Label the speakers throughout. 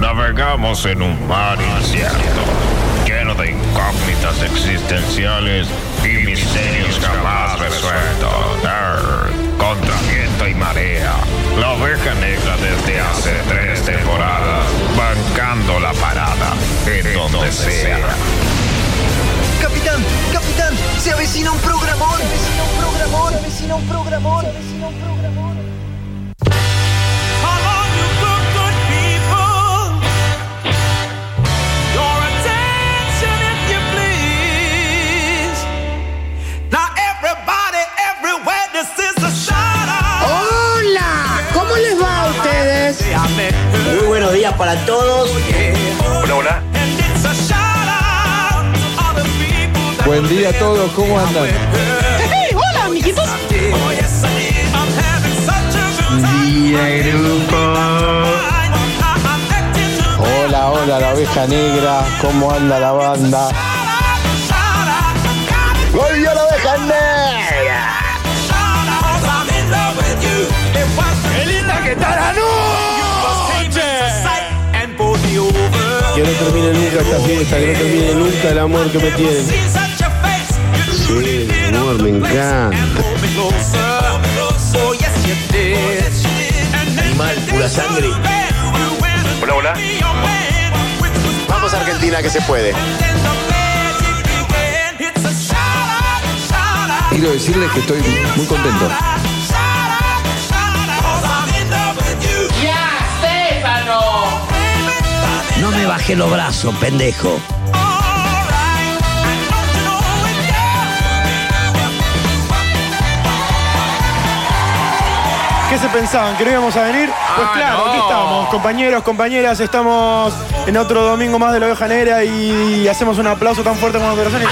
Speaker 1: Navegamos en un mar incierto, lleno de incógnitas existenciales y misterios jamás resueltos. Arr, contra viento y marea, la oveja negra desde hace tres temporadas, bancando la parada en donde sea.
Speaker 2: Capitán, capitán, se avecina un programón. Se avecina un programón. Se avecina un programón.
Speaker 3: ¡Hola! ¿Cómo les va a ustedes?
Speaker 2: Muy buenos días para todos.
Speaker 4: Hola, hola.
Speaker 5: Buen día a todos, ¿cómo andan?
Speaker 3: ¡Hola, amiguitos!
Speaker 4: Día grupo.
Speaker 5: Hola, hola, la oveja negra, ¿cómo anda la banda? ¡Volvió la oveja negra!
Speaker 4: ¡Qué linda que está la
Speaker 5: Que no termine nunca esta fiesta, que no termine nunca el amor que me tienen.
Speaker 4: Sí, el amor, me encanta. Animal, pura sangre. Hola, hola.
Speaker 6: Vamos a Argentina que se puede.
Speaker 5: Quiero decirles que estoy muy contento.
Speaker 7: ¡Ya, Stefano!
Speaker 2: No me bajé los brazos, pendejo.
Speaker 8: ¿Qué se pensaban? ¿Que no íbamos a venir? Pues
Speaker 4: Ah,
Speaker 8: claro,
Speaker 4: no.
Speaker 8: aquí estamos, compañeros, compañeras, estamos en otro domingo más de la Oveja Negra y hacemos un aplauso tan fuerte como los corazones.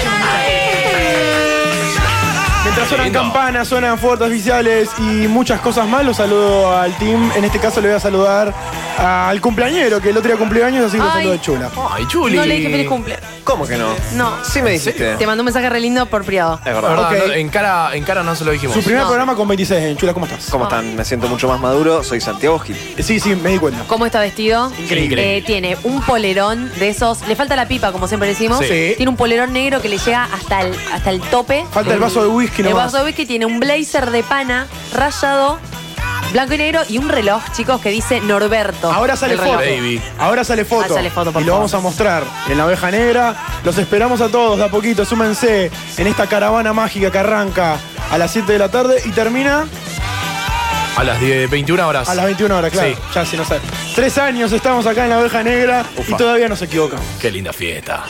Speaker 8: Mientras sonan campanas, sonan fuertes oficiales y muchas cosas más, los saludo al team. En este caso le voy a saludar al cumpleañero, que el otro día cumplió años, así que lo
Speaker 7: Ay.
Speaker 8: saludo de chula.
Speaker 4: Ay, Chuli.
Speaker 7: No le dije feliz cumple.
Speaker 6: ¿Cómo que no?
Speaker 7: No.
Speaker 6: Sí me dijiste.
Speaker 7: Te mandó un mensaje re lindo por privado.
Speaker 6: Es
Speaker 4: La
Speaker 6: verdad.
Speaker 4: verdad,
Speaker 8: Ok.
Speaker 4: no, en, cara, en cara no se lo dijimos.
Speaker 8: Su primer
Speaker 7: No.
Speaker 8: programa con 26 años. Chula, ¿cómo estás? Eh,
Speaker 6: ¿Cómo están? Me siento mucho más maduro. Soy Santiago Gil.
Speaker 8: Sí, sí, me di cuenta.
Speaker 7: ¿Cómo está vestido?
Speaker 4: Increíble.
Speaker 7: Eh, tiene un polerón de esos. Le falta la pipa, como siempre decimos.
Speaker 4: Sí.
Speaker 7: Tiene un polerón negro que le llega hasta el, hasta el tope.
Speaker 8: Falta el vaso de whisky
Speaker 7: El
Speaker 8: nomás.
Speaker 7: vaso de whisky tiene un blazer de pana rayado, blanco y negro, y un reloj, chicos, que dice Norberto.
Speaker 8: Ahora sale
Speaker 7: El
Speaker 8: foto.
Speaker 7: reloj.
Speaker 4: Ah, Baby.
Speaker 8: Ahora sale foto.
Speaker 7: Ahora sale foto, por
Speaker 8: y lo
Speaker 7: favor.
Speaker 8: vamos a mostrar en la oveja negra. Los esperamos a todos de a poquito. Súmense en esta caravana mágica que arranca a las 7 de la tarde y termina
Speaker 4: A las 10, 21 horas.
Speaker 8: a las 21 horas, claro.
Speaker 4: Sí.
Speaker 8: Ya si no sabe. Tres años estamos acá en la oveja negra y
Speaker 4: Ufa.
Speaker 8: todavía nos equivocamos.
Speaker 4: Qué linda fiesta.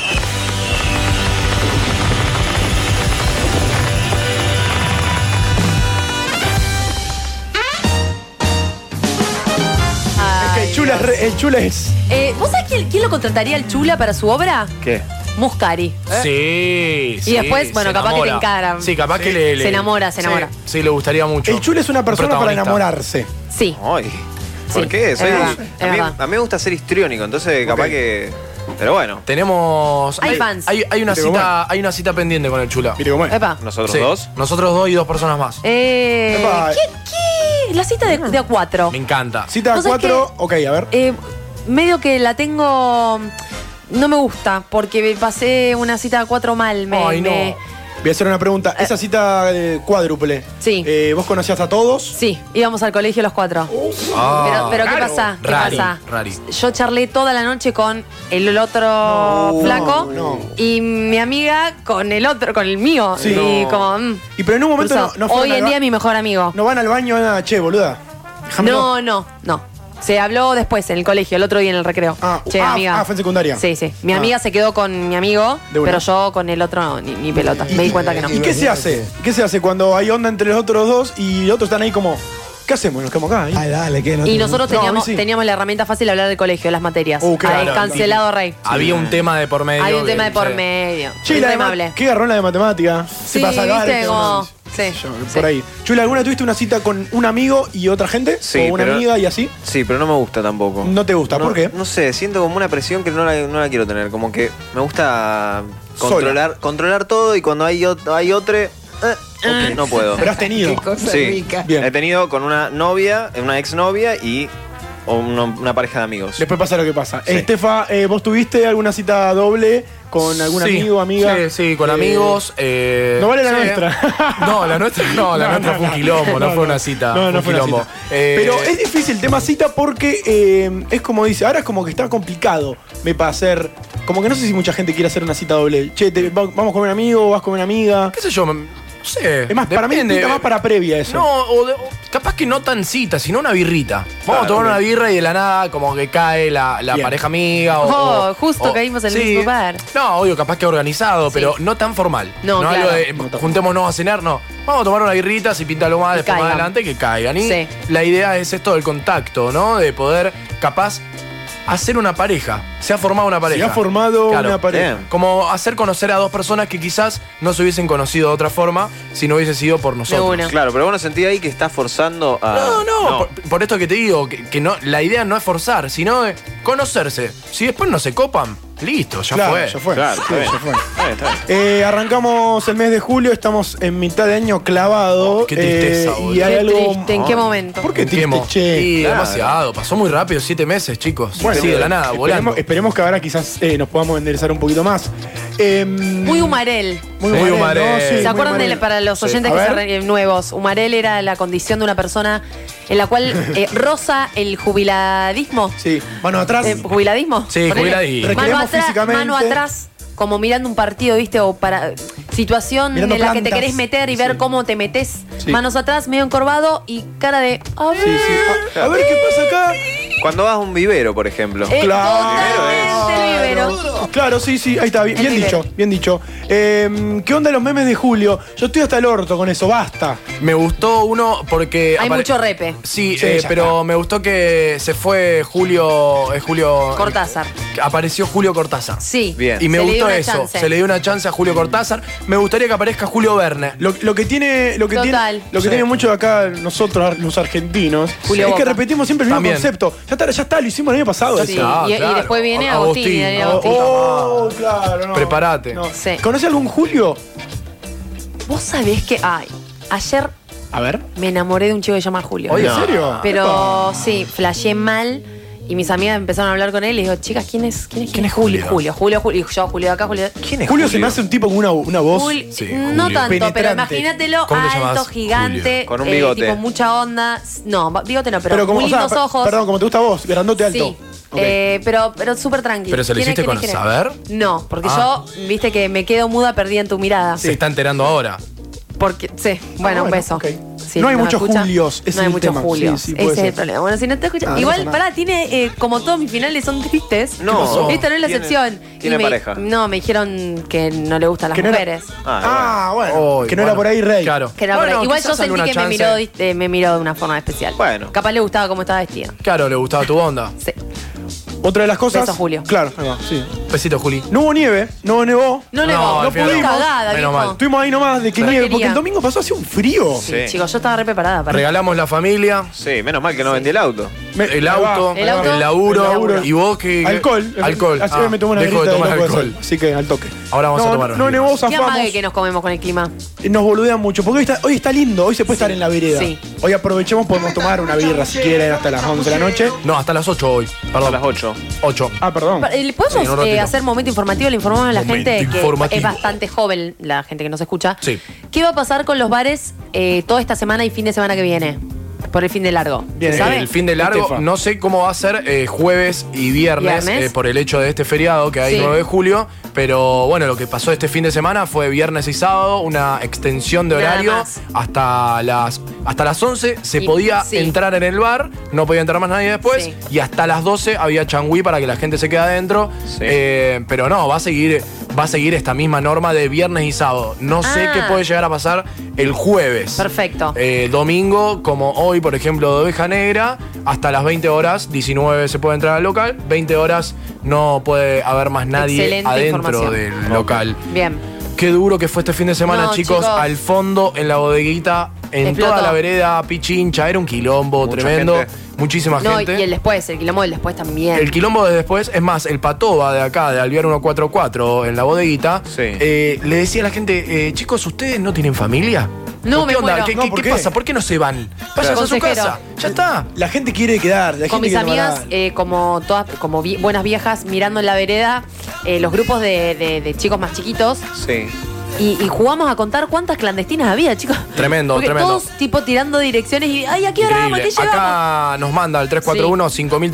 Speaker 7: Ay,
Speaker 8: El chula, es re- el chula es.
Speaker 7: Ah, Eh, ¿Vos sabés quién, quién lo contrataría al Chula para su obra?
Speaker 6: ¿Qué?
Speaker 7: Muscari.
Speaker 8: ¿eh?
Speaker 4: Sí, Eh, sí.
Speaker 7: después, bueno,
Speaker 4: se
Speaker 7: capaz que te
Speaker 4: enamora.
Speaker 7: encara.
Speaker 4: Sí, capaz que le, le-
Speaker 7: Se enamora, se
Speaker 4: Sí,
Speaker 7: enamora.
Speaker 4: Sí, le gustaría mucho.
Speaker 8: El chula es una
Speaker 4: Un
Speaker 8: persona para
Speaker 4: protagonista.
Speaker 8: enamorarse.
Speaker 7: Sí.
Speaker 6: Ay. ¿Por
Speaker 7: Sí,
Speaker 6: qué?
Speaker 7: es
Speaker 6: Soy-
Speaker 7: verdad,
Speaker 6: a,
Speaker 7: es
Speaker 6: mí,
Speaker 7: verdad.
Speaker 6: a mí me gusta ser histriónico, entonces capaz
Speaker 8: Ok.
Speaker 6: que. Pero bueno,
Speaker 4: Tenemos.
Speaker 7: Hay fans.
Speaker 4: Hay, hay una
Speaker 8: Pero
Speaker 4: cita,
Speaker 8: bueno.
Speaker 4: hay una cita pendiente con el chula.
Speaker 8: Mire cómo es.
Speaker 7: Epa.
Speaker 6: nosotros
Speaker 4: Sí,
Speaker 6: dos.
Speaker 4: Nosotros dos y dos personas más.
Speaker 7: Eh,
Speaker 8: Epa.
Speaker 7: ¿qué, qué? La cita de, de a cuatro.
Speaker 4: Me encanta.
Speaker 8: Cita
Speaker 7: ¿Vos sabés
Speaker 8: 4. Ok, a ver.
Speaker 7: Eh, medio que la tengo. mm, No me gusta, porque me pasé una cita de cuatro mal. Me,
Speaker 4: Ay, no.
Speaker 7: me-
Speaker 8: Voy a hacer una pregunta. Esa cita eh, cuádruple.
Speaker 7: Sí.
Speaker 8: eh, ¿Vos conocías a todos?
Speaker 7: Sí, íbamos al colegio los cuatro. pero
Speaker 4: Ah,
Speaker 7: pero ¿qué
Speaker 8: claro.
Speaker 7: pasa? ¿Qué
Speaker 4: Rari,
Speaker 7: pasa?
Speaker 4: rari.
Speaker 7: Yo charlé toda la noche con el otro flaco
Speaker 8: no.
Speaker 7: y mi amiga con el otro, con el mío.
Speaker 8: Sí.
Speaker 7: Y
Speaker 8: No.
Speaker 7: como. mm,
Speaker 8: Y pero en un momento no,
Speaker 7: cruzado.
Speaker 8: no fueron
Speaker 7: Hoy
Speaker 8: al
Speaker 7: en
Speaker 8: ba-
Speaker 7: día mi mejor amigo.
Speaker 8: No van al baño, nada, che, boluda. Déjamelo.
Speaker 7: No, no, no. Se habló después en el colegio, el otro día en el recreo.
Speaker 8: Ah, ah, ah, fue en secundaria.
Speaker 7: Sí, sí. Mi
Speaker 8: Ah.
Speaker 7: amiga se quedó con mi amigo,
Speaker 8: De una.
Speaker 7: pero yo con el otro no, ni, ni pelota. Me di cuenta que no.
Speaker 8: Eh, ¿Y qué se hace? ¿Qué se hace cuando hay onda entre los otros dos y los otros están ahí como, ¿qué hacemos? Nos quedamos acá. ahí?
Speaker 5: dale, que no.
Speaker 7: Y
Speaker 8: No, a
Speaker 7: nosotros
Speaker 8: mí
Speaker 7: teníamos,
Speaker 8: sí.
Speaker 7: teníamos la herramienta fácil de hablar del colegio, las materias.
Speaker 8: Uh, claro.
Speaker 7: Ahí, cancelado, Rey.
Speaker 4: Había un tema de por medio.
Speaker 7: Hay un
Speaker 4: que-
Speaker 7: tema de por
Speaker 4: sí.
Speaker 7: medio.
Speaker 8: Che,
Speaker 7: Muy
Speaker 8: la de ma-
Speaker 7: amable.
Speaker 8: qué garrón la de matemática.
Speaker 7: Sí, viste, como- sí, sí.
Speaker 8: Por ahí. Chula, ¿alguna tuviste una cita con un amigo y otra gente?
Speaker 6: Sí,
Speaker 8: ¿O una
Speaker 6: pero-
Speaker 8: amiga y así?
Speaker 6: Sí, pero no me gusta tampoco.
Speaker 8: No te gusta,
Speaker 6: No-
Speaker 8: ¿por qué?
Speaker 6: No sé, siento como una presión que no la, no la quiero tener. Como que me gusta controlar, controlar todo y cuando hay, ot- hay otro. eh, ok, no puedo.
Speaker 8: Pero has tenido.
Speaker 6: Sí,
Speaker 8: Bien.
Speaker 6: he tenido con una novia, una exnovia y o uno- una pareja de amigos.
Speaker 8: Después pasa lo que pasa.
Speaker 9: Sí.
Speaker 8: Estefa, eh, ¿vos tuviste alguna cita doble con algún
Speaker 9: Sí,
Speaker 8: amigo, amiga?
Speaker 9: Sí, sí, con
Speaker 8: Eh,
Speaker 9: amigos. eh,
Speaker 8: no vale la
Speaker 9: sí.
Speaker 8: nuestra.
Speaker 9: No, la nuestra no, la
Speaker 8: No,
Speaker 9: nuestra
Speaker 8: no,
Speaker 9: fue un
Speaker 8: no.
Speaker 9: quilombo,
Speaker 8: No,
Speaker 9: no, fue
Speaker 8: no.
Speaker 9: una cita.
Speaker 8: No, no
Speaker 9: un
Speaker 8: fue una
Speaker 9: quilombo.
Speaker 8: cita.
Speaker 9: Eh,
Speaker 8: Pero es difícil el tema cita porque eh, es como dice, ahora es como que está complicado me para hacer. Como que no sé si mucha gente quiere hacer una cita doble. Che, te- va- vamos con un amigo, vas con una amiga.
Speaker 9: ¿Qué sé yo? No sé.
Speaker 8: Es más, para mí
Speaker 9: depende.
Speaker 8: pinta más para previa eso.
Speaker 9: No, o, de- o capaz que no tan cita, sino una birrita. Vamos a tomar una birra y de la nada como que cae la, la
Speaker 8: Bien.
Speaker 9: pareja amiga. O,
Speaker 7: Oh,
Speaker 9: o-
Speaker 7: justo
Speaker 9: o-
Speaker 7: caímos en el mismo bar.
Speaker 9: No, obvio, capaz que organizado,
Speaker 7: Sí.
Speaker 9: pero no tan formal.
Speaker 7: No,
Speaker 9: algo
Speaker 7: claro.
Speaker 9: de, juntémonos a cenar, no. Vamos a tomar una birrita, si pinta lo más,
Speaker 7: Que
Speaker 9: después más
Speaker 7: caigan.
Speaker 9: adelante, que caigan. Y
Speaker 7: Sí.
Speaker 9: la idea es esto del contacto, ¿no? De poder, capaz, hacer una pareja. Se ha formado una pareja.
Speaker 8: Se ha formado
Speaker 9: Claro.
Speaker 8: una pareja.
Speaker 6: Bien.
Speaker 9: Como hacer conocer a dos personas que quizás no se hubiesen conocido de otra forma si no hubiese sido por nosotros.
Speaker 7: una.
Speaker 6: Claro, pero bueno, sentí ahí que está forzando a.
Speaker 9: No, no, Por, por esto que te digo, que, que no, la idea no es forzar, sino de conocerse. Si después no se copan, listo, ya
Speaker 8: Claro,
Speaker 9: fue.
Speaker 8: ya fue.
Speaker 6: Claro, está bien. Está bien, está bien.
Speaker 8: Eh, arrancamos el mes de julio, estamos en mitad de año clavado. Eh,
Speaker 9: Oh, qué tristeza, boludo.
Speaker 8: y hay
Speaker 7: Qué
Speaker 8: algo- Ah.
Speaker 7: triste, ¿en qué momento?
Speaker 8: ¿Por qué
Speaker 9: ¿En qué
Speaker 8: triste,
Speaker 9: mo-
Speaker 8: che?
Speaker 9: Y
Speaker 6: claro.
Speaker 9: demasiado, pasó muy rápido, siete meses, chicos.
Speaker 8: Bueno, eh,
Speaker 9: sí, Pues de la nada, volando.
Speaker 8: esperemos, esperemos que ahora quizás eh, nos podamos enderezar un poquito más. Em,
Speaker 7: Muy Humarel.
Speaker 8: Muy
Speaker 9: Muy
Speaker 8: humarel,
Speaker 9: humarel.
Speaker 8: ¿no? Sí,
Speaker 9: ¿Se
Speaker 8: muy
Speaker 7: ¿Se acuerdan de,
Speaker 8: humarel.
Speaker 7: la- para los
Speaker 9: Sí.
Speaker 7: oyentes
Speaker 8: A
Speaker 7: que se
Speaker 8: ver.
Speaker 7: re- eh, nuevos? Humarel era la condición de una persona en la cual eh, roza el jubiladismo.
Speaker 8: Sí, mano atrás.
Speaker 7: Eh, ¿Jubiladismo?
Speaker 9: Sí,
Speaker 7: Ponele.
Speaker 9: jubiladismo.
Speaker 7: Mano
Speaker 8: Recreemos
Speaker 7: atrás,
Speaker 8: físicamente.
Speaker 7: mano atrás, como mirando un partido, ¿viste? O para situación
Speaker 8: Mirando
Speaker 7: en la que te
Speaker 8: plantas.
Speaker 7: querés meter y ver
Speaker 8: Sí.
Speaker 7: cómo te metes.
Speaker 8: Sí.
Speaker 7: Manos atrás, medio encorvado y cara de. Oh, A ver.
Speaker 8: Sí, sí. A, a ver qué pasa acá.
Speaker 6: Cuando vas a un vivero, por ejemplo.
Speaker 7: Eh,
Speaker 8: Claro.
Speaker 7: Totalmente
Speaker 8: Claro.
Speaker 7: vivero.
Speaker 8: Claro, sí, sí, ahí está, bien,
Speaker 7: El
Speaker 8: bien
Speaker 7: vivero.
Speaker 8: dicho, bien dicho. Eh, ¿Qué onda los memes de julio? Yo estoy hasta el orto con eso, basta.
Speaker 9: Me gustó uno porque.
Speaker 7: Hay
Speaker 9: apare-
Speaker 7: mucho repe.
Speaker 9: Sí,
Speaker 8: Sí,
Speaker 9: eh,
Speaker 8: ya
Speaker 9: pero
Speaker 8: está.
Speaker 9: me gustó que se fue Julio. eh, Julio
Speaker 7: Cortázar.
Speaker 9: que Apareció Julio Cortázar.
Speaker 7: Sí.
Speaker 6: Bien.
Speaker 9: Y me
Speaker 7: Se le
Speaker 9: gustó
Speaker 7: dio una
Speaker 9: eso.
Speaker 7: chance.
Speaker 9: Se le dio una chance a Julio Cortázar. Me gustaría que aparezca Julio Verne.
Speaker 8: Lo, lo que tiene, lo que
Speaker 7: Total.
Speaker 8: tiene, lo que
Speaker 9: Sí.
Speaker 8: tiene mucho acá nosotros ar- los argentinos
Speaker 7: Julio
Speaker 8: es que
Speaker 7: Boca.
Speaker 8: repetimos siempre el mismo
Speaker 9: También.
Speaker 8: concepto. Ya está, ya está, lo hicimos el año pasado.
Speaker 7: Sí,
Speaker 8: eso.
Speaker 9: Ah,
Speaker 7: y, y
Speaker 9: claro.
Speaker 7: después viene Agustín.
Speaker 9: Agustín,
Speaker 7: Daniel
Speaker 9: ¿no?
Speaker 7: Agustín.
Speaker 8: Oh, claro, no.
Speaker 9: Preparate.
Speaker 8: No.
Speaker 7: Sí.
Speaker 8: ¿Conoce algún Julio?
Speaker 7: Vos sabés que. Ay, ayer
Speaker 8: A ver.
Speaker 7: me enamoré de un chico que se llama Julio.
Speaker 9: Oye,
Speaker 8: ¿En serio?
Speaker 7: Pero sí, flasheé mal. Y mis amigas empezaron a hablar con él y digo, chicas, ¿quién es, quién es, quién es Julio? Julio, Julio, Julio. Y yo, Julio de acá, Julio de ¿Quién
Speaker 8: Julio, se me hace un tipo con una, una voz.
Speaker 7: Jul-
Speaker 9: Sí,
Speaker 7: no
Speaker 9: Julio.
Speaker 7: tanto, pero
Speaker 8: Penetrante.
Speaker 7: imagínatelo
Speaker 9: ¿Cómo te
Speaker 7: alto,
Speaker 9: llamás?
Speaker 7: gigante,
Speaker 9: Julio.
Speaker 6: Con un
Speaker 7: eh,
Speaker 6: bigote.
Speaker 7: tipo mucha onda. No, bigote no, pero,
Speaker 8: Pero como,
Speaker 7: muy
Speaker 8: o sea,
Speaker 7: lindos
Speaker 8: per-
Speaker 7: ojos.
Speaker 8: Perdón, como te gusta a vos, grandote alto.
Speaker 7: Sí. eh, pero, pero súper tranquilo.
Speaker 9: ¿Pero se lo hiciste con saber?
Speaker 7: No, porque
Speaker 9: Ah.
Speaker 7: yo, viste que me quedo muda perdida en tu mirada.
Speaker 9: Se está enterando ahora.
Speaker 7: Porque, sí, bueno, un
Speaker 8: Ah, bueno,
Speaker 7: beso.
Speaker 8: ok.
Speaker 7: Si
Speaker 8: No hay
Speaker 7: me
Speaker 8: muchos
Speaker 7: escucha,
Speaker 8: Julios, ese
Speaker 7: no
Speaker 8: es
Speaker 7: hay
Speaker 8: el
Speaker 7: muchos
Speaker 8: tema.
Speaker 7: Julios.
Speaker 8: Sí, sí, puede
Speaker 7: ese es el
Speaker 8: ser.
Speaker 7: problema. Bueno, si no te escuchas.
Speaker 8: Ah, no
Speaker 7: Igual,
Speaker 8: pasa nada.
Speaker 7: pará, tiene, eh, como todos mis finales son tristes.
Speaker 6: No.
Speaker 7: Y esta no es
Speaker 6: Tiene-
Speaker 7: la excepción. Y
Speaker 6: tiene
Speaker 7: me-
Speaker 6: pareja.
Speaker 7: No, me dijeron que no le gustan las
Speaker 8: Que no era-
Speaker 7: mujeres.
Speaker 8: Ah, bueno.
Speaker 9: Hoy,
Speaker 8: que no era
Speaker 9: bueno.
Speaker 8: por ahí, Rey.
Speaker 9: Claro.
Speaker 7: Que era
Speaker 9: Bueno,
Speaker 7: por ahí. Igual
Speaker 9: quizás
Speaker 7: yo sentí
Speaker 9: alguna
Speaker 7: que me
Speaker 9: chance.
Speaker 7: miró, dist- eh, me miró de una forma especial.
Speaker 6: Bueno.
Speaker 7: Capaz le gustaba cómo estaba vestida.
Speaker 9: Claro, le gustaba tu onda.
Speaker 7: Sí.
Speaker 8: Otra de las cosas.
Speaker 7: Beso, Julio.
Speaker 8: Claro, ahí va, sí.
Speaker 9: Besito, Juli.
Speaker 8: No hubo nieve, no nevó.
Speaker 7: No le
Speaker 9: No,
Speaker 7: no,
Speaker 9: al final no.
Speaker 7: cagada,
Speaker 9: Menos
Speaker 7: viejo.
Speaker 9: mal.
Speaker 8: Estuvimos ahí nomás de que
Speaker 7: No
Speaker 8: nieve, porque
Speaker 7: quería.
Speaker 8: el domingo pasó hacía un frío.
Speaker 7: Sí, chicos, yo estaba re preparada para
Speaker 9: Regalamos la familia,
Speaker 6: Sí, menos mal que no vendí el auto.
Speaker 8: Me-
Speaker 9: el
Speaker 8: ahí va,
Speaker 9: auto,
Speaker 8: ahí
Speaker 7: El
Speaker 8: va.
Speaker 7: auto.
Speaker 9: laburo,
Speaker 8: El laburo.
Speaker 9: y vos que.
Speaker 8: Alcohol.
Speaker 9: Alcohol.
Speaker 8: Así
Speaker 9: Ah,
Speaker 8: me tomé una
Speaker 9: dejo de
Speaker 8: grita
Speaker 9: tomar
Speaker 8: no puedo
Speaker 9: alcohol.
Speaker 8: hacer. Así que al toque.
Speaker 9: Ahora vamos a
Speaker 8: No,
Speaker 9: tomar
Speaker 8: No
Speaker 9: unas
Speaker 8: nevó,
Speaker 7: ¿Qué
Speaker 8: zafamos.
Speaker 7: amague que nos comemos con el clima?
Speaker 8: Eh, Nos boludean mucho, porque hoy está, hoy está lindo, hoy se puede estar en la vereda.
Speaker 7: Sí.
Speaker 8: Hoy aprovechemos, podemos tomar una birra si quieren hasta las 11 de la noche.
Speaker 9: No, hasta las 8 hoy. Perdón.
Speaker 6: A las 8.
Speaker 9: 8.
Speaker 8: Ah, perdón.
Speaker 7: Pa- eh,
Speaker 9: Sí, en un
Speaker 7: ¿Podemos eh,
Speaker 9: ratito.
Speaker 7: hacer momento informativo? Le informamos a la
Speaker 9: Momento
Speaker 7: gente que
Speaker 9: informativo.
Speaker 7: es bastante joven la gente que nos escucha.
Speaker 9: Sí.
Speaker 7: ¿Qué va a pasar con los bares eh, toda esta semana y fin de semana que viene? Por el fin de largo.
Speaker 8: Bien, eh,
Speaker 7: ¿Se sabe?
Speaker 9: El fin de largo,
Speaker 8: Estefa.
Speaker 9: no sé cómo va a ser eh, jueves y viernes, eh,
Speaker 7: Viernes.
Speaker 9: por el hecho de este feriado que hay
Speaker 7: Sí.
Speaker 9: 9 de julio, pero bueno, lo que pasó este fin de semana fue viernes y sábado, una extensión de
Speaker 7: Nada
Speaker 9: horario
Speaker 7: más.
Speaker 9: hasta las hasta las 11 se
Speaker 7: Y-
Speaker 9: podía
Speaker 7: sí.
Speaker 9: entrar en el bar, no podía entrar más nadie después
Speaker 7: Sí.
Speaker 9: y hasta las 12 había changüí para que la gente se quede adentro,
Speaker 6: Sí.
Speaker 9: eh, pero no, va a seguir va a seguir esta misma norma de viernes y sábado. No sé
Speaker 7: Ah.
Speaker 9: qué puede llegar a pasar el jueves.
Speaker 7: Perfecto.
Speaker 9: Eh, domingo, como hoy, por ejemplo, de Oveja Negra, hasta las 20 horas, 19 se puede entrar al local, 20 horas no puede haber más nadie
Speaker 7: Excelente
Speaker 9: adentro
Speaker 7: información.
Speaker 9: del local.
Speaker 7: Bien.
Speaker 9: Qué duro que fue este fin de semana,
Speaker 7: No,
Speaker 9: chicos,
Speaker 7: chicos.
Speaker 9: al fondo, en la bodeguita, en
Speaker 7: Explotó.
Speaker 9: toda la vereda, Pichincha, era un quilombo
Speaker 6: Mucha
Speaker 9: tremendo,
Speaker 6: gente.
Speaker 9: muchísima
Speaker 7: No, y
Speaker 9: gente.
Speaker 7: el después, el quilombo del después también.
Speaker 9: El quilombo de después, es más, el patoba de acá, de Alvear 144, en la bodeguita,
Speaker 6: Sí.
Speaker 9: eh, le decía a la gente, eh, chicos, ¿ustedes no tienen familia?
Speaker 7: No, me
Speaker 10: ¿Qué onda?
Speaker 7: muero.
Speaker 10: ¿Qué,
Speaker 8: No,
Speaker 10: qué-
Speaker 8: ¿por
Speaker 10: qué
Speaker 8: qué?
Speaker 10: pasa? ¿Por qué no se van? Vayan a su
Speaker 7: Consejero.
Speaker 10: casa. Ya está.
Speaker 8: La gente quiere quedar. La
Speaker 7: Con
Speaker 8: gente
Speaker 7: mis
Speaker 8: quiere
Speaker 7: amigas,
Speaker 8: parar.
Speaker 7: eh, como todas, como vi- buenas viejas, mirando en la vereda, eh, los grupos de, de- de chicos más chiquitos,
Speaker 6: Sí.
Speaker 7: y, y jugamos a contar cuántas clandestinas había, chicos.
Speaker 10: Tremendo,
Speaker 7: Porque
Speaker 10: tremendo.
Speaker 7: Todos tipo tirando direcciones y, ay, ¿a qué hora vamos? ¿A qué
Speaker 10: Increíble.
Speaker 7: llegamos?
Speaker 10: Acá
Speaker 9: Ah,
Speaker 10: nos manda al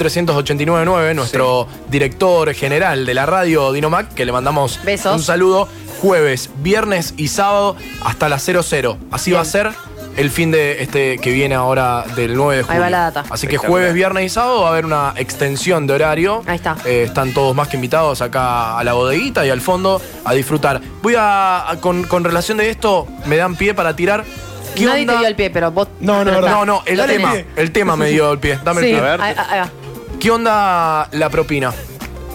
Speaker 10: 341-53899, nuestro director general de la radio Dinomac, que le mandamos
Speaker 7: Besos.
Speaker 10: un saludo. Jueves, viernes y sábado hasta las 00. Así va a ser el fin de este que viene ahora del 9 de
Speaker 7: va
Speaker 10: julio.
Speaker 7: la data.
Speaker 10: Así que jueves, viernes y sábado va a haber una extensión de horario.
Speaker 7: Ahí está.
Speaker 10: Eh, están todos más que invitados acá a la bodeguita y al fondo a disfrutar. Voy a, a- con, con relación de esto, me dan pie para tirar. ¿Qué
Speaker 7: Nadie te
Speaker 10: onda?
Speaker 7: dio el pie, pero vos.
Speaker 8: No, no,
Speaker 7: pero
Speaker 8: verdad.
Speaker 10: No,
Speaker 7: está.
Speaker 10: no, el
Speaker 7: Lo
Speaker 10: tema.
Speaker 7: tenés.
Speaker 10: El tema me dio el pie. Dame
Speaker 7: Sí,
Speaker 10: el pie.
Speaker 7: ahí- ahí va.
Speaker 10: ¿Qué onda la propina?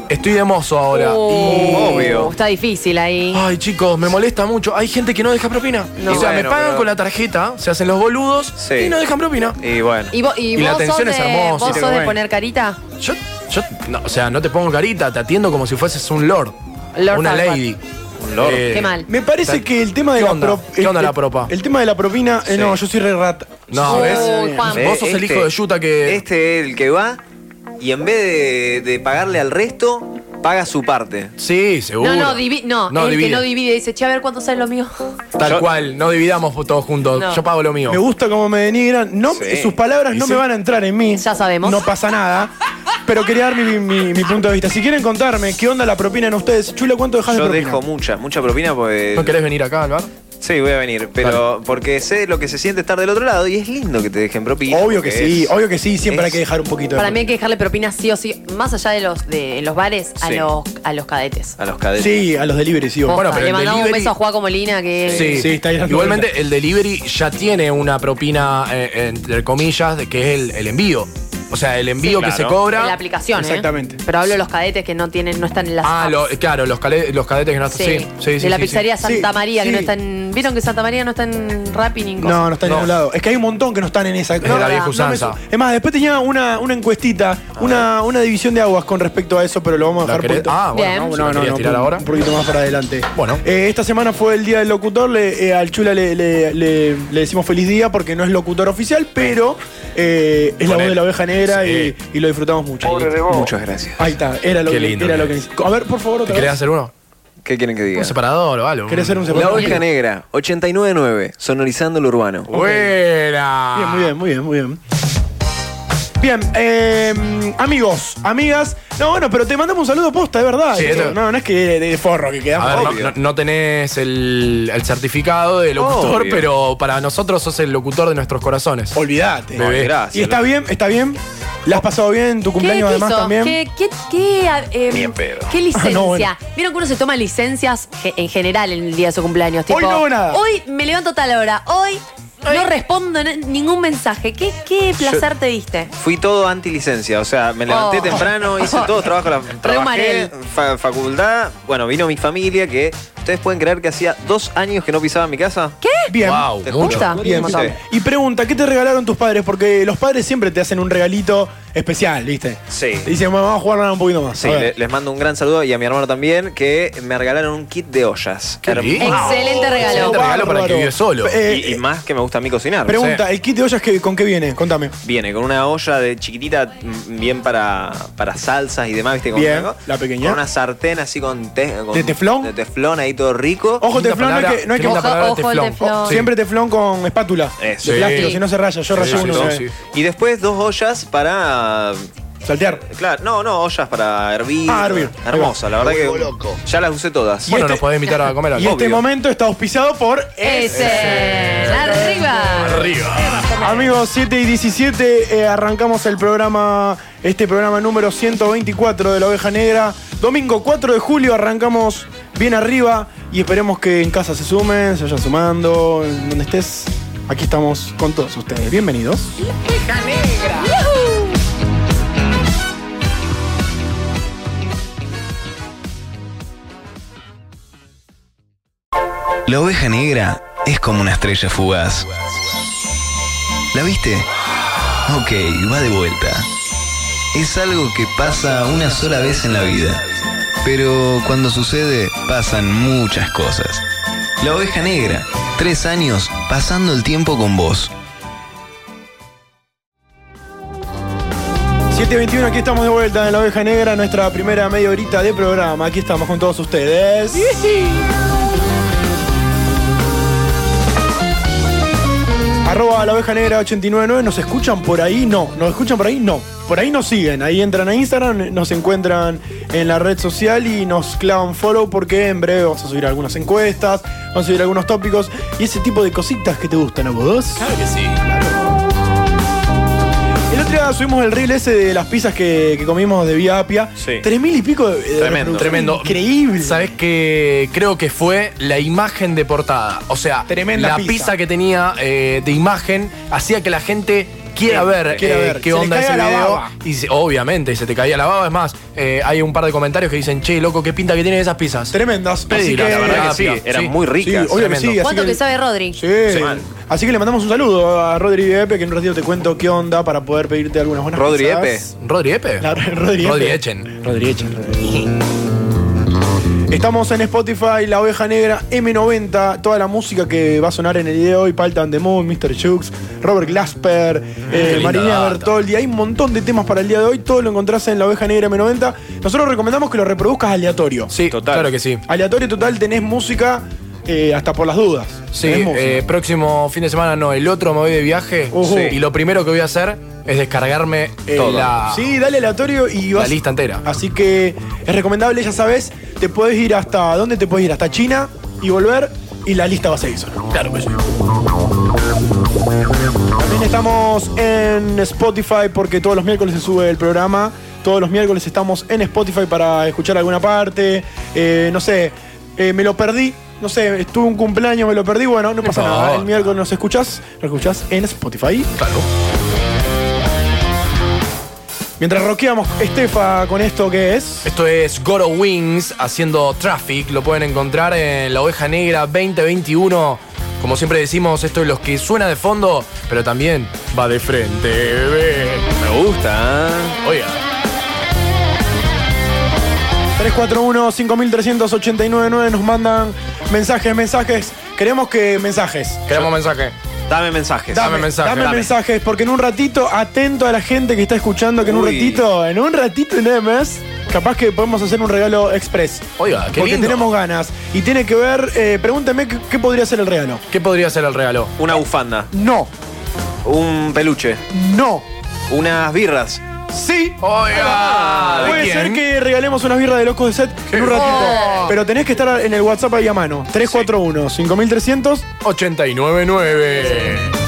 Speaker 10: Estoy de mozo ahora.
Speaker 7: Oh,
Speaker 6: obvio.
Speaker 7: Está difícil ahí.
Speaker 10: Y- Ay, chicos, me molesta mucho. Hay gente que no deja propina.
Speaker 7: No.
Speaker 10: o sea, me
Speaker 6: Bueno,
Speaker 10: pagan
Speaker 6: pero-
Speaker 10: con la tarjeta, se hacen los boludos
Speaker 6: Sí.
Speaker 10: y no dejan propina.
Speaker 6: Y bueno.
Speaker 7: Y, vos- y
Speaker 10: Y la
Speaker 7: vos sos,
Speaker 10: atención
Speaker 7: de,
Speaker 10: es hermosa.
Speaker 7: vos
Speaker 10: Sí,
Speaker 7: sos de
Speaker 8: bueno.
Speaker 7: poner carita.
Speaker 10: Yo, yo no, o sea, no te pongo carita, te atiendo como si fueses un lord.
Speaker 7: Lord
Speaker 10: una
Speaker 7: tal cual.
Speaker 10: lady.
Speaker 6: Un lord.
Speaker 10: Eh,
Speaker 7: Qué mal.
Speaker 8: Me parece
Speaker 10: Tal-
Speaker 8: que el tema de
Speaker 10: ¿Qué
Speaker 8: la
Speaker 10: onda?
Speaker 8: pro-
Speaker 10: ¿Qué
Speaker 8: el-
Speaker 10: onda la
Speaker 8: el-
Speaker 10: propa?
Speaker 8: El tema de la propina. eh,
Speaker 6: Sí.
Speaker 8: No, yo soy re rata.
Speaker 10: No,
Speaker 7: Uy,
Speaker 10: ¿ves?
Speaker 7: Oh, Juan.
Speaker 10: Vos sos el
Speaker 6: Este-
Speaker 10: hijo de Yuta que.
Speaker 6: Este es el que va y en vez de, de pagarle al resto, paga su parte.
Speaker 10: Sí, seguro.
Speaker 7: No, no, divi- no, el
Speaker 10: divide.
Speaker 7: que no divide dice, che, a ver cuánto sale lo mío.
Speaker 10: Tal
Speaker 6: Yo-
Speaker 10: cual, no dividamos todos juntos.
Speaker 7: No.
Speaker 10: Yo pago lo mío.
Speaker 8: Me gusta cómo me denigran. No,
Speaker 6: Sí.
Speaker 8: Sus palabras no me van a entrar en mí.
Speaker 7: Ya sabemos.
Speaker 8: No pasa nada. Pero quería dar mi, mi- mi punto de vista. Si quieren contarme qué onda la propina en ustedes, Chula, ¿cuánto
Speaker 10: Ah,
Speaker 8: dejas de
Speaker 6: Yo
Speaker 8: propina?
Speaker 6: dejo mucha, mucha propina porque.
Speaker 10: ¿No querés venir acá al bar?
Speaker 6: Sí, voy a venir, pero porque sé lo que se siente estar del otro lado y es lindo que te dejen propina.
Speaker 8: Obvio que
Speaker 6: porque
Speaker 8: sí,
Speaker 6: es-
Speaker 8: obvio que sí, siempre
Speaker 6: es-
Speaker 8: hay que dejar un poquito de
Speaker 7: Para mí hay que dejarle propinas sí o sí, más allá de los de en los bares, a
Speaker 6: Sí.
Speaker 7: los a los cadetes.
Speaker 6: A los cadetes.
Speaker 8: Sí, a los delivery, sí. obvio.
Speaker 10: Bueno, pero
Speaker 7: Posta, le
Speaker 10: el
Speaker 7: mandamos un
Speaker 10: delivery-
Speaker 7: beso a Juaco Molina que
Speaker 10: Sí,
Speaker 8: Sí, está ahí dando
Speaker 10: Igualmente, el delivery ya tiene una propina, eh, entre comillas, de que es el, el envío. O sea, el envío que
Speaker 7: Sí.
Speaker 6: Claro.
Speaker 10: se
Speaker 7: en la
Speaker 10: cobra.
Speaker 7: aplicación, ¿eh?
Speaker 8: Exactamente.
Speaker 7: Pero hablo de los cadetes que no tienen no están en las
Speaker 10: Ah,
Speaker 7: apps.
Speaker 10: lo- claro, los, cale- los cadetes que no
Speaker 7: Sí,
Speaker 10: están. Sí, sí, sí.
Speaker 7: de la
Speaker 10: sí, sí.
Speaker 7: pizzería Santa
Speaker 8: Sí,
Speaker 7: María, que
Speaker 8: sí.
Speaker 7: no están. ¿Vieron que Santa María no está en Rappi ni en cosas?
Speaker 8: No, no está en
Speaker 10: No.
Speaker 8: ningún lado. Es que hay un montón que no están en esa.
Speaker 10: de
Speaker 8: No,
Speaker 10: la
Speaker 8: no,
Speaker 10: vieja
Speaker 8: no me
Speaker 10: usanza.
Speaker 8: su- es más, después tenía una, una encuestita, una, una división de aguas con respecto a eso, pero lo vamos a
Speaker 10: ¿La
Speaker 8: dejar
Speaker 10: querés?
Speaker 8: poquito-
Speaker 10: Ah, bueno,
Speaker 7: Bien.
Speaker 10: no,
Speaker 8: No,
Speaker 10: si la
Speaker 8: no, no,
Speaker 10: querías
Speaker 8: no,
Speaker 10: tirar
Speaker 8: un-
Speaker 10: ahora.
Speaker 8: Un poquito más para adelante.
Speaker 10: Bueno.
Speaker 8: Eh, esta semana fue el día del locutor. le- eh, al Chula le, le- le- le decimos feliz día porque no es locutor oficial, pero eh, es la
Speaker 10: Con
Speaker 8: voz
Speaker 10: él.
Speaker 8: de la oveja negra
Speaker 10: Sí.
Speaker 8: y, y lo disfrutamos mucho.
Speaker 6: Muchas gracias.
Speaker 8: Ahí está, era lo,
Speaker 10: Qué
Speaker 8: que,
Speaker 10: lindo
Speaker 8: era
Speaker 10: que
Speaker 8: lo que necesitaba. A ver, por favor,
Speaker 10: ¿Te
Speaker 8: otra
Speaker 10: querés
Speaker 8: vez.
Speaker 10: hacer uno?
Speaker 6: ¿Qué quieren que diga?
Speaker 10: Un separador o algo.
Speaker 8: ¿Querés hacer un
Speaker 6: La
Speaker 8: separador?
Speaker 6: oveja negra, 899, sonorizando lo urbano.
Speaker 10: Buena.
Speaker 8: Bien, muy bien, muy bien, muy bien. Bien, eh, amigos, amigas. No, bueno, pero te mandamos un saludo posta, de verdad.
Speaker 10: Sí,
Speaker 8: Esto,
Speaker 10: esto-
Speaker 8: No, no es que de, de forro que
Speaker 10: A
Speaker 8: quedamos.
Speaker 10: ver, no-
Speaker 6: Obvio.
Speaker 10: no, no tenés el, el certificado de locutor,
Speaker 6: Obvio.
Speaker 10: pero para nosotros sos el locutor de nuestros corazones.
Speaker 8: Olvídate.
Speaker 10: Bebé.
Speaker 6: gracias.
Speaker 8: Y está bien, está bien. ¿La has pasado bien en tu
Speaker 7: ¿Qué,
Speaker 8: cumpleaños
Speaker 7: qué
Speaker 8: además
Speaker 7: hizo?
Speaker 8: también?
Speaker 7: ¿Qué, qué, qué, ah, em,
Speaker 6: Ni en pedo.
Speaker 7: qué licencia?
Speaker 8: No, bueno.
Speaker 7: Vieron que uno se toma licencias ge- en general en el día de su cumpleaños. Tipo,
Speaker 8: Hoy no hago nada.
Speaker 7: Hoy me levanto tal hora. Hoy no respondo n- ningún mensaje. ¿Qué, qué placer te diste?
Speaker 6: Fui todo anti licencia, o sea, me levanté
Speaker 7: Oh.
Speaker 6: temprano, hice todo trabajo, la, trabajé,
Speaker 7: Marel.
Speaker 6: fa- facultad, bueno, vino mi familia que, ¿ustedes pueden creer que hacía dos años que no pisaba mi casa? ¿Qué?
Speaker 8: Bien.
Speaker 10: Wow,
Speaker 6: Te
Speaker 10: mucho.
Speaker 7: Posta.
Speaker 8: Bien,
Speaker 6: Sí.
Speaker 8: Y pregunta, ¿qué te regalaron tus padres? Porque los padres siempre te hacen un regalito especial, ¿viste?
Speaker 6: Sí.
Speaker 8: Te dicen, "Mamá, vamos a jugar un poquito más.
Speaker 6: Sí,
Speaker 8: A ver.
Speaker 6: le- les mando un gran saludo y a mi hermano también, que me regalaron un kit de ollas.
Speaker 10: Qué
Speaker 6: Hermoso.
Speaker 10: lindo.
Speaker 7: Excelente regalo.
Speaker 10: Excelente regalo para el que
Speaker 8: Bárbaro.
Speaker 10: vive solo.
Speaker 8: Eh,
Speaker 6: Y, y más que me gusta a mí cocinar.
Speaker 8: pregunta, ¿el kit de ollas que, con qué viene? Contame.
Speaker 6: Viene con una olla de chiquitita, mm, bien para, para salsas y demás, ¿viste? Con
Speaker 8: Bien,
Speaker 6: algo.
Speaker 8: la pequeña.
Speaker 6: Con una sartén así con, te- con-
Speaker 8: ¿De teflón?
Speaker 6: De teflón ahí todo rico.
Speaker 8: Ojo,
Speaker 10: Linda
Speaker 8: teflón, no hay
Speaker 10: palabra,
Speaker 8: que- no hay
Speaker 10: qué
Speaker 8: que
Speaker 10: linda
Speaker 7: Ojo,
Speaker 10: palabra,
Speaker 7: ojo, teflón.
Speaker 8: Oh, Siempre teflón con espátula.
Speaker 6: Eso.
Speaker 8: De
Speaker 10: Sí.
Speaker 8: plástico, si no se raya. Yo rayé
Speaker 10: Sí,
Speaker 8: uno. eh,
Speaker 10: sí,
Speaker 8: una
Speaker 10: sí.
Speaker 8: vez.
Speaker 6: Y después dos ollas para.
Speaker 8: Saltear.
Speaker 6: Claro, no, no, ollas para hervir.
Speaker 8: Ah, hervir.
Speaker 6: Hermosa, la verdad que. Ya las usé todas.
Speaker 10: Bueno,
Speaker 8: este-
Speaker 10: nos podés invitar a comer
Speaker 8: Y
Speaker 10: algo.
Speaker 8: este momento está auspiciado por
Speaker 7: Ese. Arriba.
Speaker 10: Arriba.
Speaker 8: Amigos, 7 y 17 eh, arrancamos el programa, este programa número 124 de la Oveja Negra. Domingo 4 de julio arrancamos bien arriba y esperemos que en casa se sumen, se vayan sumando, en donde estés. Aquí estamos con todos ustedes. Bienvenidos.
Speaker 11: La oveja negra es como una estrella fugaz. ¿La viste? Ok, va de vuelta. Es algo que pasa una sola vez en la vida. Pero cuando sucede, pasan muchas cosas. La oveja negra, tres años pasando el tiempo con vos.
Speaker 8: 7.21, aquí estamos de vuelta en La Oveja Negra, nuestra primera media horita de programa. Aquí estamos con todos ustedes. Arroba La Oveja Negra 899, ¿nos escuchan por ahí? No, ¿nos escuchan por ahí? No. Por ahí nos siguen, ahí entran a Instagram, nos encuentran en la red social y nos clavan follow porque en breve vamos a subir algunas encuestas, vamos a subir algunos tópicos y ese tipo de cositas que te gustan a vos.
Speaker 10: Claro que sí.
Speaker 8: El otro día subimos el reel ese de las pizzas que, que comimos de Vía Apia. Tres mil y pico de, de
Speaker 10: Tremendo,
Speaker 8: reproducciones.
Speaker 10: tremendo.
Speaker 8: Increíble.
Speaker 10: Sabes que creo que fue la imagen de portada. O sea,
Speaker 8: Tremenda
Speaker 10: la
Speaker 8: pizza.
Speaker 10: pizza, que tenía eh, de imagen hacía que la gente quiera
Speaker 8: Sí,
Speaker 10: ver,
Speaker 8: quiera
Speaker 10: eh,
Speaker 8: ver.
Speaker 10: qué
Speaker 8: Se le
Speaker 10: onda
Speaker 8: caía
Speaker 10: ese
Speaker 8: la
Speaker 10: video.
Speaker 8: baba.
Speaker 10: Y se- obviamente, se te caía la baba. Es más, eh, hay un par de comentarios que dicen, che, loco, qué pinta que tienen esas pizzas.
Speaker 8: Tremendas.
Speaker 10: Pedí,
Speaker 8: Así que-
Speaker 10: la verdad que sí, eran muy
Speaker 8: Ah,
Speaker 10: ricas.
Speaker 8: Sí, obvio que sí, así
Speaker 7: ¿Cuánto que sabe Rodri?
Speaker 8: Sí. Así que le mandamos un saludo a Rodri Epe, que en un ratito te cuento qué onda para poder pedirte algunas buenas
Speaker 6: Rodri
Speaker 8: pizzas.
Speaker 10: ¿Rodri Epe?
Speaker 8: La- Rodri Epe.
Speaker 10: Rodri Echen.
Speaker 8: Rodri Echen. Estamos en Spotify, La Oveja Negra, M90, toda la música que va a sonar en el video hoy, Paltan the Moon, Mr. Chooks, Robert Glasper,
Speaker 10: qué
Speaker 8: eh,
Speaker 10: linda
Speaker 8: Marina
Speaker 10: data.
Speaker 8: Bertoldi, hay un montón de temas para el día de hoy, todo lo encontrás en La Oveja Negra M90. Nosotros recomendamos que lo reproduzcas aleatorio.
Speaker 10: Sí, claro que sí.
Speaker 8: Aleatorio total, tenés música eh, hasta por las dudas.
Speaker 10: Sí,
Speaker 8: Tenés música.
Speaker 10: eh, próximo fin de semana no, el otro me voy de viaje
Speaker 8: Ujú.
Speaker 10: y lo primero que voy a hacer es descargarme eh,
Speaker 8: Todo.
Speaker 10: la,
Speaker 8: Sí, dale aleatorio y
Speaker 10: la
Speaker 8: vas.
Speaker 10: lista entera.
Speaker 8: Así que es recomendable, ya sabes, te puedes ir hasta. ¿Dónde te puedes ir? Hasta China y volver y la lista va a seguir sonando.
Speaker 10: Claro que sí.
Speaker 8: También estamos en Spotify porque todos los miércoles se sube el programa. Todos los miércoles estamos en Spotify para escuchar alguna parte. Eh, no sé, eh, me lo perdí. No sé, estuve un cumpleaños, me lo perdí. Bueno, no pasa nada.
Speaker 10: importa.
Speaker 8: El miércoles nos escuchás. Nos escuchás en Spotify.
Speaker 10: Claro.
Speaker 8: Mientras roqueamos Estefa con esto que es.
Speaker 10: Esto es Goro Wings haciendo Traffic. Lo pueden encontrar en La Oveja Negra 2021. Como siempre decimos, esto es los que suena de fondo, pero también va de frente, bebé.
Speaker 6: Me gusta. ¿eh?
Speaker 10: Oiga.
Speaker 8: 341-5389-9 nos mandan mensajes, mensajes. Queremos que mensajes.
Speaker 10: Queremos mensaje.
Speaker 6: Dame mensajes.
Speaker 10: Dame mensaje,
Speaker 8: Dame,
Speaker 10: dame.
Speaker 8: mensajes, porque en un ratito, atento a la gente que está escuchando, que en un
Speaker 6: Uy.
Speaker 8: ratito, en un ratito y nada más, capaz que podemos hacer un regalo express.
Speaker 10: Oiga, qué
Speaker 8: porque
Speaker 10: lindo.
Speaker 8: tenemos ganas. Y tiene que ver, eh, pregúntame qué, qué podría ser el regalo.
Speaker 10: ¿Qué podría ser el regalo?
Speaker 6: Una bufanda.
Speaker 8: No,
Speaker 6: Un peluche.
Speaker 8: no.
Speaker 6: Unas birras.
Speaker 8: Sí.
Speaker 10: Oiga. ¿de
Speaker 8: Puede
Speaker 10: quién?
Speaker 8: ser que regalemos unas birras de locos de set en un ratito.
Speaker 10: Oh.
Speaker 8: Pero tenés que estar en el WhatsApp ahí a mano. 341-5300.
Speaker 10: 89.9.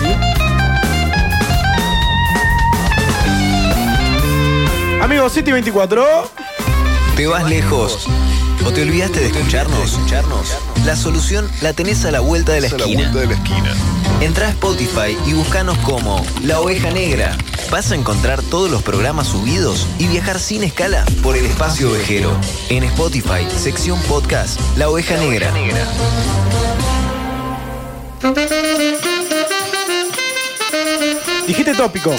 Speaker 8: Amigos, 7 y 24.
Speaker 11: ¿Te vas lejos? ¿O te olvidaste de escucharnos? La solución la tenés a la vuelta de la esquina. Entra a Spotify y buscanos como La Oveja Negra. Vas a encontrar todos los programas subidos y viajar sin escala por el espacio ovejero. En Spotify, sección podcast, La Oveja Negra.
Speaker 8: Dijiste tópico.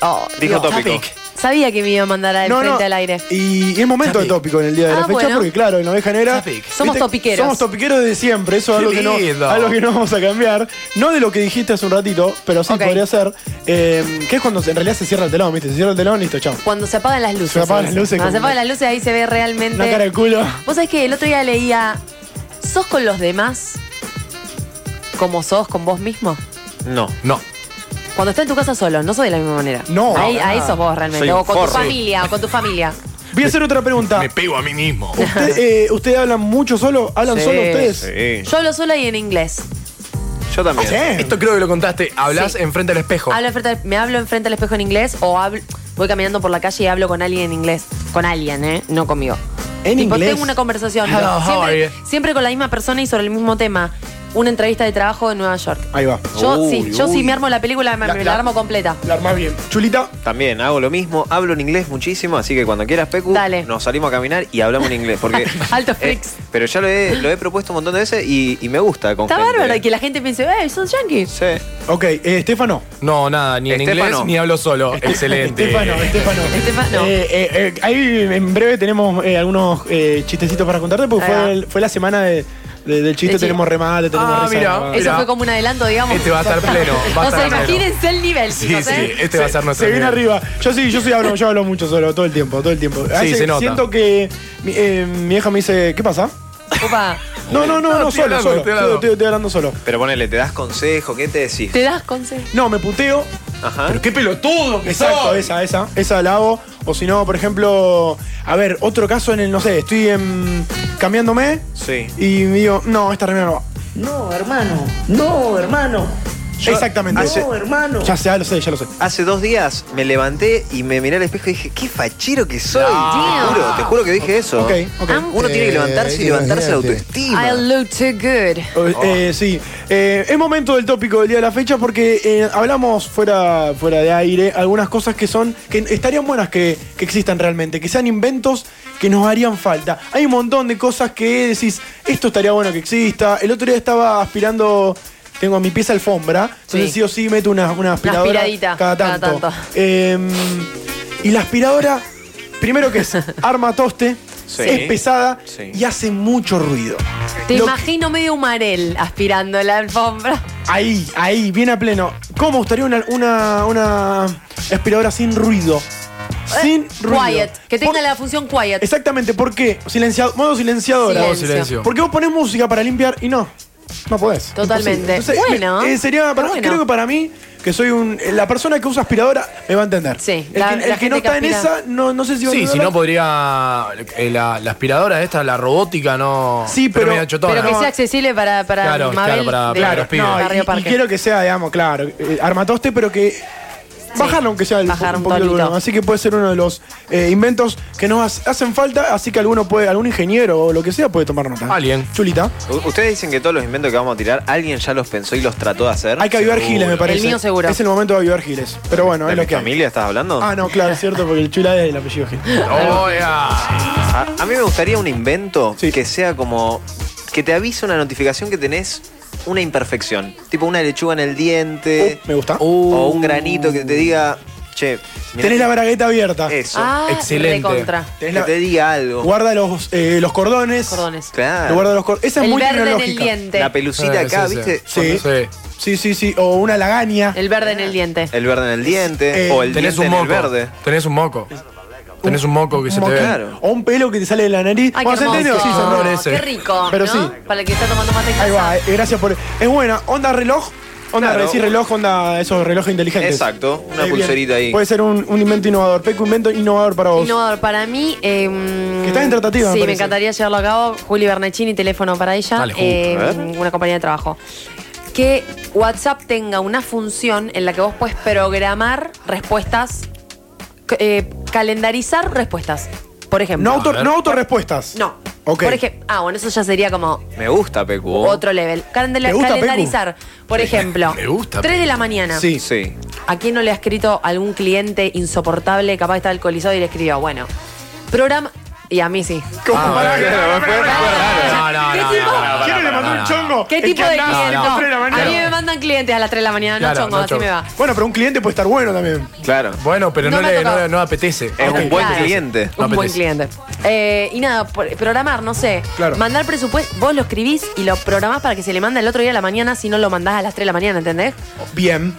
Speaker 7: Oh,
Speaker 6: Dijo
Speaker 7: Dios.
Speaker 6: tópico.
Speaker 7: Sabía que me iba a mandar al frente al aire.
Speaker 8: Y es momento de
Speaker 10: Topic.
Speaker 8: tópico en el día de la
Speaker 7: Ah,
Speaker 8: fecha,
Speaker 7: bueno.
Speaker 8: porque claro, en la oveja negra.
Speaker 10: Topic.
Speaker 7: Somos topiqueros.
Speaker 8: Somos topiqueros desde siempre, eso es
Speaker 10: Qué
Speaker 8: algo que, no,
Speaker 10: lindo.
Speaker 8: algo que no vamos a cambiar. No de lo que dijiste hace un ratito, pero sí
Speaker 7: Ok.
Speaker 8: podría ser. eh, que es cuando en realidad se cierra el telón, ¿viste? Se cierra el telón, listo, chao.
Speaker 7: Cuando se apagan las luces.
Speaker 8: Se apagan las luces,
Speaker 7: Cuando
Speaker 8: como-
Speaker 7: se apagan las luces ahí se ve realmente.
Speaker 8: Una cara de culo.
Speaker 7: Vos sabés que el otro día leía, ¿sos con los demás como sos con vos mismo?
Speaker 6: No.
Speaker 10: No.
Speaker 7: Cuando estás en tu casa solo, no soy de la misma manera.
Speaker 8: No.
Speaker 7: Ahí,
Speaker 8: No,
Speaker 7: ahí sos vos realmente.
Speaker 6: Soy un
Speaker 7: O con
Speaker 6: forro.
Speaker 7: tu familia, o con tu familia.
Speaker 8: Voy a hacer otra pregunta.
Speaker 10: Me pego a mí mismo.
Speaker 8: ¿Usted, eh, ¿Ustedes hablan mucho solo? ¿Hablan
Speaker 7: Sí.
Speaker 8: solo ustedes?
Speaker 6: Sí.
Speaker 7: Yo hablo sola y en inglés.
Speaker 6: Yo también.
Speaker 8: Sí.
Speaker 10: Esto creo que lo contaste. Hablas enfrente al espejo.
Speaker 7: Hablo enfrente al- me hablo enfrente al espejo en inglés o hablo- voy caminando por la calle y hablo con alguien en inglés. Con alguien, ¿eh? No conmigo.
Speaker 8: ¿En
Speaker 7: Tipo,
Speaker 8: inglés?
Speaker 7: tengo una conversación.
Speaker 10: Hello, how
Speaker 7: siempre,
Speaker 10: are you?
Speaker 7: siempre con la misma persona y sobre el mismo tema. Una entrevista de trabajo en Nueva York.
Speaker 8: Ahí va.
Speaker 7: Yo,
Speaker 6: Uy,
Speaker 7: sí, yo
Speaker 6: uy.
Speaker 7: sí me armo la película, me
Speaker 8: La-
Speaker 7: me la,
Speaker 8: la-
Speaker 7: armo completa.
Speaker 8: La armás bien. Chulita.
Speaker 6: También hago lo mismo, hablo en inglés muchísimo, así que cuando quieras, Pecu,
Speaker 7: Dale.
Speaker 6: nos salimos a caminar y hablamos en inglés. Porque, eh,
Speaker 7: Alto freaks.
Speaker 6: pero ya lo he, lo he propuesto un montón de veces y, y me gusta. Con
Speaker 7: Está
Speaker 6: gente.
Speaker 7: bárbaro que la gente piense, ¡eh, sos yankee!
Speaker 6: Sí.
Speaker 8: Ok, eh, Estefano.
Speaker 10: No, nada, ni en
Speaker 6: Estefano.
Speaker 10: inglés ni hablo solo. Excelente.
Speaker 8: Estefano, Estefano.
Speaker 7: Estefano.
Speaker 8: Eh, eh, eh, ahí en breve tenemos eh, algunos eh, chistecitos para contarte porque
Speaker 7: Ahí va.
Speaker 8: fue, el- fue la semana de, de- del chiste
Speaker 7: chiste.
Speaker 8: tenemos remate, tenemos
Speaker 10: Ah,
Speaker 8: risa.
Speaker 10: mira,
Speaker 8: Ah,
Speaker 7: Eso fue como un adelanto, digamos.
Speaker 10: Este va a estar pleno, va a
Speaker 7: o sea,
Speaker 10: estar pleno.
Speaker 7: imagínense el nivel,
Speaker 10: Sí,
Speaker 7: chicos,
Speaker 10: sí,
Speaker 7: ¿eh?
Speaker 10: este va a ser nuestro
Speaker 8: Se viene
Speaker 10: nivel.
Speaker 8: arriba. Yo sí, yo sí hablo, yo hablo mucho solo, todo el tiempo, todo el tiempo. A
Speaker 10: Sí,
Speaker 8: veces
Speaker 10: se nota.
Speaker 8: Siento que mi, eh, mi hija me dice, ¿qué pasa?
Speaker 7: Opa,
Speaker 8: No, no, no, no,
Speaker 10: No,
Speaker 8: solo,
Speaker 10: estoy hablando,
Speaker 8: solo.
Speaker 10: estoy
Speaker 8: Estoy,
Speaker 10: hablando.
Speaker 8: estoy hablando solo.
Speaker 6: Pero ponele, ¿te das consejo? ¿Qué te decís?
Speaker 7: te das consejo.
Speaker 8: No, me puteo.
Speaker 6: Ajá.
Speaker 10: Pero qué pelotudo que
Speaker 8: Exacto,
Speaker 10: soy.
Speaker 8: esa, esa. Esa la hago. O si no, por ejemplo, a ver, otro caso en el, no sé, estoy em, cambiándome
Speaker 6: Sí.
Speaker 8: y me digo, no, esta remera no va.
Speaker 2: No, hermano. No, hermano.
Speaker 8: Exactamente.
Speaker 6: hace-
Speaker 2: No, hermano.
Speaker 8: Ya sé, ya lo sé, ya lo sé.
Speaker 6: Hace dos días me levanté y me miré al espejo y dije, qué fachero que soy.
Speaker 7: No.
Speaker 6: Te juro, te juro que dije eso.
Speaker 8: Ok, ok.
Speaker 6: Uno tiene que levantarse
Speaker 5: Eh,
Speaker 6: y levantarse la
Speaker 5: imagínate.
Speaker 6: autoestima.
Speaker 7: I look too good.
Speaker 8: O- eh, sí, Eh, es momento del tópico del día de la fecha porque eh, hablamos fuera, fuera de aire algunas cosas que son que estarían buenas que, que existan realmente, que sean inventos que nos harían falta. Hay un montón de cosas que decís, esto estaría bueno que exista. El otro día estaba aspirando, tengo mi pieza alfombra, entonces
Speaker 7: Sí.
Speaker 8: sí o sí meto una, una aspiradora
Speaker 7: aspiradita,
Speaker 8: cada
Speaker 7: cada
Speaker 8: tanto.
Speaker 7: tanto.
Speaker 8: Eh, y la aspiradora, primero que es arma toste,
Speaker 6: Sí.
Speaker 8: es pesada
Speaker 6: Sí.
Speaker 8: y hace mucho ruido.
Speaker 7: Te
Speaker 8: Lo que-
Speaker 7: imagino medio humarel aspirando la alfombra.
Speaker 8: Ahí, ahí, bien a pleno. ¿Cómo me gustaría una, una, una aspiradora sin ruido? Sin ruido.
Speaker 7: Eh, Quiet. Que tenga
Speaker 8: Por-
Speaker 7: la función quiet.
Speaker 8: Exactamente, ¿por qué? Silenciado, modo silenciadora.
Speaker 10: Modo silencio.
Speaker 8: Porque vos ponés música para limpiar y no. No podés.
Speaker 7: Totalmente.
Speaker 8: Imposible.
Speaker 7: Bueno.
Speaker 8: me- eh, sería para-
Speaker 7: Está bueno.
Speaker 8: Creo que para mí, que soy un. eh, La persona que usa aspiradora me va a entender.
Speaker 7: Sí,
Speaker 8: El
Speaker 7: la-
Speaker 8: que, el
Speaker 7: la
Speaker 8: que no
Speaker 7: gente
Speaker 8: está
Speaker 7: que
Speaker 8: en
Speaker 7: aspira.
Speaker 8: esa, no, no sé si va a
Speaker 10: Sí, si
Speaker 8: entenderla.
Speaker 10: no podría. eh, la, la aspiradora esta, la robótica, no.
Speaker 8: Sí, pero-
Speaker 10: media chotona.
Speaker 7: Pero que
Speaker 8: no.
Speaker 7: sea accesible para, para
Speaker 10: Claro,
Speaker 7: Mabel
Speaker 10: claro, para-
Speaker 7: de
Speaker 10: para los pibes.
Speaker 8: No, y-
Speaker 7: Barrio
Speaker 8: y,
Speaker 7: Parque.
Speaker 8: quiero que sea, digamos, claro, eh, armatoste, pero que bajarlo aunque sea el,
Speaker 7: bajar un
Speaker 8: poquito el
Speaker 7: tonito.
Speaker 8: volumen. Así que puede ser uno de los eh, inventos que nos has- hacen falta, así que alguno puede, algún ingeniero o lo que sea puede tomar nota.
Speaker 10: Alguien.
Speaker 8: Chulita.
Speaker 6: U- Ustedes dicen que todos los inventos que vamos a tirar, alguien ya los pensó y los trató de hacer.
Speaker 8: Hay que avivar giles, me parece.
Speaker 7: mío seguro.
Speaker 8: Es el momento de avivar giles. Pero bueno,
Speaker 6: ¿De
Speaker 8: es
Speaker 6: mi
Speaker 8: lo que hay.
Speaker 6: familia estás hablando?
Speaker 8: Ah, no, claro, es cierto, porque el chula es el apellido Giles.
Speaker 10: Oh, yeah.
Speaker 6: A, a mí me gustaría un invento
Speaker 8: Sí.
Speaker 6: que sea como. que te avise una notificación que tenés una imperfección. Tipo una lechuga en el diente.
Speaker 8: Uh, me gusta.
Speaker 6: O un granito que te diga. Che, mirá
Speaker 8: Tenés la
Speaker 6: que-
Speaker 8: bragueta abierta.
Speaker 6: Eso.
Speaker 7: Ah,
Speaker 10: Excelente.
Speaker 7: recontra.
Speaker 8: Tenés
Speaker 6: que
Speaker 8: la-
Speaker 6: te diga algo.
Speaker 8: guarda los, eh, los cordones.
Speaker 7: Cordones.
Speaker 6: Claro.
Speaker 8: Guarda los cordones. Esa es
Speaker 7: El
Speaker 8: muy
Speaker 7: verde en el
Speaker 8: tecnológica.
Speaker 7: diente.
Speaker 6: La pelucita
Speaker 10: Eh,
Speaker 6: acá,
Speaker 10: sí, sí.
Speaker 6: ¿viste?
Speaker 8: Sí.
Speaker 10: Sí.
Speaker 8: Sí, sí, sí. O una lagaña.
Speaker 7: El verde en el diente.
Speaker 6: El verde en el diente.
Speaker 8: Eh,
Speaker 6: o el
Speaker 10: Tenés
Speaker 6: diente
Speaker 10: un
Speaker 6: en
Speaker 10: moco.
Speaker 6: el verde.
Speaker 10: Tenés un moco. Tenés un moco que se te
Speaker 8: moquito.
Speaker 10: ve.
Speaker 6: Claro. Ah.
Speaker 8: O un pelo que te sale de la nariz.
Speaker 7: Ay,
Speaker 8: Bueno,
Speaker 7: qué
Speaker 8: ¿se entendió?
Speaker 7: hermoso.
Speaker 8: Sí, se entendió.
Speaker 10: ese.
Speaker 7: Qué rico,
Speaker 8: Pero
Speaker 7: ¿no?
Speaker 8: sí.
Speaker 7: Para el que está tomando mate en
Speaker 8: Ahí
Speaker 7: casa.
Speaker 8: va, eh, gracias por. Es buena. Onda reloj. Onda,
Speaker 6: Claro.
Speaker 8: decir reloj, onda esos relojes inteligentes.
Speaker 6: Exacto. Una
Speaker 8: Eh, bien.
Speaker 6: pulserita ahí.
Speaker 8: Puede ser un, un invento innovador. Peco, invento innovador para vos.
Speaker 7: Innovador para mí. eh, mm,
Speaker 8: Que está en tratativa, me
Speaker 7: Sí, me,
Speaker 8: parece.
Speaker 7: encantaría llevarlo a cabo. Juli Bernachini, teléfono para ella.
Speaker 10: Dale, Ju.
Speaker 7: eh,
Speaker 6: A ver.
Speaker 7: una compañía de trabajo. Que WhatsApp tenga una función en la que vos puedes programar respuestas, c- eh, calendarizar respuestas. Por ejemplo.
Speaker 8: No, auto, no autorrespuestas.
Speaker 7: No.
Speaker 8: Ok.
Speaker 7: Por ejemplo. Ah, bueno, eso ya sería como
Speaker 6: Me gusta, Pecu.
Speaker 7: otro level. Calendar-
Speaker 8: ¿Te gusta, Pecu?
Speaker 7: calendarizar. Por ejemplo.
Speaker 10: Me gusta,
Speaker 7: 3 de la mañana.
Speaker 8: Sí.
Speaker 6: Sí.
Speaker 7: ¿A quién no le ha escrito algún cliente insoportable, capaz está alcoholizado y le escribió, bueno, programa. Y a mí sí.
Speaker 8: ¿Cómo? Pará,
Speaker 10: Ah, bueno,
Speaker 8: pará, pará, pará, pará.
Speaker 10: No, no,
Speaker 7: ¿Qué
Speaker 10: no,
Speaker 7: tipo?
Speaker 10: no, no, no,
Speaker 8: ¿Quién
Speaker 10: no,
Speaker 8: le
Speaker 10: no,
Speaker 8: mandó
Speaker 10: no,
Speaker 8: un
Speaker 10: no.
Speaker 8: chongo?
Speaker 7: ¿Qué
Speaker 8: Es
Speaker 7: tipo
Speaker 8: que
Speaker 7: de
Speaker 8: andás a
Speaker 7: cliente?
Speaker 10: no,
Speaker 8: las tres de la
Speaker 7: a mí me
Speaker 8: mañana.
Speaker 7: mandan clientes a las 3 de la mañana, no
Speaker 10: Claro,
Speaker 7: chongo,
Speaker 10: no
Speaker 7: así
Speaker 10: chongo.
Speaker 7: me va.
Speaker 8: Bueno, pero un cliente puede estar bueno también.
Speaker 6: Claro.
Speaker 10: Bueno, pero
Speaker 7: No
Speaker 10: no,
Speaker 7: me ha
Speaker 10: le, no,
Speaker 7: tocado.
Speaker 10: le- no apetece.
Speaker 6: Es
Speaker 8: Eh,
Speaker 10: Ok.
Speaker 6: un buen cliente.
Speaker 10: No
Speaker 7: Un buen
Speaker 10: apetece.
Speaker 7: cliente. Eh, y nada, por- programar, no sé.
Speaker 8: Claro.
Speaker 7: Mandar presupuesto, vos lo escribís y lo programás para que se le mande el otro día a la mañana si no lo mandás a las 3 de la mañana, ¿entendés?
Speaker 8: Bien.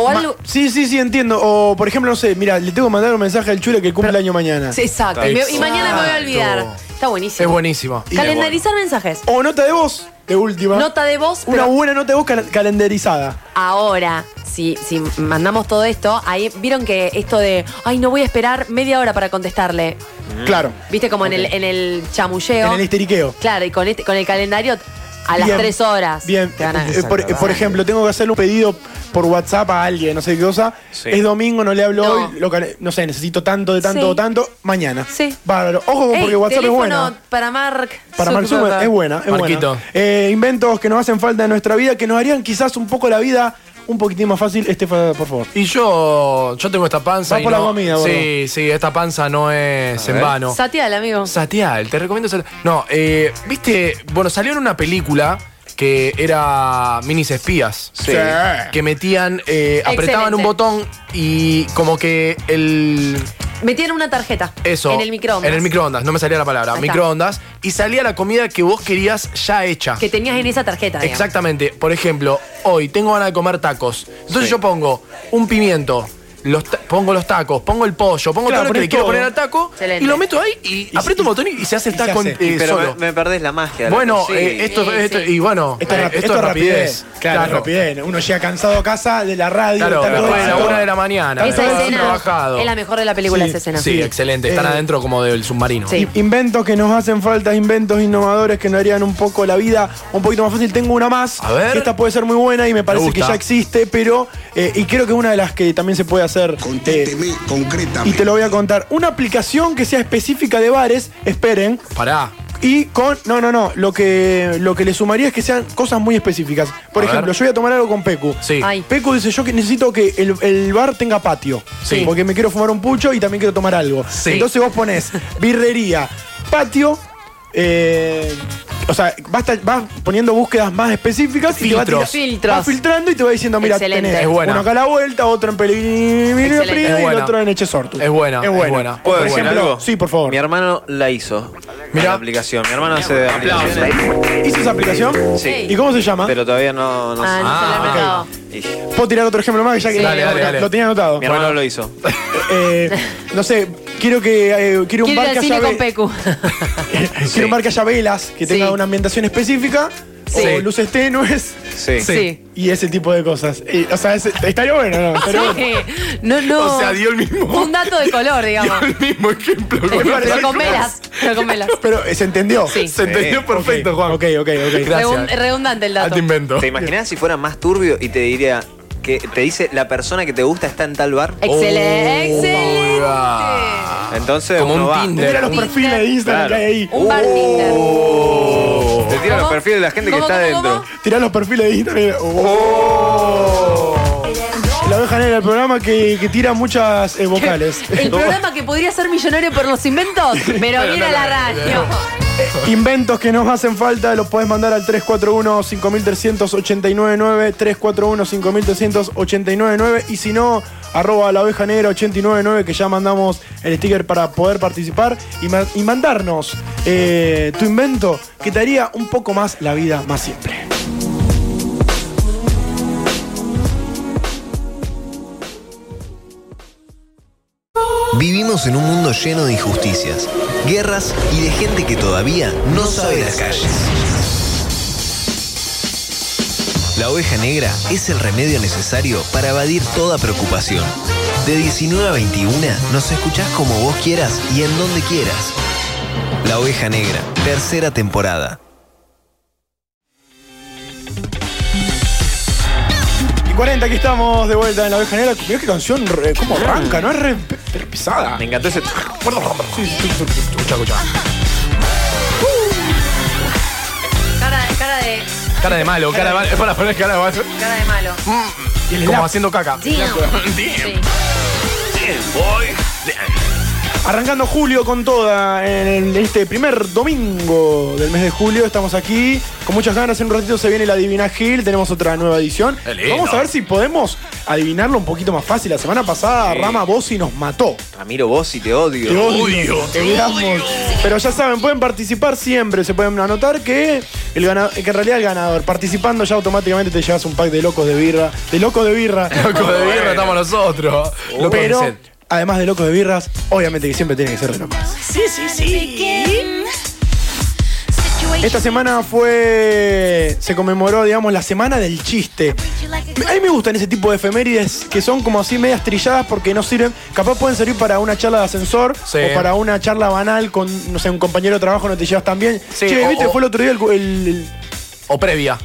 Speaker 7: O
Speaker 8: Ma-
Speaker 7: algo.
Speaker 8: Sí, sí, sí, entiendo. O, por ejemplo, no sé, mira, le tengo que mandar un mensaje al chula que cumple el año mañana.
Speaker 7: Sí, exacto. Y, me- y mañana me voy a olvidar.
Speaker 10: Exacto.
Speaker 7: Está buenísimo.
Speaker 10: Es buenísimo.
Speaker 7: Calendarizar mensajes.
Speaker 8: O nota de voz, de última.
Speaker 7: Nota de voz,
Speaker 8: Una
Speaker 7: pero
Speaker 8: buena nota de voz cal- calendarizada.
Speaker 7: Ahora, si, si mandamos todo esto, ahí vieron que esto de, ay, no voy a esperar media hora para contestarle.
Speaker 8: Claro.
Speaker 7: Mm. Viste como en el en el chamulleo.
Speaker 8: En el histeriqueo.
Speaker 7: Claro, y con este, con el calendario a las
Speaker 8: Bien.
Speaker 7: tres horas.
Speaker 8: Bien,
Speaker 7: te van a-
Speaker 8: Eh, por, eh, por ejemplo, tengo que hacerle un pedido por WhatsApp a alguien, no sé qué cosa.
Speaker 6: Sí.
Speaker 8: Es domingo, no le hablo
Speaker 7: No.
Speaker 8: hoy, lo cal- no sé, necesito tanto, de tanto,
Speaker 7: Sí.
Speaker 8: o tanto, mañana.
Speaker 7: Sí.
Speaker 8: Bárbaro. Ojo,
Speaker 7: Ey,
Speaker 8: porque WhatsApp es
Speaker 7: teléfono
Speaker 8: bueno.
Speaker 7: para Mark.
Speaker 8: Para Mark Zuckerberg es buena, es
Speaker 10: Marquito.
Speaker 8: buena. Eh, inventos que nos hacen falta en nuestra vida, que nos harían quizás un poco la vida un poquitín más fácil. Estefa, por favor.
Speaker 10: Y yo, yo tengo esta panza.
Speaker 8: Va
Speaker 10: y
Speaker 8: por la
Speaker 10: no-
Speaker 8: comida, gordo.
Speaker 10: Sí, sí, esta panza no es en
Speaker 6: ver.
Speaker 10: vano.
Speaker 7: Satial, amigo.
Speaker 10: Satial, te recomiendo Satial. No, eh, viste, bueno, salió en una película que era Minis Espías.
Speaker 6: Sí.
Speaker 10: Que metían, eh,
Speaker 7: Excelente.
Speaker 10: apretaban un botón y como que el,
Speaker 7: Metían una tarjeta.
Speaker 10: Eso.
Speaker 7: En el microondas.
Speaker 10: En el microondas, no me salía la palabra.
Speaker 7: Ahí está.
Speaker 10: Microondas. Y salía la comida que vos querías ya hecha.
Speaker 7: Que tenías en esa tarjeta. digamos.
Speaker 10: Exactamente. Por ejemplo, hoy tengo ganas de comer tacos. Entonces yo pongo un pimiento. los ta- pongo los tacos, pongo el pollo, pongo
Speaker 8: Claro,
Speaker 10: todo lo que
Speaker 8: ponés
Speaker 10: le quiero
Speaker 8: todo.
Speaker 10: poner al taco
Speaker 7: Excelente.
Speaker 10: y lo meto ahí y, aprieto un botón y, y se hace el taco
Speaker 8: hace.
Speaker 10: eh,
Speaker 6: Y pero
Speaker 10: solo.
Speaker 6: me, me perdés la magia.
Speaker 10: bueno,
Speaker 6: Sí.
Speaker 10: eh, esto,
Speaker 7: Sí,
Speaker 10: esto-
Speaker 7: sí.
Speaker 10: y bueno,
Speaker 5: Esto,
Speaker 10: eh,
Speaker 5: es, esto es rapidez. Claro, es
Speaker 10: Claro,
Speaker 5: rapidez. Uno llega cansado a casa de la radio.
Speaker 10: Claro,
Speaker 5: está todo
Speaker 10: después de la
Speaker 5: listo.
Speaker 10: una de la mañana,
Speaker 7: Esa
Speaker 10: después de haber
Speaker 7: escena
Speaker 10: trabajado.
Speaker 7: es la mejor de la película,
Speaker 8: Sí,
Speaker 7: esa escena.
Speaker 10: Sí, excelente. Están
Speaker 8: Eh,
Speaker 10: adentro como del submarino.
Speaker 7: Sí.
Speaker 8: Inventos que nos hacen falta, inventos innovadores que nos harían un poco la vida un poquito más fácil. Tengo una más.
Speaker 10: A ver.
Speaker 8: que Esta puede ser muy buena y me parece que
Speaker 10: gusta.
Speaker 8: ya existe, pero. eh, y creo que es una de las que también se puede hacer. eh,
Speaker 4: Contésteme concretamente.
Speaker 8: y te lo voy a contar. Una aplicación que sea específica de bares, esperen.
Speaker 10: Pará.
Speaker 8: Y con. No, no, no. Lo que, lo que le sumaría es que sean cosas muy específicas. Por
Speaker 10: A
Speaker 8: ejemplo,
Speaker 10: ver.
Speaker 8: yo voy a tomar algo con Pecu.
Speaker 10: Sí.
Speaker 7: Ay.
Speaker 8: Pecu dice: Yo que necesito que el, el bar tenga patio.
Speaker 10: Sí.
Speaker 8: Porque me quiero fumar un pucho y también quiero tomar algo.
Speaker 10: Sí.
Speaker 8: Entonces vos ponés birrería, patio. eh, o sea, vas, ta- vas poniendo búsquedas más específicas y te va,
Speaker 10: Filtros.
Speaker 8: tira-
Speaker 7: Filtros.
Speaker 8: vas filtrando y te va diciendo, mira,
Speaker 7: Excelente.
Speaker 8: tenés
Speaker 10: Es buena.
Speaker 8: uno acá a la vuelta, otro en Pellegrini
Speaker 7: Excelente.
Speaker 8: Prida
Speaker 10: Es
Speaker 8: y el
Speaker 10: buena.
Speaker 8: otro en Echesortu.
Speaker 10: Es buena,
Speaker 8: Es
Speaker 10: es
Speaker 8: buena.
Speaker 10: buena.
Speaker 8: Por
Speaker 6: ¿Puedo decir
Speaker 8: ejemplo,
Speaker 6: algo?
Speaker 8: sí, por favor.
Speaker 6: Mi hermano la hizo.
Speaker 10: Mirá.
Speaker 6: La aplicación. Mi hermano hace aplicaciones,
Speaker 8: ¿Hizo esa aplicación?
Speaker 6: Sí.
Speaker 8: ¿Y cómo se llama?
Speaker 6: pero todavía no, no
Speaker 7: Ah,
Speaker 6: sé.
Speaker 7: no se la he
Speaker 10: Ah,
Speaker 7: mandado.
Speaker 6: Y-
Speaker 8: Puedo tirar otro ejemplo más que ya que
Speaker 10: Dale, dale, dale.
Speaker 8: lo tenía anotado.
Speaker 6: Mi hermano lo hizo.
Speaker 8: Eh, no sé, quiero que eh, quiero un
Speaker 7: Quiero ir
Speaker 8: bar
Speaker 7: al
Speaker 8: que
Speaker 7: cine
Speaker 8: haya
Speaker 7: con
Speaker 8: ve-
Speaker 7: Pecu.
Speaker 8: quiero un bar que haya velas, que tenga
Speaker 7: Sí.
Speaker 8: una ambientación específica o
Speaker 10: Sí.
Speaker 8: luces tenues
Speaker 6: Sí.
Speaker 7: Sí.
Speaker 8: y ese tipo de cosas. Y, o sea, es- estaría bueno, ¿no? Estaría bueno.
Speaker 7: Sí. No, no.
Speaker 10: O sea, dio el mismo-
Speaker 7: Un dato de color, digamos.
Speaker 10: El mismo ejemplo. con
Speaker 8: Pero
Speaker 7: Pero
Speaker 10: otro.
Speaker 7: con velas. Pero con velas.
Speaker 8: Pero eh, se entendió.
Speaker 7: Sí.
Speaker 10: Se entendió perfecto, Juan.
Speaker 8: Ok, ok, ok.
Speaker 10: Gracias.
Speaker 7: Redund- Redundante el
Speaker 10: Ah,
Speaker 7: dato.
Speaker 10: te invento.
Speaker 6: ¿Te imaginas si fuera más turbio y te diría que te dice la persona que te gusta está en tal bar?
Speaker 7: Excelente.
Speaker 10: Oh,
Speaker 7: Excelente.
Speaker 10: va.
Speaker 6: Entonces
Speaker 10: Como
Speaker 6: uno
Speaker 10: un
Speaker 6: va.
Speaker 10: Tinder.
Speaker 8: Mira los
Speaker 7: Tinder.
Speaker 8: perfiles de Instagram
Speaker 6: Claro.
Speaker 8: que hay ahí. Uh,
Speaker 7: Un bar Tinder.
Speaker 10: Oh.
Speaker 6: Te tira los
Speaker 7: ¿Cómo?
Speaker 6: perfiles de la gente que
Speaker 7: ¿Cómo,
Speaker 6: está
Speaker 7: cómo,
Speaker 6: adentro.
Speaker 7: cómo?
Speaker 8: Tirá los perfiles de Instagram. Oh. La oveja negra, el programa que, que tira muchas eh, vocales.
Speaker 7: El programa que podría ser millonario por los inventos, pero viene a la radio.
Speaker 8: Inventos que nos hacen falta, los podés mandar al 341-5389-9, 341-5389-9 y si no, arroba la oveja negra 899 que ya mandamos el sticker para poder participar y, ma- y mandarnos eh, tu invento que te haría un poco más la vida más simple.
Speaker 11: Vivimos en un mundo lleno de injusticias, guerras y de gente que todavía no sabe las calles. La oveja negra es el remedio necesario para evadir toda preocupación. De 19 a 21 nos escuchás como vos quieras y en donde quieras. La oveja negra, tercera temporada.
Speaker 8: Y 40, aquí estamos de vuelta en la oveja negra. Mirá qué canción, re- cómo arranca, ¿no? Es re, re pesada.
Speaker 6: Me encantó ese.
Speaker 10: Escucha, escucha.
Speaker 7: Cara, cara de.
Speaker 10: Cara de malo, cara de malo. Es para poner cara de malo.
Speaker 7: cara de malo.
Speaker 10: Mm, Como haciendo caca.
Speaker 7: Sí.
Speaker 8: Arrancando julio con toda, en este primer domingo del mes de julio estamos aquí con muchas ganas, en un ratito se viene la Divina Gil, tenemos otra nueva edición.
Speaker 10: Qué lindo.
Speaker 8: Vamos a ver si podemos adivinarlo un poquito más fácil. La semana pasada Rama Bossi nos mató.
Speaker 6: Ramiro, vos y te odio.
Speaker 8: Te odio, te odiamos. Pero ya saben, pueden participar siempre, se pueden anotar que, el gana- que en realidad el ganador, participando ya automáticamente te llevas un pack de locos de birra, de locos de birra.
Speaker 10: Loco de mierda estamos nosotros. Loco de
Speaker 8: Pero,
Speaker 10: set.
Speaker 8: además de locos de birras, obviamente que siempre tiene que ser de locos. Esta semana fue. Se conmemoró, digamos, la semana del chiste. A mí me gustan ese tipo de efemérides que son como así medias trilladas porque no sirven. Capaz pueden servir para una charla de ascensor
Speaker 10: Sí.
Speaker 8: o para una charla banal con, no sé, un compañero de trabajo no te llevas tan bien.
Speaker 10: Sí,
Speaker 8: che,
Speaker 10: o-
Speaker 8: viste,
Speaker 10: o-
Speaker 8: fue el otro día el. el- el-
Speaker 10: O previa.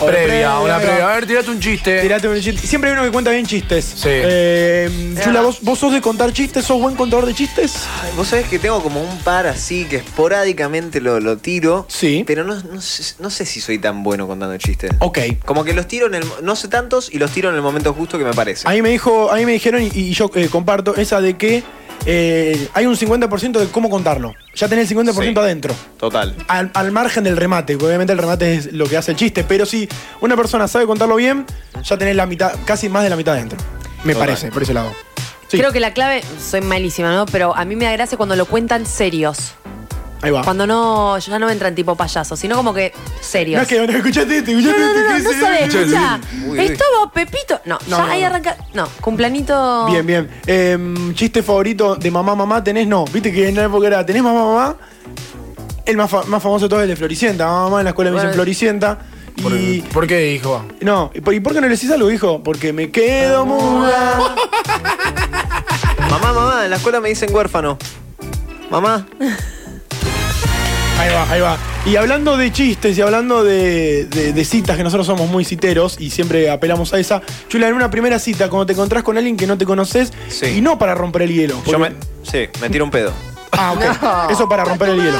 Speaker 8: O de
Speaker 10: previa,
Speaker 8: previa,
Speaker 10: una
Speaker 8: ahí va.
Speaker 10: previa. A ver, tirate un chiste.
Speaker 8: tirate un chiste. Siempre hay uno que cuenta bien chistes.
Speaker 10: Eh. Sí.
Speaker 8: Eh, Chula, ¿vos, ¿vos sos de contar chistes? ¿Sos buen contador de chistes?
Speaker 6: Ay, Vos sabés que tengo como un par así que esporádicamente lo, lo tiro.
Speaker 8: Sí. Oh.
Speaker 6: Pero no, no sé, no sé si soy tan bueno contando chistes.
Speaker 8: Ok.
Speaker 6: Como que los tiro en el. No sé tantos y los tiro en el momento justo que me parece.
Speaker 8: A mí me dijo, a mí me dijeron y, y yo eh, comparto esa de que eh, hay un 50% de cómo contarlo. Ya tenés el 50%
Speaker 6: Sí.
Speaker 8: adentro.
Speaker 6: Total.
Speaker 8: Al, al margen del remate, porque obviamente el remate es lo que hace el chiste, pero si una persona sabe contarlo bien, ya tenés la mitad, casi más de la mitad adentro. Me
Speaker 6: Total.
Speaker 8: parece, por ese lado.
Speaker 7: Creo que la clave, soy malísima, ¿no? Pero a mí me da gracia cuando lo cuentan serios.
Speaker 8: Ahí va.
Speaker 7: Cuando no, ya no entran tipo payasos, sino como que serios.
Speaker 8: No es que no escuchaste este,
Speaker 7: No,
Speaker 8: escuchaste
Speaker 7: no, no, no,
Speaker 8: este,
Speaker 7: no
Speaker 8: ¿qué
Speaker 7: sabés,
Speaker 8: es?
Speaker 7: escucha.
Speaker 8: Uy, uy.
Speaker 7: Estaba Pepito. No,
Speaker 8: No,
Speaker 7: ya
Speaker 8: no,
Speaker 7: ahí
Speaker 8: no.
Speaker 7: arranca. No, cumplanito.
Speaker 8: Bien, bien. Em, chiste favorito de mamá, mamá, tenés no. Viste que en la época era, tenés mamá, mamá. El más, fa- más famoso de todos es el de Floricienta. Mamá, mamá, en la escuela me dicen
Speaker 10: Bueno.
Speaker 8: Floricienta.
Speaker 10: ¿Por,
Speaker 8: Y.
Speaker 10: por qué, hijo?
Speaker 8: No, ¿y por, y por qué no le decís algo, hijo? Porque me quedo muda.
Speaker 6: Mamá, mamá, en la escuela me dicen huérfano. Mamá.
Speaker 8: Ahí va, ahí va. Y hablando de chistes y hablando de, de- de citas, que nosotros somos muy citeros y siempre apelamos a esa. Chula, en una primera cita, cuando te encontrás con alguien que no te conoces, y no para romper el hielo. porque-
Speaker 6: Yo me. Sí, me tiro un pedo.
Speaker 8: Ah, ok. Eso para romper el hielo.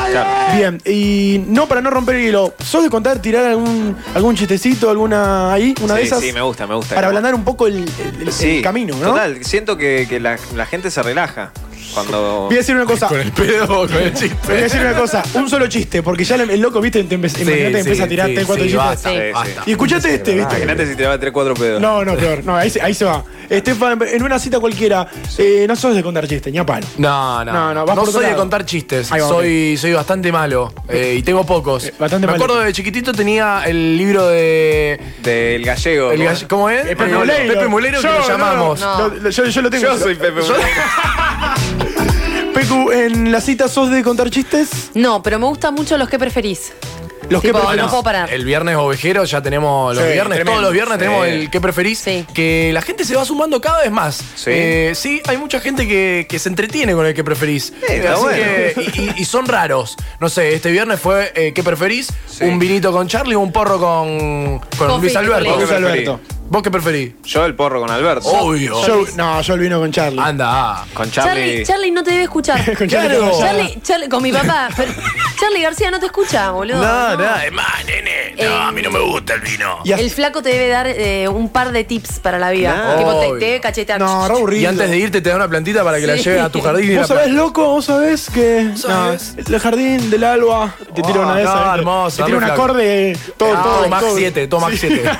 Speaker 8: Bien, y no para no romper el hielo, ¿sos de contar, tirar algún, algún chistecito, alguna ahí, una
Speaker 6: sí,
Speaker 8: de esas?
Speaker 6: sí, me gusta, me gusta.
Speaker 8: Para ablandar un poco el, el- el
Speaker 6: Sí,
Speaker 8: camino, ¿no?
Speaker 6: Total, siento que, que la, la gente se relaja cuando.
Speaker 8: Voy a decir una cosa.
Speaker 10: Con el pedo, con el chiste.
Speaker 8: Voy a decir una cosa, un solo chiste, porque ya el, el loco, viste, te empe- imagínate,
Speaker 10: sí,
Speaker 8: empieza a tirar
Speaker 10: sí,
Speaker 8: tres, cuatro
Speaker 10: sí,
Speaker 8: chistes.
Speaker 10: basta,
Speaker 6: Sí, sí.
Speaker 10: basta.
Speaker 8: Y escuchate este, viste.
Speaker 6: Imagínate si te va a tirar cuatro pedos.
Speaker 8: No, no, peor. No, ahí, se- ahí se va. Estefan, en una cita cualquiera, eh, no sos de contar chistes, ni a palo.
Speaker 10: No, no.
Speaker 8: No,
Speaker 10: No,
Speaker 8: no, vas por otro
Speaker 10: soy de
Speaker 8: lado.
Speaker 10: contar chistes.
Speaker 8: Ahí va,
Speaker 10: soy, soy bastante malo. eh, y tengo pocos.
Speaker 8: bastante
Speaker 10: Me
Speaker 8: malo.
Speaker 10: acuerdo de chiquitito tenía el libro de.
Speaker 6: Del gallego.
Speaker 10: el
Speaker 6: ¿no?
Speaker 10: gall- ¿Cómo es?
Speaker 8: Eh, Pepe
Speaker 10: Eh,
Speaker 8: Mulero.
Speaker 10: Pepe Mulero
Speaker 8: Yo,
Speaker 10: que lo
Speaker 8: no,
Speaker 10: llamamos.
Speaker 7: no.
Speaker 8: Lo- lo- yo, yo lo tengo.
Speaker 6: Yo soy Pepe Muñoz.
Speaker 8: Pecu, en la cita sos de contar chistes.
Speaker 7: No, pero me gustan mucho los que preferís.
Speaker 8: Los
Speaker 7: Tipo,
Speaker 8: que
Speaker 7: no
Speaker 8: preferís.
Speaker 7: puedo parar.
Speaker 10: El viernes ovejero ya tenemos los
Speaker 8: Sí,
Speaker 10: viernes,
Speaker 8: tremendo.
Speaker 10: todos los viernes
Speaker 6: Sí.
Speaker 10: tenemos el que preferís,
Speaker 7: Sí.
Speaker 10: que la gente se va sumando cada vez más.
Speaker 6: Sí.
Speaker 10: Eh, sí, hay mucha gente que, que se entretiene con el que preferís.
Speaker 6: está
Speaker 10: Así
Speaker 6: bueno.
Speaker 10: que- y, y- y son raros. No sé, este viernes fue eh, que preferís,
Speaker 6: Sí.
Speaker 10: un vinito con Charlie o un porro con, con
Speaker 7: Con
Speaker 10: Luis
Speaker 7: Fito,
Speaker 10: Alberto.
Speaker 7: Luis.
Speaker 8: Vos, Alberto.
Speaker 10: ¿Vos qué preferís?
Speaker 6: Yo el porro con Alberto.
Speaker 10: Obvio.
Speaker 8: Yo, no, yo el vino con Charlie.
Speaker 10: Ah, Anda.
Speaker 6: Con
Speaker 7: Charlie,
Speaker 6: Charlie.
Speaker 7: Charlie no te debe escuchar.
Speaker 8: Con Charlie
Speaker 10: Claro.
Speaker 8: con Charlie.
Speaker 7: Charlie, Charlie, con mi papá. pero Charlie García no te escucha, boludo.
Speaker 10: No, no, es más, nene. No,
Speaker 7: Eh,
Speaker 10: a mí no me gusta el vino.
Speaker 8: Y a-
Speaker 7: El flaco te debe dar eh, un par de tips para la vida.
Speaker 10: Claro.
Speaker 7: Tipo, te,
Speaker 10: Obvio.
Speaker 7: te debe cachetear.
Speaker 8: No, re aburrido.
Speaker 10: Y antes de irte te da una plantita para que la
Speaker 7: Sí.
Speaker 10: lleves a tu jardín. y la
Speaker 8: Vos sabés,
Speaker 10: planta.
Speaker 8: loco, vos sabés que.
Speaker 10: ¿Sabés?
Speaker 8: No, el jardín del alba. Te tiro
Speaker 10: Oh,
Speaker 8: una de
Speaker 10: no,
Speaker 8: esas. ¿viste?
Speaker 10: hermoso,
Speaker 8: Te tiro un
Speaker 10: dame flaco.
Speaker 8: acorde. Todo,
Speaker 10: Ah,
Speaker 8: todo.
Speaker 10: Tomac
Speaker 8: todo.
Speaker 10: 7, Tomac 7.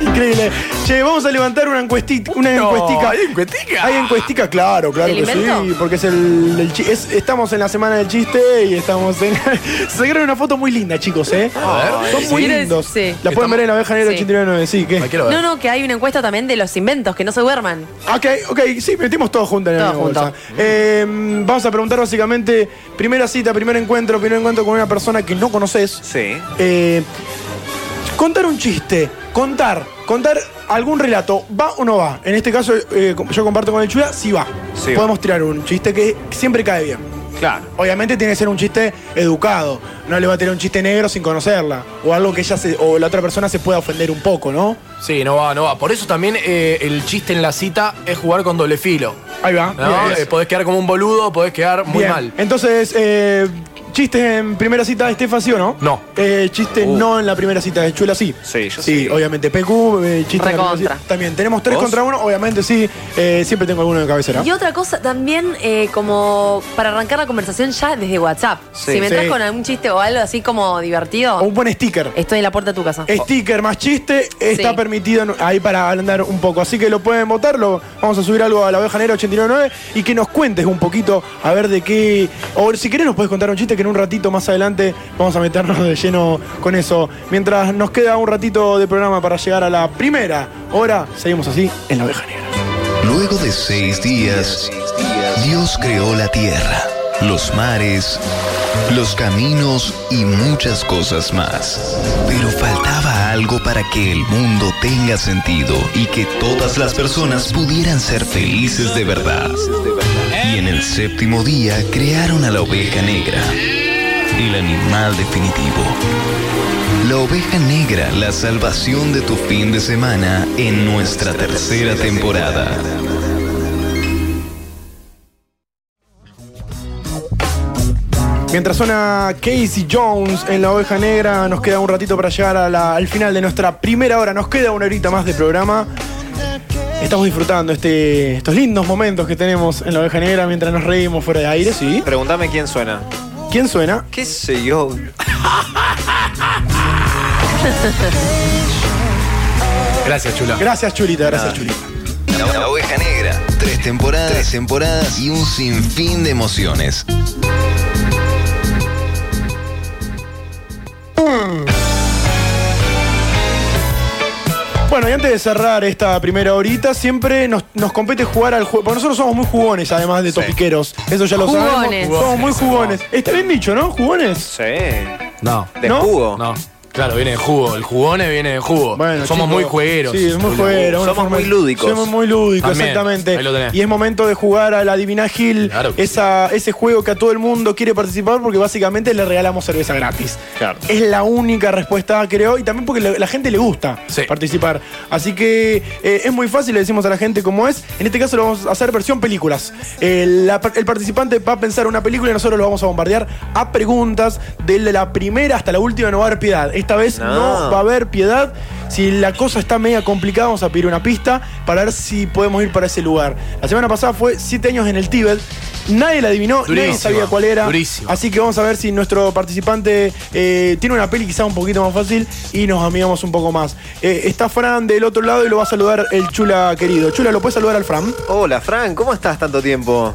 Speaker 8: Increíble. Che, vamos a levantar una encuestita. Una
Speaker 10: No,
Speaker 8: encuestica.
Speaker 10: ¿hay encuestica?
Speaker 8: Hay encuestica, claro, claro
Speaker 7: ¿Del
Speaker 8: que sí.
Speaker 7: invento?
Speaker 8: Porque es el, el chi- es- estamos en la semana del chiste y estamos en. Se crearon una foto muy linda, chicos, ¿eh?
Speaker 10: A ver.
Speaker 8: Son muy
Speaker 7: ¿Quieres?
Speaker 8: lindos.
Speaker 7: Sí.
Speaker 8: La pueden ver en la oveja negra
Speaker 7: Sí.
Speaker 8: 899. Sí, ¿qué?
Speaker 10: Ay, quiero ver.
Speaker 7: No, no, que hay una encuesta también de los inventos, que no se duerman.
Speaker 8: Ah, Ok, ok, sí, metimos todo junto en la
Speaker 7: Todo
Speaker 8: misma
Speaker 7: junto.
Speaker 8: bolsa. Eh, vamos a preguntar básicamente: primera cita, primer encuentro, primer encuentro con una persona que no conoces.
Speaker 6: Sí.
Speaker 8: Eh, contar un chiste, contar, contar algún relato, ¿va o no va? En este caso, eh, yo comparto con el Chula, sí va.
Speaker 6: Sí va.
Speaker 8: Podemos tirar un chiste que siempre cae bien.
Speaker 6: Claro.
Speaker 8: Obviamente tiene que ser un chiste educado. No le va a tirar un chiste negro sin conocerla. O algo que ella se, o la otra persona se pueda ofender un poco, ¿no?
Speaker 10: Sí, no va, no va. Por eso también eh, el chiste en la cita es jugar con doble filo.
Speaker 8: Ahí va.
Speaker 10: ¿no?
Speaker 8: Bien.
Speaker 10: Eh, podés quedar como un boludo, podés quedar muy
Speaker 8: Bien.
Speaker 10: mal.
Speaker 8: Entonces, eh, chistes en primera cita de Estefa, ¿sí o no?
Speaker 10: No. Uh.
Speaker 8: Eh, chiste no en la primera cita de Chula, sí.
Speaker 6: Sí, yo
Speaker 8: Sí,
Speaker 6: sí.
Speaker 8: obviamente. PQ, eh, chiste en la primera
Speaker 7: Recontra.
Speaker 8: cita. También. Tenemos tres
Speaker 6: ¿Vos?
Speaker 8: contra uno, obviamente sí. Eh, siempre tengo alguno de cabecera.
Speaker 7: Y otra cosa también, eh, como para arrancar la conversación ya desde WhatsApp.
Speaker 6: Sí.
Speaker 7: si me entras
Speaker 8: Sí.
Speaker 7: con algún chiste o algo así como divertido,
Speaker 8: O un buen sticker.
Speaker 7: estoy en la puerta de tu casa.
Speaker 9: Eh,
Speaker 8: Sticker más chiste está
Speaker 7: Sí.
Speaker 8: permitido en- ahí para andar un poco. Así que lo pueden votar, lo, vamos a subir algo a la oveja negra 899 y que nos cuentes un poquito a ver de qué. O si querés nos puedes contar un chiste que en un ratito más adelante vamos a meternos de lleno con eso. Mientras nos queda un ratito de programa para llegar a la primera hora, seguimos así en la oveja negra.
Speaker 11: Luego de seis días, Dios creó la tierra, los mares, los caminos y muchas cosas más. Pero faltaba algo para que el mundo tenga sentido y que todas las personas pudieran ser felices de verdad. Y en el séptimo día crearon a la oveja negra, el animal definitivo. La oveja negra, la salvación de tu fin de semana en nuestra tercera temporada.
Speaker 8: Mientras suena Casey Jones en la oveja negra, nos queda un ratito para llegar a la- al final de nuestra primera hora. Nos queda una horita más de programa. Estamos disfrutando este, estos lindos momentos que tenemos en la oveja negra mientras nos reímos fuera de aire, sí.
Speaker 6: Pregúntame quién suena.
Speaker 8: ¿Quién suena?
Speaker 6: ¿Qué sé yo?
Speaker 10: Gracias, chula.
Speaker 8: Gracias, Chulita, gracias, Chulita.
Speaker 11: La La, la oveja negra. Tres temporadas, tres temporadas y un sinfín de emociones.
Speaker 8: Bueno, y antes de cerrar esta primera horita, siempre nos, nos compete jugar al juego. Porque nosotros somos muy jugones, además de topiqueros. Eso ya lo
Speaker 7: Jugones.
Speaker 8: sabemos. Somos muy
Speaker 10: Jugones,
Speaker 8: jugones. Está bien dicho, ¿no? ¿Jugones?
Speaker 6: Sí. ¿De
Speaker 10: No.
Speaker 8: ¿No?
Speaker 6: jugo?
Speaker 10: No. Claro, viene de jugo. El jugone viene de jugo.
Speaker 8: Bueno,
Speaker 10: Somos
Speaker 8: chicos,
Speaker 10: muy juegueros.
Speaker 8: Sí, muy jugueros. una
Speaker 6: Somos muy lúdicos.
Speaker 8: Somos muy lúdicos,
Speaker 10: También,
Speaker 8: exactamente.
Speaker 10: ahí lo tenés.
Speaker 8: Y es momento de jugar al Adivina Gil,
Speaker 10: Claro que
Speaker 8: esa, ese juego que a todo el mundo quiere participar porque básicamente le regalamos cerveza gratis.
Speaker 6: Claro.
Speaker 8: Es la única respuesta, creo, y también porque la, la gente le gusta
Speaker 10: Sí.
Speaker 8: participar. Así que eh, es muy fácil, le decimos a la gente cómo es. En este caso lo vamos a hacer versión películas. Eh, la par- el participante va a pensar una película y nosotros lo vamos a bombardear a preguntas desde la primera hasta la última, no va a haber piedad. Esta vez no,
Speaker 6: No.
Speaker 8: va a haber piedad. Si la cosa está media complicada, vamos a pedir una pista para ver si podemos ir para ese lugar. La semana pasada fue 7 años en el Tíbet. Nadie la adivinó, nadie
Speaker 10: Durísima,
Speaker 8: sabía cuál era.
Speaker 10: durísima.
Speaker 8: Así que vamos a ver si nuestro participante eh, tiene una peli quizá un poquito más fácil y nos amigamos un poco más. Eh, está Fran del otro lado y lo va a saludar el Chula querido. Chula, ¿lo puedes saludar al Fran?
Speaker 6: Hola, Fran, ¿cómo estás tanto tiempo?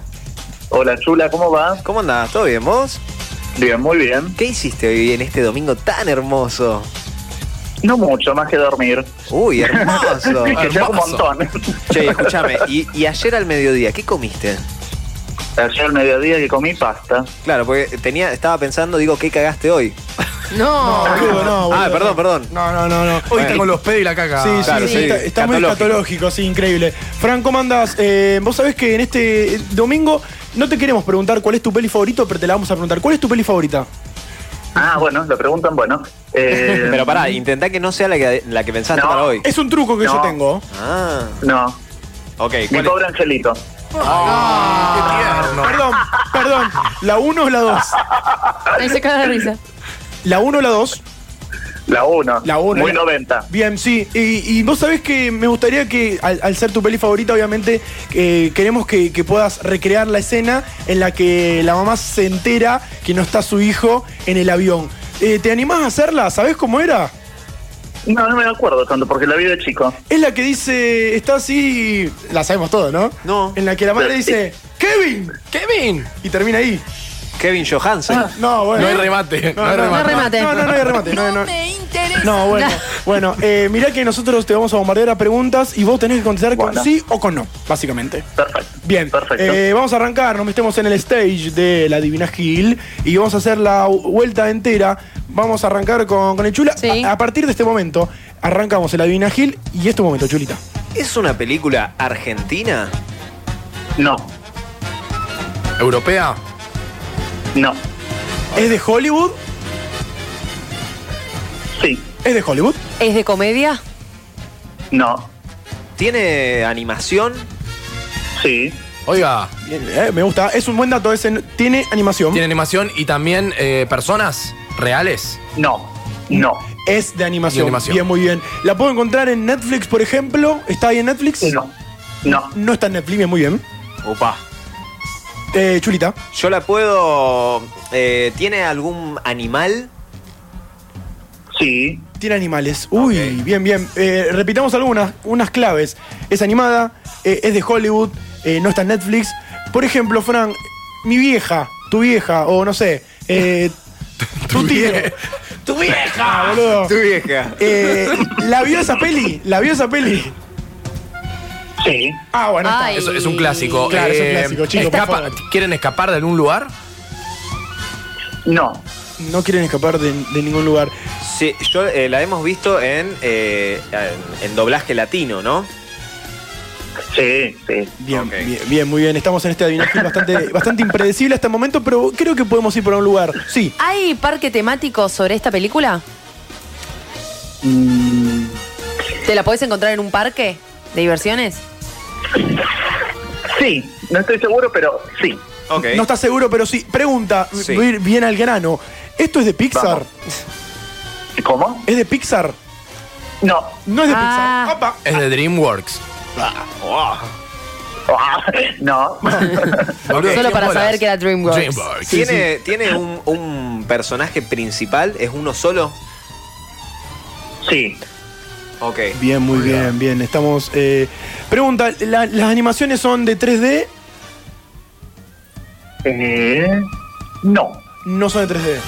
Speaker 9: Hola Chula, ¿cómo va?
Speaker 6: ¿Cómo andás? ¿Todo bien vos?
Speaker 9: Bien, muy bien.
Speaker 6: ¿Qué hiciste hoy en este domingo tan hermoso?
Speaker 9: No mucho, más que dormir.
Speaker 6: Uy, hermoso.
Speaker 9: que ya es un
Speaker 10: hermoso.
Speaker 9: montón.
Speaker 6: che, escúchame, y, y ayer al mediodía, ¿qué comiste?
Speaker 9: Ayer al mediodía que comí pasta.
Speaker 6: Claro, porque tenía, estaba pensando, digo, ¿qué cagaste hoy?
Speaker 7: No.
Speaker 8: Boludo, no,
Speaker 6: ah,
Speaker 8: boludo.
Speaker 6: perdón, perdón.
Speaker 8: No, no, no, Eh. no.
Speaker 10: Hoy está con los pedos y la caca.
Speaker 8: Sí, sí,
Speaker 6: claro,
Speaker 8: sí,
Speaker 6: sí,
Speaker 8: está, está muy
Speaker 6: escatológico.
Speaker 8: escatológico, sí, increíble. Fran, ¿cómo andás? Eh, vos sabés que en este domingo no te queremos preguntar cuál es tu peli favorito, pero te la vamos a preguntar. ¿Cuál es tu peli favorita?
Speaker 9: Ah, bueno, lo preguntan, bueno. Eh,
Speaker 6: Pero pará, intentá que no sea la que, la que pensaste
Speaker 9: No.
Speaker 6: para hoy.
Speaker 8: Es un truco que
Speaker 9: No.
Speaker 8: yo tengo.
Speaker 6: Ah,
Speaker 9: No,
Speaker 6: ok,
Speaker 9: mi
Speaker 6: ¿cuál es?
Speaker 9: pobre angelito.
Speaker 8: Perdón, perdón. ¿La 1 o la 2?
Speaker 7: Ahí se cae de risa.
Speaker 8: ¿La 1 o la 2?
Speaker 9: La 1.
Speaker 8: La uno.
Speaker 9: Muy 90.
Speaker 8: Bien, sí. Y, y vos sabés que me gustaría que, al, al ser tu peli favorita, obviamente, eh, queremos que, que puedas recrear la escena en la que la mamá se entera que no está su hijo en el avión. Eh, ¿Te animás a hacerla? ¿Sabés cómo era?
Speaker 9: No, no me acuerdo tanto porque la vi de chico.
Speaker 8: Es la que dice, está así, la sabemos todos, ¿no?
Speaker 6: No.
Speaker 8: En la que la madre dice, Kevin,
Speaker 10: Kevin.
Speaker 8: y termina ahí.
Speaker 6: Kevin Johansen.
Speaker 9: Ah.
Speaker 8: No, bueno.
Speaker 10: No hay remate. No, hay
Speaker 7: no
Speaker 10: remate.
Speaker 7: hay remate.
Speaker 8: Ah, No, no, no hay remate. No, no.
Speaker 3: me interesa.
Speaker 8: No, bueno, bueno, eh, mirá que nosotros te vamos a bombardear a preguntas y vos tenés que contestar con
Speaker 9: Bueno.
Speaker 8: sí o con no, básicamente.
Speaker 9: Perfecto.
Speaker 8: Bien,
Speaker 9: Perfecto.
Speaker 8: eh, vamos a arrancar, nos metemos en el stage de la Divina Gil y vamos a hacer la u- vuelta entera. Vamos a arrancar con, con el Chula.
Speaker 7: Sí.
Speaker 8: A, a partir de este momento, arrancamos el Adivina Gil y este momento, Chulita.
Speaker 6: ¿Es una película argentina?
Speaker 9: No,
Speaker 10: ¿Europea?
Speaker 9: no.
Speaker 8: ¿Es de Hollywood?
Speaker 9: Sí,
Speaker 8: ¿Es de Hollywood?
Speaker 7: ¿Es de comedia?
Speaker 9: no.
Speaker 6: ¿Tiene animación?
Speaker 9: Sí,
Speaker 10: Oiga,
Speaker 8: Bien, eh, me gusta. Es un buen dato ese. n- Tiene animación.
Speaker 10: tiene animación y también eh, personas reales.
Speaker 9: no, no,
Speaker 8: Es de animación.
Speaker 10: De animación.
Speaker 8: Bien, muy bien. ¿La puedo encontrar en Netflix, por ejemplo? ¿Está ahí en Netflix?
Speaker 9: no, no.
Speaker 8: No está en Netflix, bien, muy bien.
Speaker 6: Opa.
Speaker 8: Eh, Chulita.
Speaker 6: Yo la puedo... eh, ¿Tiene algún animal?
Speaker 9: Sí,
Speaker 8: Tiene animales. Uy, bien, bien. Eh, repitamos algunas unas claves. Es animada, eh, es de Hollywood, eh, no está en Netflix. Por ejemplo, Fran, mi vieja, tu vieja, o no sé, eh, tu tío. ¡Tu vieja! Ah, boludo.
Speaker 6: vieja.
Speaker 8: Eh, ¿La vio esa peli? ¿La vio esa peli?
Speaker 9: sí.
Speaker 8: Ah, bueno, está.
Speaker 7: Ay.
Speaker 10: Es, es un clásico. Eh,
Speaker 8: Claro, es un clásico, chico, por
Speaker 10: escapa-
Speaker 8: favor.
Speaker 10: ¿Quieren escapar de algún lugar?
Speaker 9: No,
Speaker 8: No quieren escapar de, de ningún lugar.
Speaker 6: Sí, yo eh, la hemos visto en, eh, en, en doblaje latino, ¿no?
Speaker 9: sí, sí.
Speaker 8: Bien,
Speaker 6: Ok.
Speaker 8: bien, bien, muy bien. Estamos en este adivinaje bastante, bastante impredecible hasta el momento, pero creo que podemos ir por un lugar. Sí.
Speaker 7: ¿Hay parque temático sobre esta película?
Speaker 9: Mm,
Speaker 7: ¿Te la podés encontrar en un parque de diversiones?
Speaker 9: Sí, no estoy seguro, pero sí.
Speaker 6: Ok.
Speaker 8: No estás seguro, pero sí. Pregunta,
Speaker 6: Sí.
Speaker 8: voy a ir bien al grano. ¿Esto es de Pixar?
Speaker 9: Vamos. ¿Cómo?
Speaker 8: ¿Es de Pixar?
Speaker 9: No.
Speaker 8: No es de
Speaker 7: Ah.
Speaker 8: Pixar. Opa.
Speaker 10: Es de DreamWorks.
Speaker 9: Ah, no.
Speaker 10: Boludo,
Speaker 7: Solo
Speaker 10: ¿quién
Speaker 7: para
Speaker 10: bolas?
Speaker 7: saber que era DreamWorks.
Speaker 6: ¿Tiene, ¿tiene un, un personaje principal? ¿Es uno solo?
Speaker 9: sí,
Speaker 6: Ok.
Speaker 8: Bien, muy bien, bien. Estamos. eh, pregunta: ¿la- ¿las animaciones son de 3D?
Speaker 9: no.
Speaker 8: No son de 3D.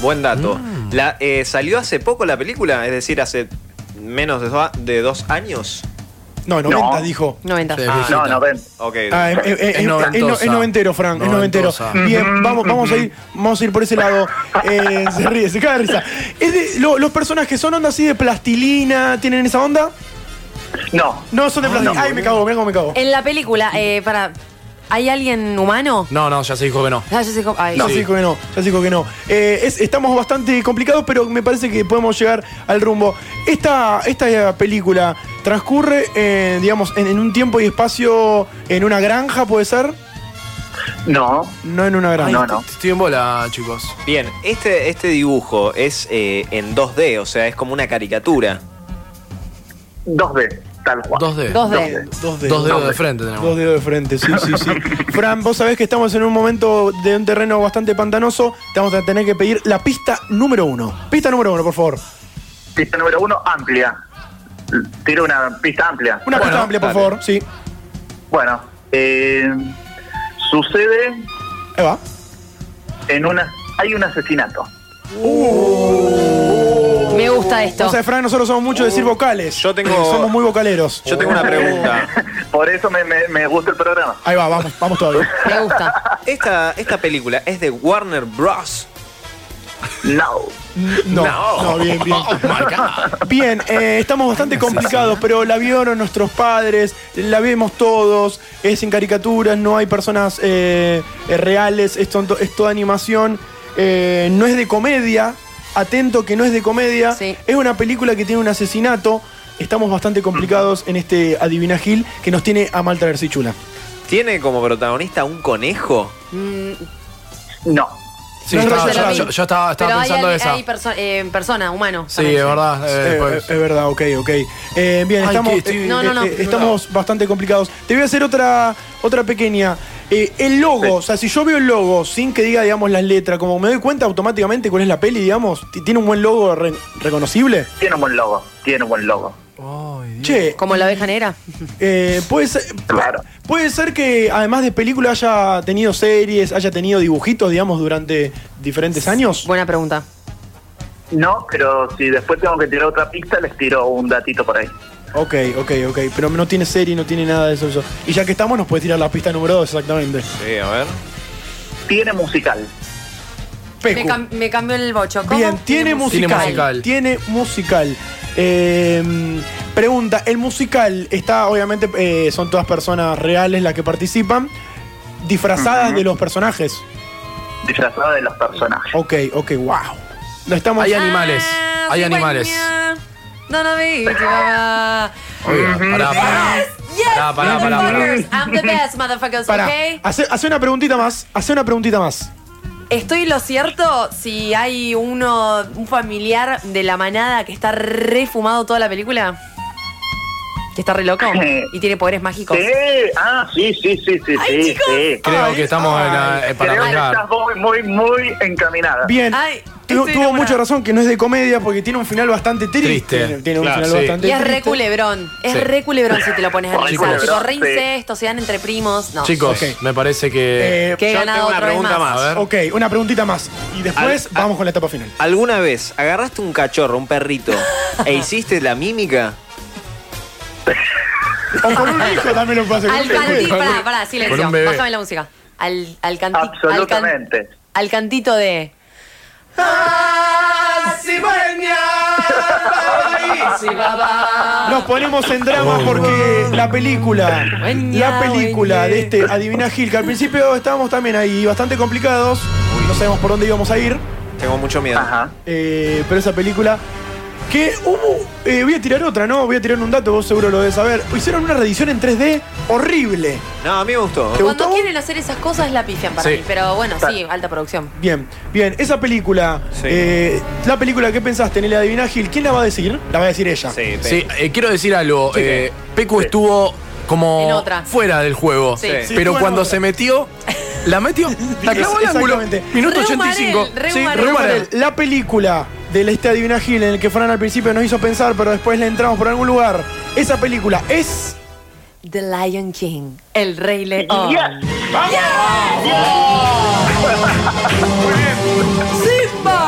Speaker 6: Buen dato.
Speaker 8: Mm.
Speaker 6: La, eh, ¿Salió hace poco la película? Es decir, hace menos de, do- de dos años.
Speaker 8: No, 90 dijo.
Speaker 7: 90.
Speaker 6: Ah, no, no, ven. Ok.
Speaker 8: Ah, es, es- es- es no- es noventero, Frank, es noventero.
Speaker 6: Noventosa.
Speaker 8: Bien, vamos, vamos, a ir, vamos a ir por ese lado. Eh, se ríe, se cae de risa. Es de- lo- ¿Los personajes son onda así de plastilina? ¿Tienen esa onda?
Speaker 9: No.
Speaker 8: No, son de plastilina. Ay, me cago, mirá cómo me cago.
Speaker 7: En la película, eh, para. ¿Hay alguien humano?
Speaker 10: No, no, ya se dijo que no.
Speaker 7: Ah, ya se dijo- ay.
Speaker 8: No, ya se dijo que no, ya se dijo que no. Eh, es- estamos bastante complicados, pero me parece que podemos llegar al rumbo. Esta, esta película transcurre, eh, digamos, en, en un tiempo y espacio, en una granja, ¿puede ser?
Speaker 9: No.
Speaker 8: No en una granja.
Speaker 10: Estoy en bola, chicos.
Speaker 6: Bien, este, este dibujo es eh, en 2D, o sea, es como una caricatura.
Speaker 9: 2D, tal cual.
Speaker 10: 2D.
Speaker 8: Dos dedos. Dos dedos.
Speaker 10: Dos dedos de frente tenemos.
Speaker 8: Dos dedos de frente, sí, sí, sí. Fran, vos sabés que estamos en un momento de un terreno bastante pantanoso. Te vamos a tener que pedir la pista número uno. Pista número uno, por favor.
Speaker 9: Pista número uno, amplia. Tiro una pista amplia.
Speaker 8: Una pista amplia, por favor, sí.
Speaker 9: Bueno, eh, sucede
Speaker 8: Ahí va.
Speaker 9: en una... Hay un asesinato.
Speaker 7: Me gusta esto.
Speaker 8: O sea, Fran, nosotros somos mucho de decir vocales. Yo
Speaker 6: Uh, tengo-
Speaker 8: Somos muy vocaleros.
Speaker 6: Yo tengo una pregunta.
Speaker 9: Por eso me, me- me gusta el programa.
Speaker 8: Ahí va, vamos, vamos todavía.
Speaker 7: Me gusta.
Speaker 6: Esta, esta película es de Warner Bros.
Speaker 9: No.
Speaker 8: No, no, bien, bien. Bien, eh, estamos bastante complicados, pero la vieron nuestros padres, la vemos todos, es en caricaturas, no hay personas eh, eh, reales, es, tonto- es toda animación, eh, no es de comedia, atento que no es de comedia, es una película que tiene un asesinato, estamos bastante complicados en este Adivina Gil que nos tiene a mal traer Chula.
Speaker 6: ¿Tiene como protagonista un conejo?
Speaker 9: Mm. No.
Speaker 10: Sí,
Speaker 6: No,
Speaker 10: estaba-
Speaker 6: no, no,
Speaker 10: yo,
Speaker 6: no.
Speaker 10: yo- yo estaba, estaba
Speaker 7: Pero hay,
Speaker 10: pensando
Speaker 7: al-
Speaker 10: esa.
Speaker 7: hay perso- eh, persona, humano.
Speaker 10: Sí, es verdad. eh,
Speaker 8: Eh,
Speaker 10: pues.
Speaker 8: eh, es verdad, ok, ok. Eh, bien,
Speaker 10: Ay,
Speaker 8: estamos,
Speaker 10: que estoy-
Speaker 8: eh,
Speaker 7: No, no, no.
Speaker 8: eh, estamos bastante complicados. Te voy a hacer otra, otra pequeña. Eh, el logo, o sea, si yo veo el logo sin que diga, digamos, las letras, como me doy cuenta automáticamente cuál es la peli, digamos, ti- tiene un buen logo re- reconocible.
Speaker 9: Tiene un buen logo. Tiene un buen logo.
Speaker 8: Che.
Speaker 7: Como la abeja negra.
Speaker 8: eh, puede, ser, puede ser que además de película haya tenido series, haya tenido dibujitos, digamos, durante diferentes años.
Speaker 7: Buena pregunta.
Speaker 9: No, pero si después tengo que tirar otra pista, les tiro un datito por ahí.
Speaker 8: Ok, ok, ok. Pero no tiene serie, no tiene nada de eso. eso. Y ya que estamos, nos puedes tirar la pista número 2, exactamente.
Speaker 6: Sí, a ver.
Speaker 9: Tiene musical.
Speaker 7: Me, cam- me cambió el bocho. ¿Cómo?
Speaker 8: Bien, tiene musical. Tiene musical. Eh, pregunta, el musical está, obviamente, eh, son todas personas reales las que participan, disfrazadas de los personajes.
Speaker 9: Disfrazada de los personajes.
Speaker 8: Ok, ok, wow. No estamos...
Speaker 10: Hay
Speaker 7: Ah,
Speaker 10: animales. Hay animales.
Speaker 7: No, no me digas, papá.
Speaker 10: Oiga, pará,
Speaker 7: eh,
Speaker 10: pará. Pará, pará, pará, pará.
Speaker 7: Motherfuckers, I'm the best, motherfuckers,
Speaker 8: Pará,
Speaker 7: ¿ok?
Speaker 8: hace, hace una preguntita más, hace una preguntita más.
Speaker 7: Estoy lo cierto si hay uno, un familiar de la manada que está re fumado toda la película. Que está re loco y tiene poderes mágicos.
Speaker 9: Sí, ah, sí, sí, sí, sí,
Speaker 7: Ay,
Speaker 9: sí,
Speaker 7: chicos.
Speaker 9: sí.
Speaker 10: Creo que estamos en la- eh, para
Speaker 9: Creo que
Speaker 10: arriesgar.
Speaker 9: estás muy, muy, Ah, muy encaminada.
Speaker 8: Bien, tu-
Speaker 7: estoy
Speaker 8: tuvo mucha razón que no es de comedia porque tiene un final bastante triste.
Speaker 10: Triste.
Speaker 8: Tiene, tiene un
Speaker 10: Claro,
Speaker 8: final
Speaker 10: sí.
Speaker 8: bastante
Speaker 7: Y es
Speaker 8: triste.
Speaker 7: re culebrón. Es
Speaker 10: Sí.
Speaker 7: re culebrón si te lo pones a
Speaker 10: Ay,
Speaker 7: analizar.
Speaker 10: chicos.
Speaker 7: Tipo, re
Speaker 10: Sí.
Speaker 7: incestos, se dan entre primos. No.
Speaker 10: Chicos, me parece que.
Speaker 7: eh, Que he Yo ganado tengo una otra vez pregunta más. más.
Speaker 10: A ver.
Speaker 8: Ok, una preguntita más. Y después
Speaker 10: ah.
Speaker 8: vamos con la etapa final.
Speaker 6: ¿Alguna vez agarraste un cachorro, un perrito, e hiciste la mímica?
Speaker 8: O con un hijo también lo pasa.
Speaker 7: Al cantito, pará, pará,
Speaker 6: Con
Speaker 7: silencio.
Speaker 6: un bebé.
Speaker 7: Bájame la música. Al, al cantito.
Speaker 9: Absolutamente.
Speaker 7: Al, cantito de.
Speaker 8: Nos ponemos en drama porque la película, la película de este Adivina Gil, que al principio estábamos también ahí bastante complicados, no sabemos por dónde íbamos a ir,
Speaker 6: Tengo mucho miedo.
Speaker 8: eh, pero esa película que hubo, eh, voy a tirar otra, ¿no? Voy a tirar un dato, vos seguro lo debes saber. Hicieron una reedición en 3D horrible.
Speaker 6: No, a mí me gustó.
Speaker 8: ¿Te
Speaker 7: Cuando
Speaker 8: gustó?
Speaker 7: quieren hacer esas cosas la pifian para
Speaker 8: Sí.
Speaker 7: mí. Pero bueno, sí, alta producción.
Speaker 8: Bien, bien, esa película, eh, la película que pensaste en el Adivina Gil, ¿quién la va a decir? La va a decir ella.
Speaker 10: Sí, eh, quiero decir algo.
Speaker 8: Sí,
Speaker 10: eh, Pecu estuvo
Speaker 8: En
Speaker 10: como
Speaker 8: otra.
Speaker 10: fuera del juego.
Speaker 8: Sí. Sí, estuvo
Speaker 10: Pero
Speaker 8: en
Speaker 10: cuando
Speaker 8: otra.
Speaker 10: se metió, la metió. La clavó al ángulo.
Speaker 8: Exactamente.
Speaker 10: Minuto 85.
Speaker 8: Sí, Reumarel. La película del Este Adivina Gil, en el que Fran al principio nos hizo pensar, pero después le entramos por algún lugar. Esa película es.
Speaker 7: The Lion King, el Rey León.
Speaker 3: ¡Vamos!
Speaker 7: ¡Simba!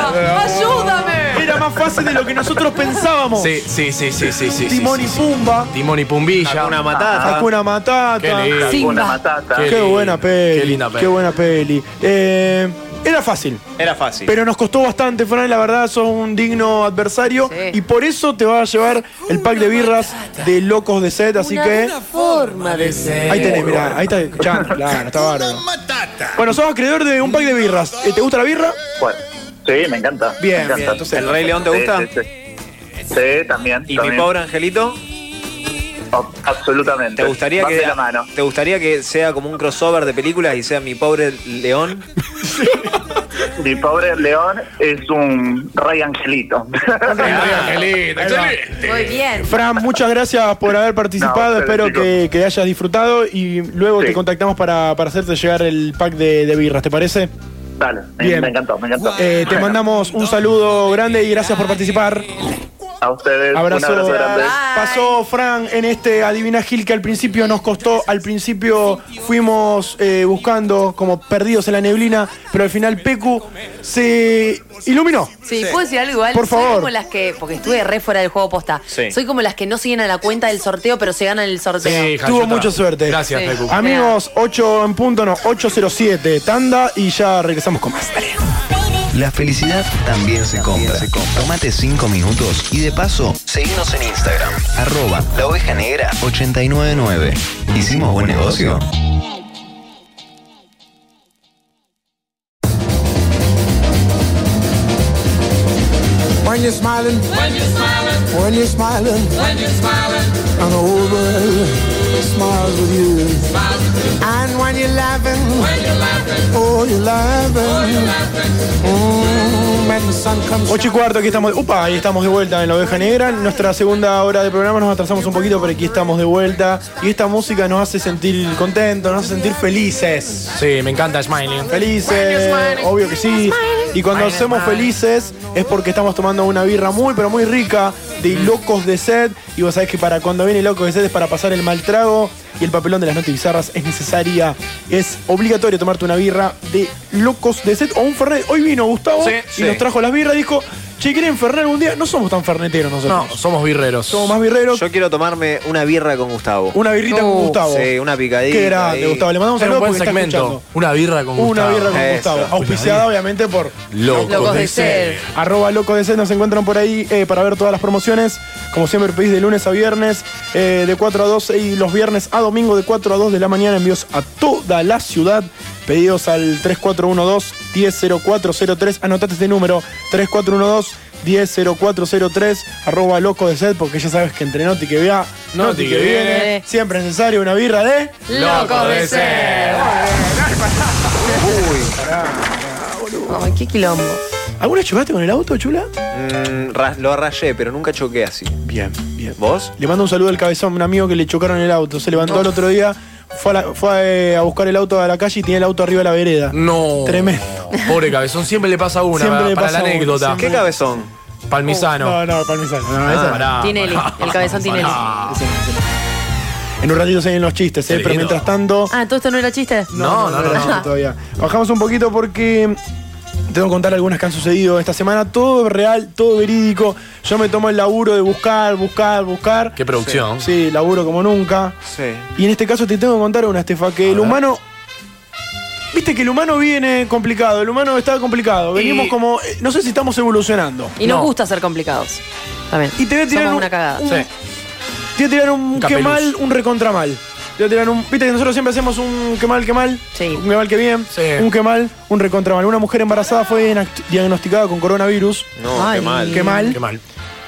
Speaker 7: ¡Ayúdame!
Speaker 8: Era más fácil de lo que nosotros pensábamos.
Speaker 10: Sí, sí, sí, sí, sí, sí.
Speaker 8: Timón y Pumba.
Speaker 10: Timón y Pumbilla.
Speaker 8: Hakuna Matata. Hakuna Matata.
Speaker 10: Qué lindo.
Speaker 7: Simba.
Speaker 8: Qué,
Speaker 10: lindo.
Speaker 8: buena peli.
Speaker 10: Qué linda peli.
Speaker 8: Qué buena peli. Eh, era fácil.
Speaker 6: Era fácil.
Speaker 8: Pero nos costó bastante, Fran, la verdad, sos un digno adversario y por eso te va a llevar el pack de birras de Locos de Set, así que...
Speaker 7: forma de ser.
Speaker 8: Ahí tenés, mirá, ahí está escuchando, claro, está bárbaro. Bueno, sos acreedor de un pack de birras. Eh, ¿Te gusta la birra?
Speaker 9: Bueno, sí, me encanta.
Speaker 8: Bien,
Speaker 9: me encanta.
Speaker 8: bien, entonces-
Speaker 6: ¿El Rey León te
Speaker 9: Sí,
Speaker 6: gusta?
Speaker 9: Sí, sí. Sí, también.
Speaker 6: ¿Y mi
Speaker 9: también.
Speaker 6: pobre angelito?
Speaker 9: Ab- Absolutamente.
Speaker 6: ¿Te gustaría,
Speaker 9: Van
Speaker 6: que,
Speaker 9: de la mano.
Speaker 6: ¿Te gustaría que sea como un crossover de películas y sea mi pobre león?
Speaker 9: Mi pobre león es un rey angelito.
Speaker 7: Muy bien.
Speaker 8: Fran, muchas gracias por haber participado.
Speaker 9: No,
Speaker 8: Espero
Speaker 9: chicos.
Speaker 8: que, que hayas disfrutado y luego
Speaker 9: Sí.
Speaker 8: te contactamos para, para hacerte llegar el pack de, de birras, ¿te parece?
Speaker 9: Dale, me,
Speaker 8: Bien.
Speaker 9: me encantó, me encantó.
Speaker 8: Eh, te mandamos un saludo grande y gracias por participar.
Speaker 9: A ustedes,
Speaker 8: Abrazo.
Speaker 9: un abrazo grande.
Speaker 8: Pasó Fran en este Adivina Gil que al principio nos costó, al principio fuimos eh, buscando como perdidos en la neblina, pero al final Pecu se iluminó.
Speaker 7: Sí, puedo decir algo igual.
Speaker 8: Por
Speaker 7: Soy
Speaker 8: favor.
Speaker 7: como las que, porque estuve re fuera del juego posta.
Speaker 6: Sí.
Speaker 7: Soy como las que no siguen a la cuenta del sorteo, pero se ganan el sorteo.
Speaker 10: Sí, Jayuta.
Speaker 8: Tuvo mucha suerte.
Speaker 10: Gracias,
Speaker 7: Sí.
Speaker 10: Pecu.
Speaker 8: Amigos, 8 en punto, no, 807, tanda y ya regresamos con más. Dale.
Speaker 11: La felicidad también se compra. Tómate 5 minutos y de paso, seguinos en Instagram. Arroba la oveja negra 899. ¿Hicimos buen negocio?
Speaker 12: When you're smiling, when you're smiling, and the whole world smiles with you. And when you're laughing, oh, you're laughing. Mm, when the sun comes
Speaker 8: 8 y cuarto, aquí estamos. Upa, ahí estamos de vuelta en la oveja negra. En nuestra segunda hora de programa nos atrasamos un poquito, pero aquí estamos de vuelta. Y esta música nos hace sentir contentos, nos hace sentir felices.
Speaker 10: Sí, me encanta Smiley.
Speaker 8: Felices, obvio que sí. Y cuando hacemos felices es porque estamos tomando una birra muy, pero muy rica de locos de sed. Y vos sabés que para cuando viene locos de sed es para pasar el mal trago y el papelón de las notas bizarras es necesaria. Es obligatorio tomarte una birra de locos de sed o un fernet. Hoy vino Gustavo
Speaker 10: Sí,
Speaker 8: y
Speaker 10: sí.
Speaker 8: nos trajo las birras. Dijo, che, ¿quieren fernet algún día? No somos tan ferneteros nosotros.
Speaker 10: No, somos birreros.
Speaker 8: Somos más birreros.
Speaker 6: Yo quiero tomarme una birra con Gustavo.
Speaker 8: Una birrita con Gustavo.
Speaker 6: Sí, una picadita.
Speaker 8: Qué grande,
Speaker 6: ahí.
Speaker 8: Gustavo. Le mandamos
Speaker 10: Era
Speaker 8: un saludo
Speaker 10: un buen
Speaker 8: porque está
Speaker 10: segmento.
Speaker 8: escuchando.
Speaker 10: Una birra con
Speaker 8: Una
Speaker 10: Gustavo. Eh,
Speaker 8: birra con
Speaker 6: Eso.
Speaker 8: Gustavo. Auspiciada, obviamente, por
Speaker 10: Locos,
Speaker 7: Locos
Speaker 10: de
Speaker 7: de
Speaker 10: ser.
Speaker 7: ser.
Speaker 8: Arroba loco de Sed, nos encuentran por ahí eh, para ver todas las promociones. Como siempre, pedís de lunes a viernes, eh, de 4 a 12 y los viernes a domingo de 4 a 2 de la mañana envíos a toda la ciudad. Pedidos al 3412-100403. Anotate este número, 3412-100403. Arroba loco de sed, porque ya sabes que entre noti que vea, noti, que, viene,
Speaker 7: viene.
Speaker 8: siempre es necesario una birra de...
Speaker 7: Locos de ser. Ay, qué quilombo.
Speaker 8: ¿Alguna chocaste con el auto, chula?
Speaker 6: Mm, ra- lo rayé, pero nunca choqué así.
Speaker 8: Bien, bien.
Speaker 6: ¿Vos?
Speaker 8: Le mando un saludo al cabezón, un amigo que le chocaron el auto. Se levantó el otro día, fue, a, la- fue a, eh, a buscar el auto a la calle y tenía el auto arriba de la vereda.
Speaker 10: No.
Speaker 8: Tremendo.
Speaker 10: Pobre cabezón, siempre le pasa una.
Speaker 8: Siempre
Speaker 10: para
Speaker 8: le
Speaker 10: para
Speaker 8: pasa
Speaker 10: la
Speaker 8: una,
Speaker 10: anécdota.
Speaker 8: siempre.
Speaker 6: ¿Qué cabezón?
Speaker 10: Palmisano.
Speaker 8: No, no, palmisano. No,
Speaker 10: Ah,
Speaker 8: esa-
Speaker 10: pará,
Speaker 7: Tinelli,
Speaker 10: pará.
Speaker 7: el cabezón Tinelli.
Speaker 10: Pará.
Speaker 8: En un ratito se vienen los chistes, eh,
Speaker 10: Qué
Speaker 8: pero
Speaker 10: lindo.
Speaker 8: mientras tanto.
Speaker 7: Ah, ¿todo esto no era chiste?
Speaker 10: No, no, no,
Speaker 8: era
Speaker 10: no.
Speaker 8: chiste todavía. Bajamos un poquito porque. Tengo que contar algunas que han sucedido esta semana. Todo real, todo verídico. Yo me tomo el laburo de buscar, buscar, buscar.
Speaker 10: Qué producción.
Speaker 8: Sí, laburo como nunca.
Speaker 6: Sí.
Speaker 8: Y en este caso te tengo que contar una, Estefa, que el
Speaker 10: ver.
Speaker 8: humano. Viste que el humano viene complicado, el humano está complicado. Venimos como. eh, No sé si estamos evolucionando.
Speaker 7: Y nos
Speaker 10: No.
Speaker 7: gusta ser complicados. También.
Speaker 8: Y te voy a tirar
Speaker 7: Somos
Speaker 8: un-
Speaker 7: una cagada.
Speaker 8: un-
Speaker 10: Sí.
Speaker 8: Te voy a tirar un que
Speaker 10: Capeluz.
Speaker 8: mal, un recontra mal. Te voy a tirar un. Viste que nosotros siempre hacemos un que mal, que mal.
Speaker 7: Sí.
Speaker 8: Un que mal, que bien.
Speaker 10: Sí.
Speaker 8: Un que mal, un recontra mal. Una mujer embarazada fue diagnost- diagnosticada con coronavirus.
Speaker 6: No,
Speaker 7: Ay.
Speaker 6: qué mal.
Speaker 8: Que mal.
Speaker 10: Qué mal.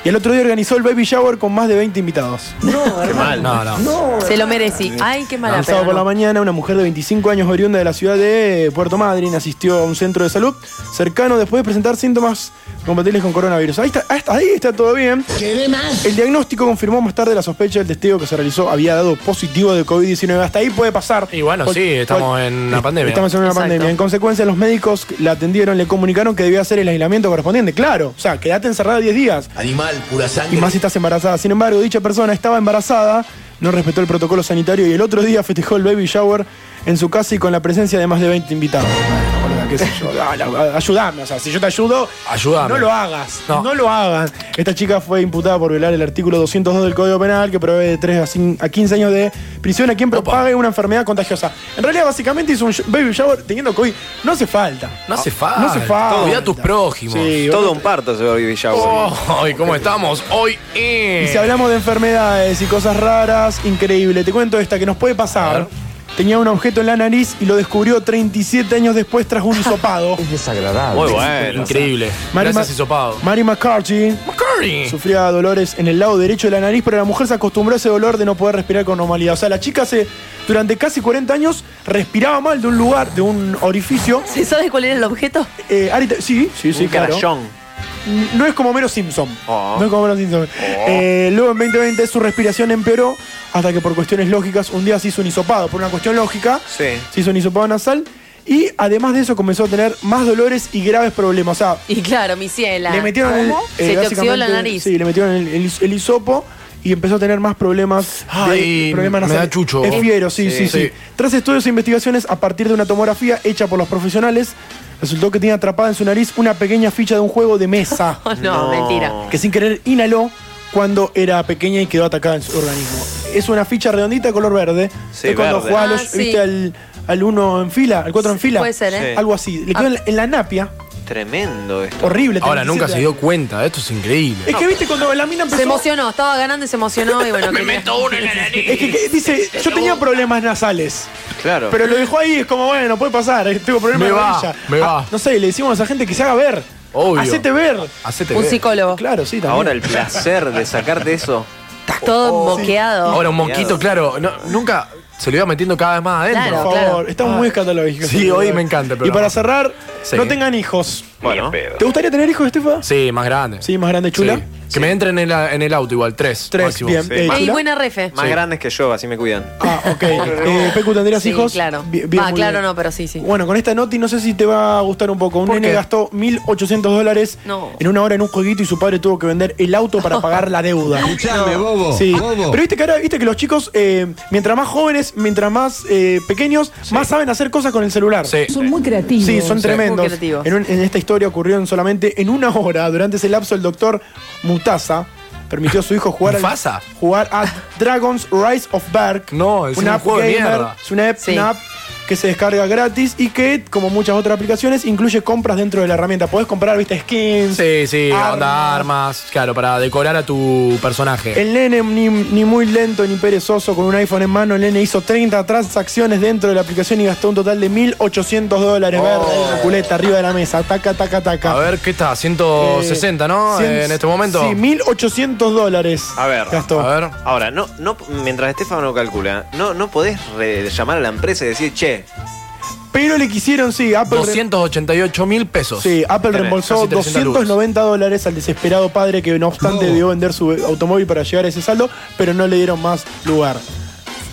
Speaker 8: Y el otro día organizó el baby shower con más de 20 invitados.
Speaker 10: Qué mal. No, no.
Speaker 7: Se lo merecí. Ay, qué mala
Speaker 8: El sábado por la
Speaker 7: pena.
Speaker 8: mañana, una mujer de 25 años eh, oriunda de la ciudad de Puerto Madryn asistió a un centro de salud cercano después de presentar síntomas Combatiles con coronavirus. Ahí está, ahí está- ahí está todo bien. El diagnóstico confirmó más tarde la sospecha del testeo que se realizó había dado positivo de COVID-19. Hasta ahí puede pasar.
Speaker 10: Y bueno,
Speaker 8: Cual-
Speaker 10: sí, estamos
Speaker 8: cual-
Speaker 10: en una pandemia.
Speaker 8: Estamos en una pandemia. En consecuencia, los médicos que la atendieron, le comunicaron que debía hacer el aislamiento correspondiente. Claro, o sea, quedate encerrada 10 días.
Speaker 11: Animal, pura
Speaker 8: Y
Speaker 11: sangre.
Speaker 8: más si estás embarazada. Sin embargo, dicha persona estaba embarazada, no respetó el protocolo sanitario y el otro día festejó el baby shower en su casa y con la presencia de más de 20 invitados. Bueno, boluda, qué sé yo. Dale, a- Ayudame, o sea, si yo te ayudo,
Speaker 10: Ayúdame.
Speaker 8: no lo hagas, no. lo hagan. Esta chica fue imputada por violar el artículo 202 del Código Penal que provee de 3 a, 5 a 15 años de prisión a quien propague una enfermedad contagiosa. En realidad, básicamente hizo un sh- baby shower teniendo COVID. No hace falta.
Speaker 10: No hace falta.
Speaker 8: Ah, No hace falta.
Speaker 10: Cuidá a tus prójimos.
Speaker 6: Todo un parto se volvió Villagüe.
Speaker 10: Oh, ¿y cómo estamos? Hoy eh.
Speaker 8: Y si hablamos de enfermedades y cosas raras, increíble. Te cuento esta que nos puede pasar. Tenía un objeto en la nariz y lo descubrió 37 años después tras un hisopado. es desagradable.
Speaker 10: Muy bueno. Increíble.
Speaker 8: Mari
Speaker 10: Gracias,
Speaker 8: Ma-
Speaker 10: hisopado.
Speaker 8: Mary McCarthy sufría dolores en el lado derecho de la nariz, pero la mujer se acostumbró a ese dolor de no poder respirar con normalidad. O sea, la chica se, durante casi 40 años respiraba mal de un lugar, de un orificio. Eh,
Speaker 7: ¿Se sabe cuál era el objeto?
Speaker 8: sí, sí, sí,
Speaker 6: Un
Speaker 8: claro.
Speaker 6: carayón.
Speaker 8: N- No es como Homero Simpson.
Speaker 10: Ah.
Speaker 8: No es como Homero Simpson. Eh, luego en 2020 su respiración empeoró hasta que por cuestiones lógicas un día se hizo un hisopado. Por una cuestión lógica,
Speaker 6: Sí.
Speaker 8: se hizo un hisopado nasal y además de eso comenzó a tener más dolores y graves problemas. O sea,
Speaker 7: Y claro, mi ciela.
Speaker 8: le metieron el,
Speaker 7: ¿Cómo?
Speaker 8: eh,
Speaker 7: Se te oxidó la
Speaker 8: básicamente,
Speaker 7: nariz.
Speaker 8: Sí, le metieron el, el his- el hisopo y empezó a tener más problemas.
Speaker 10: Ay,
Speaker 8: problemas
Speaker 10: me
Speaker 8: nasales.
Speaker 10: da chucho.
Speaker 8: Es fiero, sí, sí,
Speaker 10: Sí.
Speaker 8: sí,
Speaker 10: Sí.
Speaker 8: Tras estudios e investigaciones a partir de una tomografía hecha por los profesionales, resultó que tenía atrapada en su nariz una pequeña ficha de un juego de mesa.
Speaker 7: No, mentira.
Speaker 8: Que sin querer inhaló cuando era pequeña y quedó atacada en su organismo. Es una ficha redondita de color verde.
Speaker 6: Sí,
Speaker 8: es cuando
Speaker 6: verde.
Speaker 8: jugaba
Speaker 6: Ah,
Speaker 8: los-
Speaker 6: sí.
Speaker 8: ¿viste, al, al uno en fila, al cuatro en fila.
Speaker 7: puede ser, ¿eh? Sí.
Speaker 8: Algo así. Le quedó en la- en la napia.
Speaker 6: Tremendo esto.
Speaker 8: Horrible.
Speaker 10: Ahora
Speaker 8: 37
Speaker 10: nunca se dio cuenta, esto es increíble.
Speaker 8: Es que viste cuando la mina empezó.
Speaker 7: Se emocionó, estaba ganando y se emocionó y bueno.
Speaker 10: Me
Speaker 7: quería-
Speaker 10: meto uno en la nariz.
Speaker 8: Es que, que dice, yo tenía problemas nasales.
Speaker 6: Claro.
Speaker 8: Pero lo dejó ahí, es como, bueno, puede pasar, eh, tengo problemas
Speaker 10: Me
Speaker 8: de
Speaker 10: va,
Speaker 8: rodilla. Ah,
Speaker 10: me va.
Speaker 8: no sé, le decimos a esa gente que se haga ver.
Speaker 10: Obvio.
Speaker 8: Hacete ver.
Speaker 10: Hacete ver.
Speaker 7: psicólogo.
Speaker 8: Claro, sí, también.
Speaker 6: Ahora el placer de sacarte eso.
Speaker 7: Todo
Speaker 8: Oh,
Speaker 7: moqueado.
Speaker 10: Ahora un monquito, claro, no- nunca se lo iba metiendo cada vez más adentro.
Speaker 7: Claro, Ah.
Speaker 8: Por favor, estamos muy escatológicos.
Speaker 10: Sí, hoy me encanta el
Speaker 8: Y
Speaker 10: programa.
Speaker 8: para cerrar,
Speaker 10: Sí.
Speaker 8: no tengan hijos.
Speaker 10: Bueno.
Speaker 8: ¿Te gustaría tener hijos, Estefa?
Speaker 10: Sí, más grande.
Speaker 8: Sí, más grande, chula.
Speaker 10: Sí. Que me entren en, la- en el auto igual, tres.
Speaker 8: Tres,
Speaker 10: máximo.
Speaker 8: bien. Eh,
Speaker 7: Ey,
Speaker 8: chula.
Speaker 7: buena refe.
Speaker 6: Más grandes que yo, así me cuidan.
Speaker 8: Ah, ok. Eh, Pecu, ¿tendrías
Speaker 7: Sí,
Speaker 8: hijos?
Speaker 7: claro.
Speaker 8: Bi- bien,
Speaker 7: Va,
Speaker 8: muy
Speaker 7: claro
Speaker 8: bien.
Speaker 7: no, pero sí, sí.
Speaker 8: Bueno, con esta noti no sé si te va a gustar un poco. Un
Speaker 10: ¿Por
Speaker 8: nene
Speaker 10: qué?
Speaker 8: gastó 1.800 dólares
Speaker 7: No.
Speaker 8: en una hora en un jueguito y su padre tuvo que vender el auto para pagar la deuda.
Speaker 12: Escuchame, bobo,
Speaker 8: Sí.
Speaker 12: bobo.
Speaker 8: Pero viste que ahora, viste que los chicos, eh, mientras más jóvenes, mientras más eh, pequeños, más saben hacer cosas con el celular.
Speaker 10: Sí.
Speaker 3: muy creativos.
Speaker 8: Sí, son tremendos.
Speaker 7: Muy creativos.
Speaker 8: En, un- en esta historia ocurrieron solamente en una hora. Durante ese lapso, el doctor Mutasa permitió a su hijo jugar, al-
Speaker 10: ¿Mufasa?
Speaker 8: jugar a Dragon's Rise of Berk.
Speaker 10: No, es un
Speaker 8: app
Speaker 10: juego de
Speaker 8: gamer,
Speaker 10: mierda.
Speaker 8: Es una app,
Speaker 7: Sí.
Speaker 8: una app que se descarga gratis y que, como muchas otras aplicaciones, incluye compras dentro de la herramienta. Podés comprar, viste, skins.
Speaker 10: Sí, sí,
Speaker 8: Armas.
Speaker 10: onda armas, claro, para decorar a tu personaje.
Speaker 8: El nene, ni, ni muy lento ni perezoso, con un iPhone en mano, el nene hizo 30 transacciones dentro de la aplicación y gastó un total de 1.800 dólares verdes en la culeta arriba de la mesa. Taca, taca, taca.
Speaker 10: Oh. A ver, ¿qué está? 160, ¿no?
Speaker 8: Eh, Cien-
Speaker 10: en este momento.
Speaker 8: Sí, 1800 dólares.
Speaker 6: A ver.
Speaker 8: Gastó.
Speaker 10: A ver.
Speaker 6: Ahora, no, no, mientras Estefano calcula, no, no podés re- llamar a la empresa y decir, che,
Speaker 8: Pero le quisieron, sí, Apple. re-
Speaker 10: 288 mil pesos.
Speaker 8: Sí, Apple
Speaker 6: Tenés
Speaker 8: reembolsó
Speaker 10: casi 300
Speaker 8: 290 dólares al desesperado padre que no obstante
Speaker 10: No.
Speaker 8: debió vender su automóvil para llegar a ese saldo, pero no le dieron más lugar.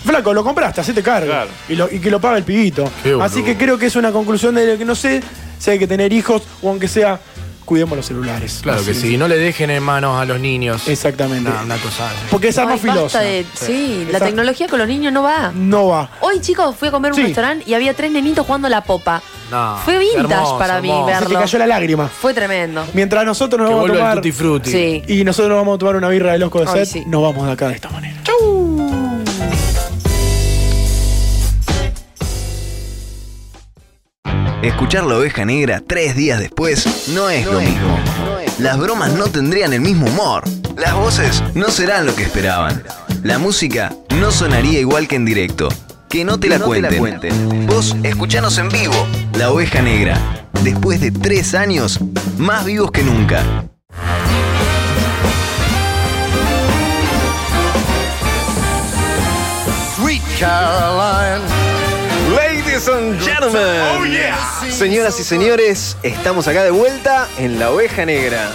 Speaker 8: Flaco, lo compraste, hacete cargo.
Speaker 6: Claro.
Speaker 8: Y, lo- y que lo paga el pibito.
Speaker 10: Qué boludo.
Speaker 8: Así que creo que es una conclusión de lo que no sé si hay que tener hijos o aunque sea, cuidemos los celulares.
Speaker 10: Claro que
Speaker 8: Así
Speaker 10: sí, no le dejen en manos a los niños.
Speaker 8: Exactamente.
Speaker 10: Una, una cosa.
Speaker 8: Porque es
Speaker 7: Ay,
Speaker 8: arma
Speaker 7: basta
Speaker 8: filosa.
Speaker 7: de- sí, la
Speaker 8: Esa-
Speaker 7: tecnología con los niños no va.
Speaker 8: No va.
Speaker 7: Hoy, chicos, fui a comer a un
Speaker 8: Sí.
Speaker 7: restaurante y había tres nenitos jugando a la popa.
Speaker 10: No,
Speaker 7: Fue vintage
Speaker 10: hermoso,
Speaker 7: para mí
Speaker 10: hermoso.
Speaker 8: Se te
Speaker 7: verlo.
Speaker 8: cayó la lágrima.
Speaker 7: Fue tremendo.
Speaker 8: Mientras nosotros nos
Speaker 10: Que
Speaker 8: vamos a
Speaker 10: vuelva el
Speaker 8: tomar.
Speaker 10: Tutti Frutti.
Speaker 7: Sí.
Speaker 8: Y nosotros nos vamos a tomar una birra de loco de
Speaker 7: Ay,
Speaker 8: set.
Speaker 7: sí.
Speaker 8: Nos vamos de acá de esta manera.
Speaker 11: Escuchar la oveja negra tres días después no es lo mismo. Las bromas no tendrían el mismo humor. Las voces no serán lo que esperaban. La música no sonaría igual que en directo. Que no te la, cuenten. Vos escuchanos en vivo. La oveja negra. Después de tres años, más vivos que nunca.
Speaker 4: Sweet Caroline, Lady
Speaker 6: Ladies and gentlemen.
Speaker 10: Oh,
Speaker 6: Señoras y señores, estamos acá de vuelta en La Oveja Negra.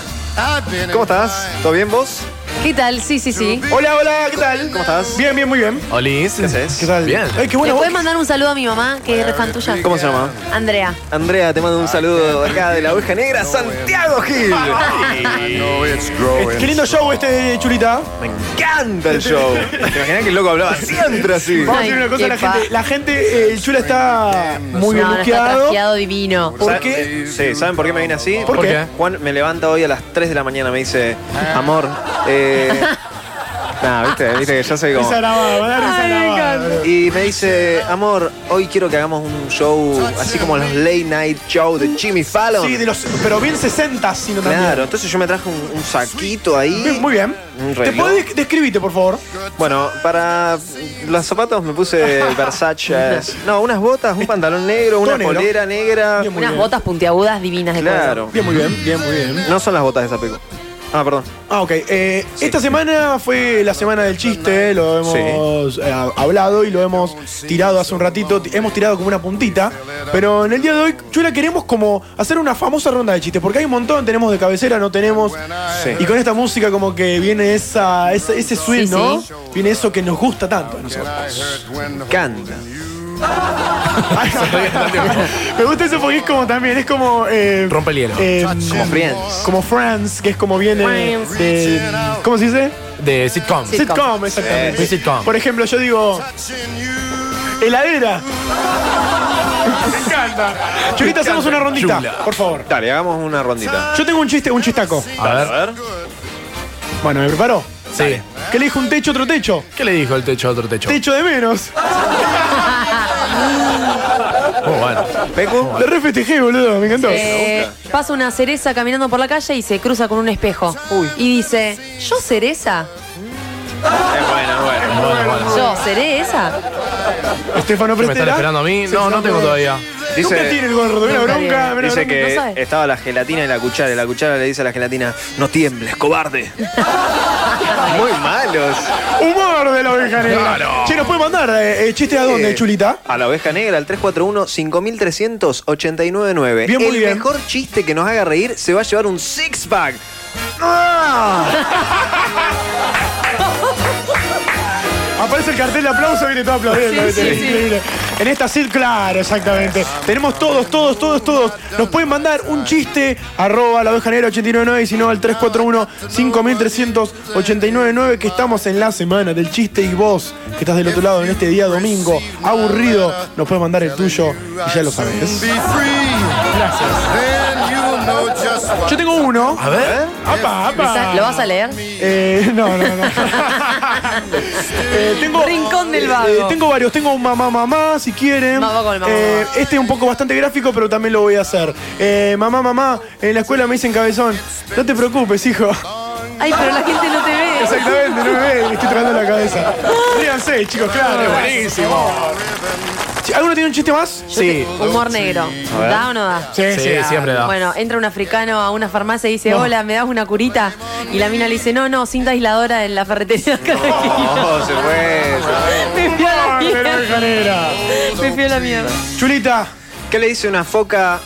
Speaker 6: ¿Cómo estás? ¿Todo bien vos?
Speaker 7: ¿Qué tal? Sí, sí, sí.
Speaker 8: Hola, hola, ¿qué tal? ¿Cómo
Speaker 6: estás?
Speaker 8: Bien, bien, muy bien.
Speaker 10: Olis. ¿Qué
Speaker 6: haces?
Speaker 10: ¿Qué tal? Bien.
Speaker 8: Ay, qué buena
Speaker 7: ¿Le
Speaker 8: voz.
Speaker 7: puedes mandar un saludo a mi mamá, que es refan tuya?
Speaker 6: ¿Cómo se llama?
Speaker 7: Andrea.
Speaker 6: Andrea, te mando un saludo acá de La Oveja Negra, Santiago Gil.
Speaker 8: Qué lindo show este, Chulita.
Speaker 6: Me encanta el show. ¿Te imaginas que el loco hablaba siempre así?
Speaker 8: Vamos a decir una cosa,
Speaker 7: qué
Speaker 8: la
Speaker 7: pa-
Speaker 8: gente, la gente, eh, el Chula está muy bien
Speaker 7: no, no está
Speaker 8: luqueado.
Speaker 7: trajeado divino.
Speaker 8: ¿Por
Speaker 6: ¿Saben-
Speaker 8: qué?
Speaker 6: Sí, ¿saben por qué me vine así?
Speaker 8: ¿Por qué?
Speaker 6: Porque Juan me levanta hoy a las 3 de la mañana, me dice, amor, eh... Nah, viste, viste que yo soy como...
Speaker 8: Risa grabada, va a dar risa grabada.
Speaker 6: Y me dice, amor, hoy quiero que hagamos un show así como los late night show de Jimmy Fallon.
Speaker 8: Sí, de los, pero bien 60, si no también.
Speaker 6: Claro, entonces yo me traje un, un saquito ahí.
Speaker 8: Bien, Muy bien.
Speaker 6: Un
Speaker 8: ¿Te
Speaker 6: reloj.
Speaker 8: podés des- describirte, por favor?
Speaker 6: Bueno, para los zapatos me puse Versace. No, unas botas, un pantalón negro, una
Speaker 8: Todo negro.
Speaker 6: polera negra.
Speaker 8: Bien, muy
Speaker 7: Unas
Speaker 8: bien.
Speaker 7: botas puntiagudas divinas de cuero.
Speaker 6: Claro.
Speaker 8: Bien, muy bien, bien, muy bien.
Speaker 6: No son las botas de Zapeco. Ah, perdón.
Speaker 8: Ah, ok. Eh, Esta semana fue la semana del chiste, eh, lo hemos eh, hablado y lo hemos tirado hace un ratito, Ti- hemos tirado como una puntita, pero en el día de hoy, Chula, queremos como hacer una famosa ronda de chistes, porque hay un montón, tenemos de cabecera, no tenemos, y con esta música como que viene esa, esa- ese swing,
Speaker 7: Sí,
Speaker 8: ¿no?
Speaker 7: sí.
Speaker 8: Viene eso que nos gusta tanto a nosotros.
Speaker 6: Canta.
Speaker 8: Me gusta eso porque es como también, es como... eh,
Speaker 10: Rompe el hielo.
Speaker 8: eh,
Speaker 6: Como Friends.
Speaker 8: como Friends, que es como viene
Speaker 7: Friends.
Speaker 8: de... ¿Cómo se dice?
Speaker 10: De sitcom.
Speaker 7: Sí. Sitcom.
Speaker 8: Sitcom, exactamente.
Speaker 10: Sí, sitcom.
Speaker 8: Por ejemplo, yo digo. Heladera. Me encanta. Chulita, hacemos una rondita,
Speaker 10: Chula.
Speaker 8: por favor.
Speaker 6: Dale, hagamos una rondita.
Speaker 8: Yo tengo un chiste, un chistaco.
Speaker 10: A ver.
Speaker 8: Bueno, ¿me preparó?
Speaker 10: Sí.
Speaker 8: ¿Qué le dijo un techo, otro techo?
Speaker 10: ¿Qué le dijo el techo a otro techo?
Speaker 8: Techo de menos.
Speaker 10: Muy Oh, bueno.
Speaker 6: ¿Peco?
Speaker 8: Le re festejé, boludo, me encantó.
Speaker 7: Eh, pasa una cereza caminando por la calle y se cruza con un espejo. Y dice, ¿yo seré esa?
Speaker 6: Es bueno, bueno.
Speaker 10: Bueno, bueno.
Speaker 7: ¿Yo seré esa?
Speaker 8: Estefano
Speaker 10: ¿Me están
Speaker 8: Prestera.
Speaker 10: esperando a mí? No, no tengo todavía.
Speaker 8: Nunca tiene
Speaker 6: Dice,
Speaker 8: el gordo, me la
Speaker 7: Nunca
Speaker 8: bronca, me la
Speaker 6: dice
Speaker 8: bronca.
Speaker 6: que
Speaker 7: no sabe.
Speaker 6: estaba la gelatina y la cuchara. Y la cuchara le dice a la gelatina, no tiembles, cobarde. Muy malos.
Speaker 8: Humor de la oveja negra. Che, ¿nos puede mandar eh, eh, chistes a dónde,
Speaker 6: Eh,
Speaker 8: Chulita?
Speaker 6: A la oveja negra, al 341-5300-899.
Speaker 8: Bien, muy
Speaker 6: El
Speaker 8: bien.
Speaker 6: mejor chiste que nos haga reír se va a llevar un six-pack.
Speaker 8: Aparece el cartel de aplauso y viene todo aplaudiendo. ¿viste? Increíble. En esta sí, claro, exactamente. Tenemos todos, todos, todos, todos. Nos pueden mandar un chiste, arroba la oveja negra 899 y si no al 341-5300-899 que estamos en la semana del chiste y vos, que estás del otro lado en este día domingo, aburrido, nos puedes mandar el tuyo y ya lo sabes. Yo tengo uno.
Speaker 10: A ver.
Speaker 8: Apa, apa.
Speaker 7: ¿Lo vas a leer?
Speaker 8: Eh, no, no, no. Eh, tengo,
Speaker 7: Rincón del vago.
Speaker 8: Eh, tengo varios. Tengo un mamá, mamá, si quieren.
Speaker 7: Mamá con el mamá,
Speaker 8: Eh,
Speaker 7: mamá.
Speaker 8: este es un poco bastante gráfico, pero también lo voy a hacer. Eh, mamá, mamá, en la escuela me dicen cabezón. No te preocupes, hijo.
Speaker 7: Ay, pero la gente no te ve.
Speaker 8: Exactamente, no me ve, le estoy tocando la cabeza. Ríanse, chicos, claro.
Speaker 10: Buenísimo.
Speaker 8: Ch- ¿Alguno tiene un chiste más?
Speaker 10: Sí.
Speaker 7: Humor negro. ¿Da o no da?
Speaker 8: Sí,
Speaker 10: Sí, siempre da.
Speaker 7: Bueno, entra un africano a una farmacia y dice, hola, ¿me das una curita? Y la mina le dice, no, no, cinta aisladora en la ferretería de acá de la esquina".
Speaker 8: Ah.
Speaker 6: Oh, se fue. se fue.
Speaker 7: Me fui a la
Speaker 8: Ay, pero qué
Speaker 7: mierda.
Speaker 8: manera.
Speaker 7: Me fui a la mierda.
Speaker 8: Chulita,
Speaker 6: ¿Qué le dice una foca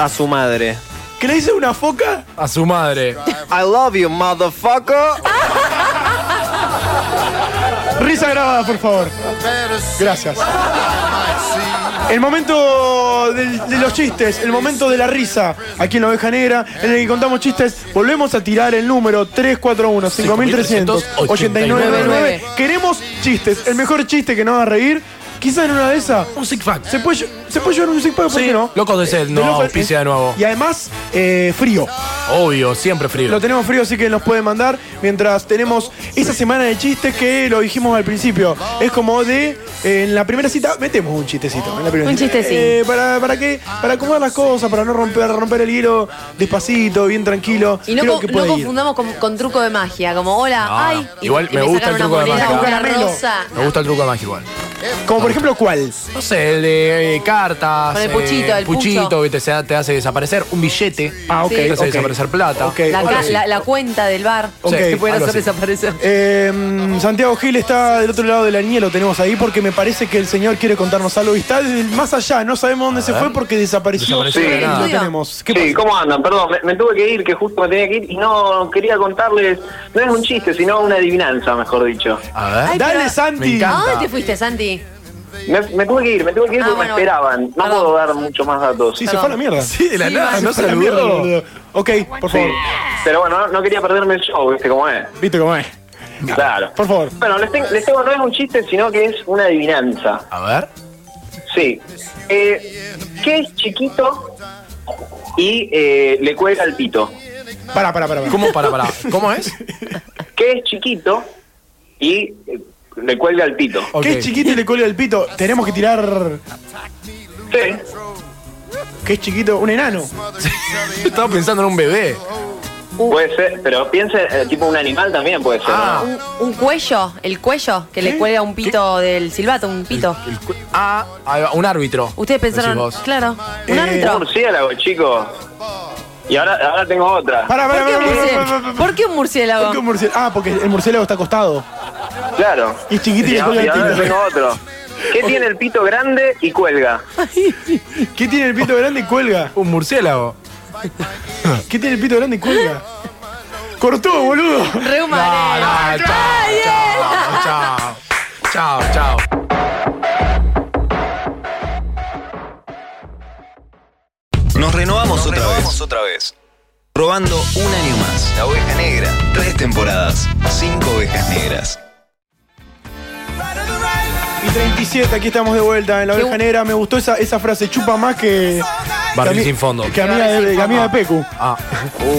Speaker 6: a su madre?
Speaker 8: ¿que le dice una foca?
Speaker 10: A su madre.
Speaker 6: I love you, motherfucker.
Speaker 8: Risa grabada, por favor. Gracias. El momento del- de los chistes, el momento de la risa, aquí en la Oveja Negra, en el que contamos chistes, volvemos a tirar el número 341-5300-899. Queremos chistes, el mejor chiste que nos haga reír, quizás en una de esas.
Speaker 10: Un six pack.
Speaker 8: Se puede, lle- se puede llevar un six pack, ¿por
Speaker 10: Sí,
Speaker 8: qué no?
Speaker 10: Locos de Sed,
Speaker 8: De
Speaker 10: no
Speaker 8: Lofer-
Speaker 10: auspicia de nuevo.
Speaker 8: Y además, eh, frío.
Speaker 10: Obvio, siempre frío.
Speaker 8: Lo tenemos frío, así que nos puede mandar. Mientras tenemos esa semana de chistes que lo dijimos al principio. Es como de. eh, en la primera cita, metemos un chistecito. En la primera
Speaker 7: Un
Speaker 8: cita.
Speaker 7: chistecito.
Speaker 8: Eh, para, ¿Para qué? Para acomodar las cosas, para no romper, romper el hielo despacito, bien tranquilo.
Speaker 7: Y no,
Speaker 8: Creo
Speaker 7: co-
Speaker 8: que
Speaker 7: no
Speaker 8: puede ir.
Speaker 7: confundamos con, con truco de magia, como hola,
Speaker 10: No,
Speaker 7: ay.
Speaker 10: igual
Speaker 7: y- y
Speaker 10: me gusta
Speaker 7: sacan
Speaker 10: el
Speaker 7: una
Speaker 10: truco de
Speaker 7: moneda
Speaker 10: magia.
Speaker 7: o una
Speaker 8: Caramelo.
Speaker 7: rosa.
Speaker 10: Me gusta el truco de magia igual.
Speaker 8: Como por ejemplo, ¿cuál?
Speaker 10: No sé, el de eh, cartas.
Speaker 8: Con el puchito, el
Speaker 10: puchito
Speaker 7: pucho.
Speaker 10: que te, se- te hace desaparecer. Un billete.
Speaker 8: Ah, ok,
Speaker 10: Te hace
Speaker 8: ok.
Speaker 10: desaparecer plata.
Speaker 7: la, ca- la- la cuenta del bar.
Speaker 8: Ok,
Speaker 7: que pueden
Speaker 8: algo
Speaker 7: hacer
Speaker 8: así.
Speaker 7: desaparecer.
Speaker 8: Eh, mm, Santiago Gil está del otro lado de la niña, lo tenemos ahí porque me parece que el señor quiere contarnos algo y está desde el más allá, no sabemos dónde se
Speaker 9: ver.
Speaker 8: fue porque desapareció.
Speaker 9: Desapareció de la
Speaker 8: lo
Speaker 9: nada.
Speaker 8: tenemos. ¿Qué
Speaker 9: Sí,
Speaker 8: pasa?
Speaker 9: ¿cómo andan? Perdón, me, me tuve que ir, que justo me tenía que ir y no quería contarles, no es un chiste, sino una adivinanza, mejor dicho.
Speaker 10: A ver.
Speaker 7: Ay,
Speaker 9: Dale,
Speaker 7: pero-
Speaker 9: Santi.
Speaker 7: ¿A dónde te fuiste, Santi?
Speaker 9: Me, me tuve que ir, me tuve que ir
Speaker 7: Ah,
Speaker 9: porque
Speaker 7: bueno,
Speaker 9: me esperaban. No puedo dar mucho más datos.
Speaker 8: Sí, se fue a la mierda.
Speaker 10: Sí, de
Speaker 9: la nada, no
Speaker 8: Ah, se fue a la
Speaker 9: saludó.
Speaker 8: mierda, boludo. Ok, por favor.
Speaker 9: Sí. Pero bueno, no, no quería perderme el show, ¿viste cómo es?
Speaker 8: ¿Viste cómo es?
Speaker 9: Claro.
Speaker 8: Por favor.
Speaker 9: Bueno, les, ten- les tengo, no es un chiste, sino que es una adivinanza.
Speaker 10: A ver.
Speaker 9: Sí. Eh, ¿Qué es chiquito y eh, le cuelga el pito?
Speaker 8: Para, para, para.
Speaker 10: ¿Cómo para, para? ¿Cómo es?
Speaker 9: ¿Qué es chiquito y eh, le cuelga el pito?
Speaker 8: ¿Qué es chiquito y Este le cuelga el pito? Tenemos que tirar.
Speaker 9: Sí.
Speaker 8: ¿Qué es chiquito? Un enano.
Speaker 10: Estaba pensando en un bebé.
Speaker 9: Puede ser, pero piense, eh, tipo un animal también puede ser.
Speaker 8: Ah,
Speaker 9: ¿no?
Speaker 10: Ah,
Speaker 7: Un, un cuello, el cuello que le cuelga un pito del silbato, un pito.
Speaker 10: Ah, ahí va, un árbitro.
Speaker 7: Ustedes pensaron,
Speaker 10: Decís vos.
Speaker 7: claro,
Speaker 8: Eh,
Speaker 7: un
Speaker 9: Un
Speaker 7: árbitro.
Speaker 9: murciélago, chico. Y ahora, ahora tengo otra.
Speaker 8: Para, para, para, para, para, para, para.
Speaker 7: ¿Por qué un murciélago?
Speaker 8: ¿Por qué un murciélago? Ah, porque el murciélago está acostado.
Speaker 9: Claro.
Speaker 8: Y chiquito y
Speaker 9: y
Speaker 8: le cuelga
Speaker 9: ahora,
Speaker 8: el
Speaker 9: y ahora
Speaker 8: pito.
Speaker 9: tengo otro. ¿Qué tiene el pito grande y cuelga?
Speaker 8: ¿Qué tiene el pito grande y cuelga?
Speaker 10: Un murciélago.
Speaker 8: ¿Qué tiene el pito grande y cuelga? Cortó, boludo.
Speaker 7: Rehumanero.
Speaker 10: Ah, chao, chao. Chao, chao.
Speaker 11: Nos renovamos, otra, vez. Robando un año más. La oveja negra. Tres temporadas. Cinco ovejas negras.
Speaker 8: Y 37, aquí estamos de vuelta en la oveja negra. Me gustó esa, esa frase, chupa más que.
Speaker 10: Barril
Speaker 8: que ami-
Speaker 10: sin fondo.
Speaker 8: Que amiga de, que amiga de Pecu.
Speaker 10: Ah.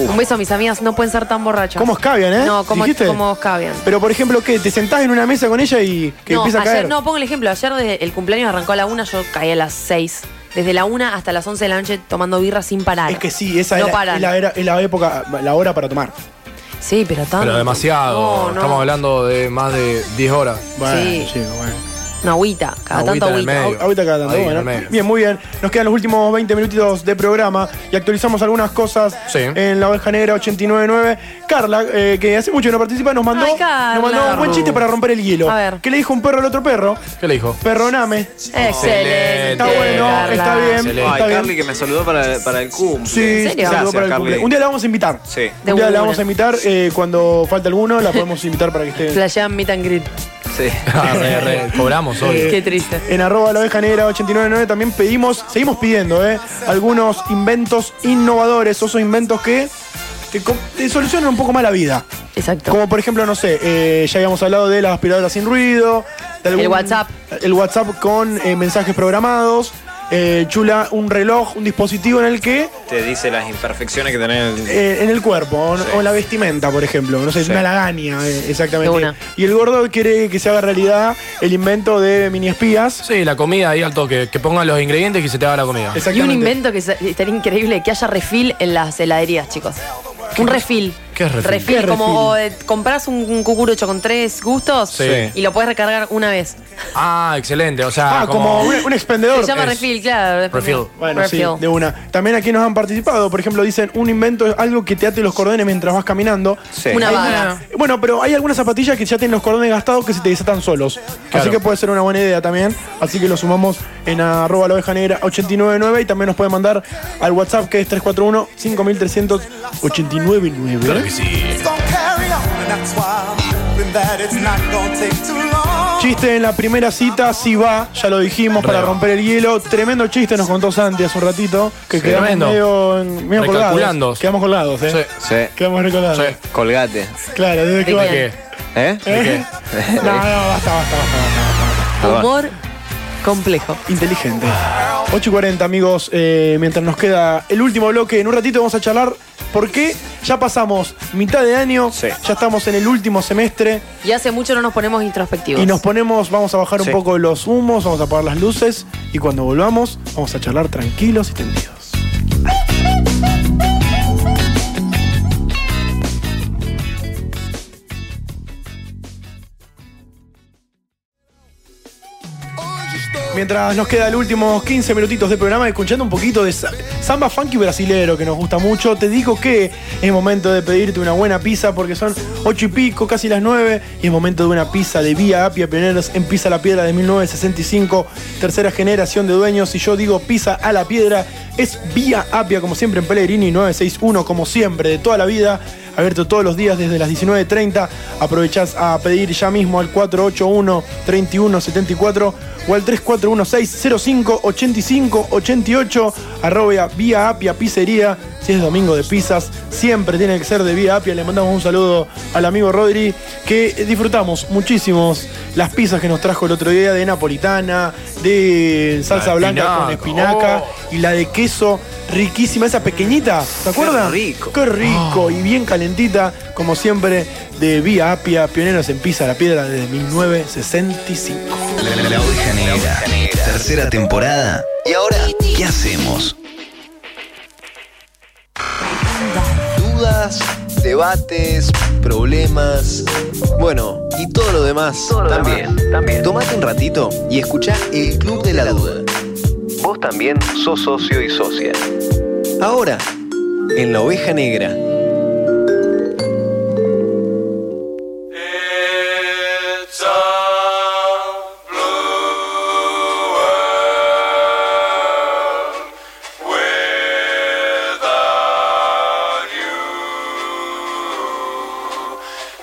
Speaker 7: Un beso a mis amigas, no pueden ser tan borrachas.
Speaker 8: ¿Cómo escabian, eh?
Speaker 7: No, como,
Speaker 8: ¿Dijiste?
Speaker 7: como escabian.
Speaker 8: Pero por ejemplo, ¿qué? ¿Te sentás en una mesa con ella y que
Speaker 7: no,
Speaker 8: empieza a
Speaker 7: ayer,
Speaker 8: caer?
Speaker 7: no, pongo el ejemplo. Ayer desde el cumpleaños arrancó a la una, yo caí a las 6. Desde la una hasta las 11 de la noche tomando birra sin parar.
Speaker 8: Es que sí, esa
Speaker 7: No
Speaker 8: era-
Speaker 7: paran.
Speaker 8: es la, era- es la época, la hora para tomar.
Speaker 7: Sí, pero tanto.
Speaker 10: Pero demasiado.
Speaker 7: Ah. No, no.
Speaker 10: Estamos hablando de más de 10 horas.
Speaker 7: Sí.
Speaker 8: chico, bueno.
Speaker 7: Una agüita, cada
Speaker 10: Agüita
Speaker 7: tanto
Speaker 10: en el
Speaker 7: agüita.
Speaker 10: medio.
Speaker 8: Ahorita cada tanto,
Speaker 10: Ahí,
Speaker 8: bueno.
Speaker 10: en el medio.
Speaker 8: Bien, muy bien. Nos quedan los últimos 20 minutitos de programa y actualizamos algunas cosas
Speaker 10: Sí.
Speaker 8: en la oveja negra 899. Carla, eh, que hace mucho que no participa, nos mandó,
Speaker 7: Ay, Carla.
Speaker 8: nos mandó un buen chiste para romper el hielo.
Speaker 7: A ver.
Speaker 8: ¿Qué le dijo un perro al otro perro?
Speaker 10: ¿Qué le dijo?
Speaker 8: Perroname.
Speaker 7: Excelente.
Speaker 8: Está bueno,
Speaker 7: Carla.
Speaker 8: está bien.
Speaker 6: Ay,
Speaker 8: Está bien.
Speaker 6: Carly que me saludó para, para el cumple.
Speaker 8: Sí, saludo
Speaker 7: serio?
Speaker 6: Gracias,
Speaker 8: para el
Speaker 6: Carly.
Speaker 8: cumple. Un día la vamos a invitar.
Speaker 6: Sí.
Speaker 7: De
Speaker 8: un día la
Speaker 7: una.
Speaker 8: vamos a invitar. eh, cuando falta alguno, la podemos invitar para que esté.
Speaker 7: Flashean meet and greet.
Speaker 6: Sí.
Speaker 10: Ah, re, re, Cobramos
Speaker 8: Eh,
Speaker 10: hoy.
Speaker 7: Qué triste.
Speaker 8: En arroba la oveja negra 899 también pedimos, seguimos pidiendo, ¿eh? Algunos inventos innovadores, esos inventos que te, co- te solucionan un poco más la vida.
Speaker 7: Exacto.
Speaker 8: Como por ejemplo, no sé, eh, ya habíamos hablado de las aspiradoras sin ruido, de
Speaker 7: El WhatsApp.
Speaker 8: El WhatsApp con eh, mensajes programados. eh, chula, un reloj, un dispositivo en el que
Speaker 6: Te dice las imperfecciones que tenés.
Speaker 8: eh, en el cuerpo o, o la vestimenta, por ejemplo. No sé, es
Speaker 6: Sí.
Speaker 8: una lagaña, eh, exactamente.
Speaker 7: De una.
Speaker 8: Y el gordo quiere que se haga realidad el invento de mini espías.
Speaker 10: Sí, la comida ahí al toque. Que pongan los ingredientes y se te haga la comida.
Speaker 7: Y un
Speaker 8: Exactamente.
Speaker 7: invento que se- estaría increíble, que haya refil en las heladerías, chicos. Un refil.
Speaker 10: ¿Qué es refil?
Speaker 7: Refil,
Speaker 8: ¿Qué es
Speaker 7: como o, eh, compras un, un cucurucho con tres gustos
Speaker 10: Sí.
Speaker 7: y lo puedes recargar una vez.
Speaker 10: Ah, excelente. O sea,
Speaker 8: Ah, como un, un expendedor.
Speaker 7: Se llama
Speaker 10: es-
Speaker 7: refil, claro.
Speaker 10: Refill.
Speaker 8: Bueno, sí,
Speaker 7: Refill.
Speaker 8: de una. También aquí nos han participado, por ejemplo, dicen un invento es algo que te ate los cordones mientras vas caminando.
Speaker 6: Sí.
Speaker 7: Una
Speaker 8: Hay
Speaker 7: vaga.
Speaker 8: una- Bueno, pero hay algunas zapatillas que ya tienen los cordones gastados que se te desatan solos. Así
Speaker 10: Claro.
Speaker 8: que puede ser una buena idea también. Así que lo sumamos en arroba la oveja negra 899 y también nos pueden mandar al WhatsApp que es 341 53899.
Speaker 10: Claro que sí.
Speaker 12: It's gonna carry on, and that's why I'm hoping that it's not gonna take too long.
Speaker 8: Chiste en la primera cita, si va, ya lo dijimos, para
Speaker 10: Re.
Speaker 8: romper el hielo. Tremendo chiste nos contó Santi hace un ratito, que
Speaker 10: Sí,
Speaker 8: quedamos
Speaker 10: tremendo.
Speaker 8: medio, en- medio colgados.
Speaker 10: Recalculando.
Speaker 8: Quedamos colgados, ¿eh?
Speaker 10: Sí.
Speaker 6: Sí.
Speaker 8: Quedamos recordados.
Speaker 10: Sí.
Speaker 6: Colgate.
Speaker 8: Claro, desde que
Speaker 7: ¿De
Speaker 8: va.
Speaker 10: ¿Qué?
Speaker 7: quién?
Speaker 6: ¿Eh?
Speaker 8: ¿Eh? No, no, basta, basta, basta.
Speaker 7: Humor complejo.
Speaker 8: Inteligente. 8 y 40, amigos. eh, mientras nos queda el último bloque, en un ratito vamos a charlar por qué ya pasamos mitad de año,
Speaker 6: Sí.
Speaker 8: ya estamos en el último semestre
Speaker 7: Y hace mucho no nos ponemos introspectivos.
Speaker 8: y nos ponemos, vamos a bajar
Speaker 6: Sí.
Speaker 8: un poco los humos, vamos a apagar las luces y cuando volvamos, vamos a charlar tranquilos y tendidos. mientras nos queda el últimos 15 minutitos de programa escuchando un poquito de sa- samba funky brasilero que nos gusta mucho, te digo que es momento de pedirte una buena pizza porque son 8 y pico, casi las 9 y es momento de una pizza de Vía Apia Pioneros en Pizza a la Piedra de 1965, tercera generación de dueños y yo digo pizza a la piedra, es Vía Apia como siempre en Pellegrini 961 como siempre de toda la vida abierto todos los días desde las 19.30. Aprovechás a pedir ya mismo al 481-3174 o al 3416-05-85-88 arroba Vía Apia Pizzería. Si es domingo de pizzas, siempre tiene que ser de Vía Apia. Le mandamos un saludo al amigo Rodri, que disfrutamos muchísimos las pizzas que nos trajo el otro día de napolitana, de salsa
Speaker 10: La
Speaker 8: blanca con
Speaker 10: espinaca,
Speaker 8: espinaca y la de queso riquísima, esa pequeñita, ¿se acuerdan? rico. Qué
Speaker 10: Oh.
Speaker 8: rico y bien calentita, como siempre, de Vía Apia, pioneros en Pisa la Piedra desde 1965.
Speaker 11: La, la- la oveja negra. Tercera temporada. ¿Y ahora qué hacemos? Dudas, debates, problemas. Bueno, y todo lo demás. también, también. Tomate un ratito y escuchá el Club de la Duda. Vos también sos socio y socia. Ahora, en la oveja negra.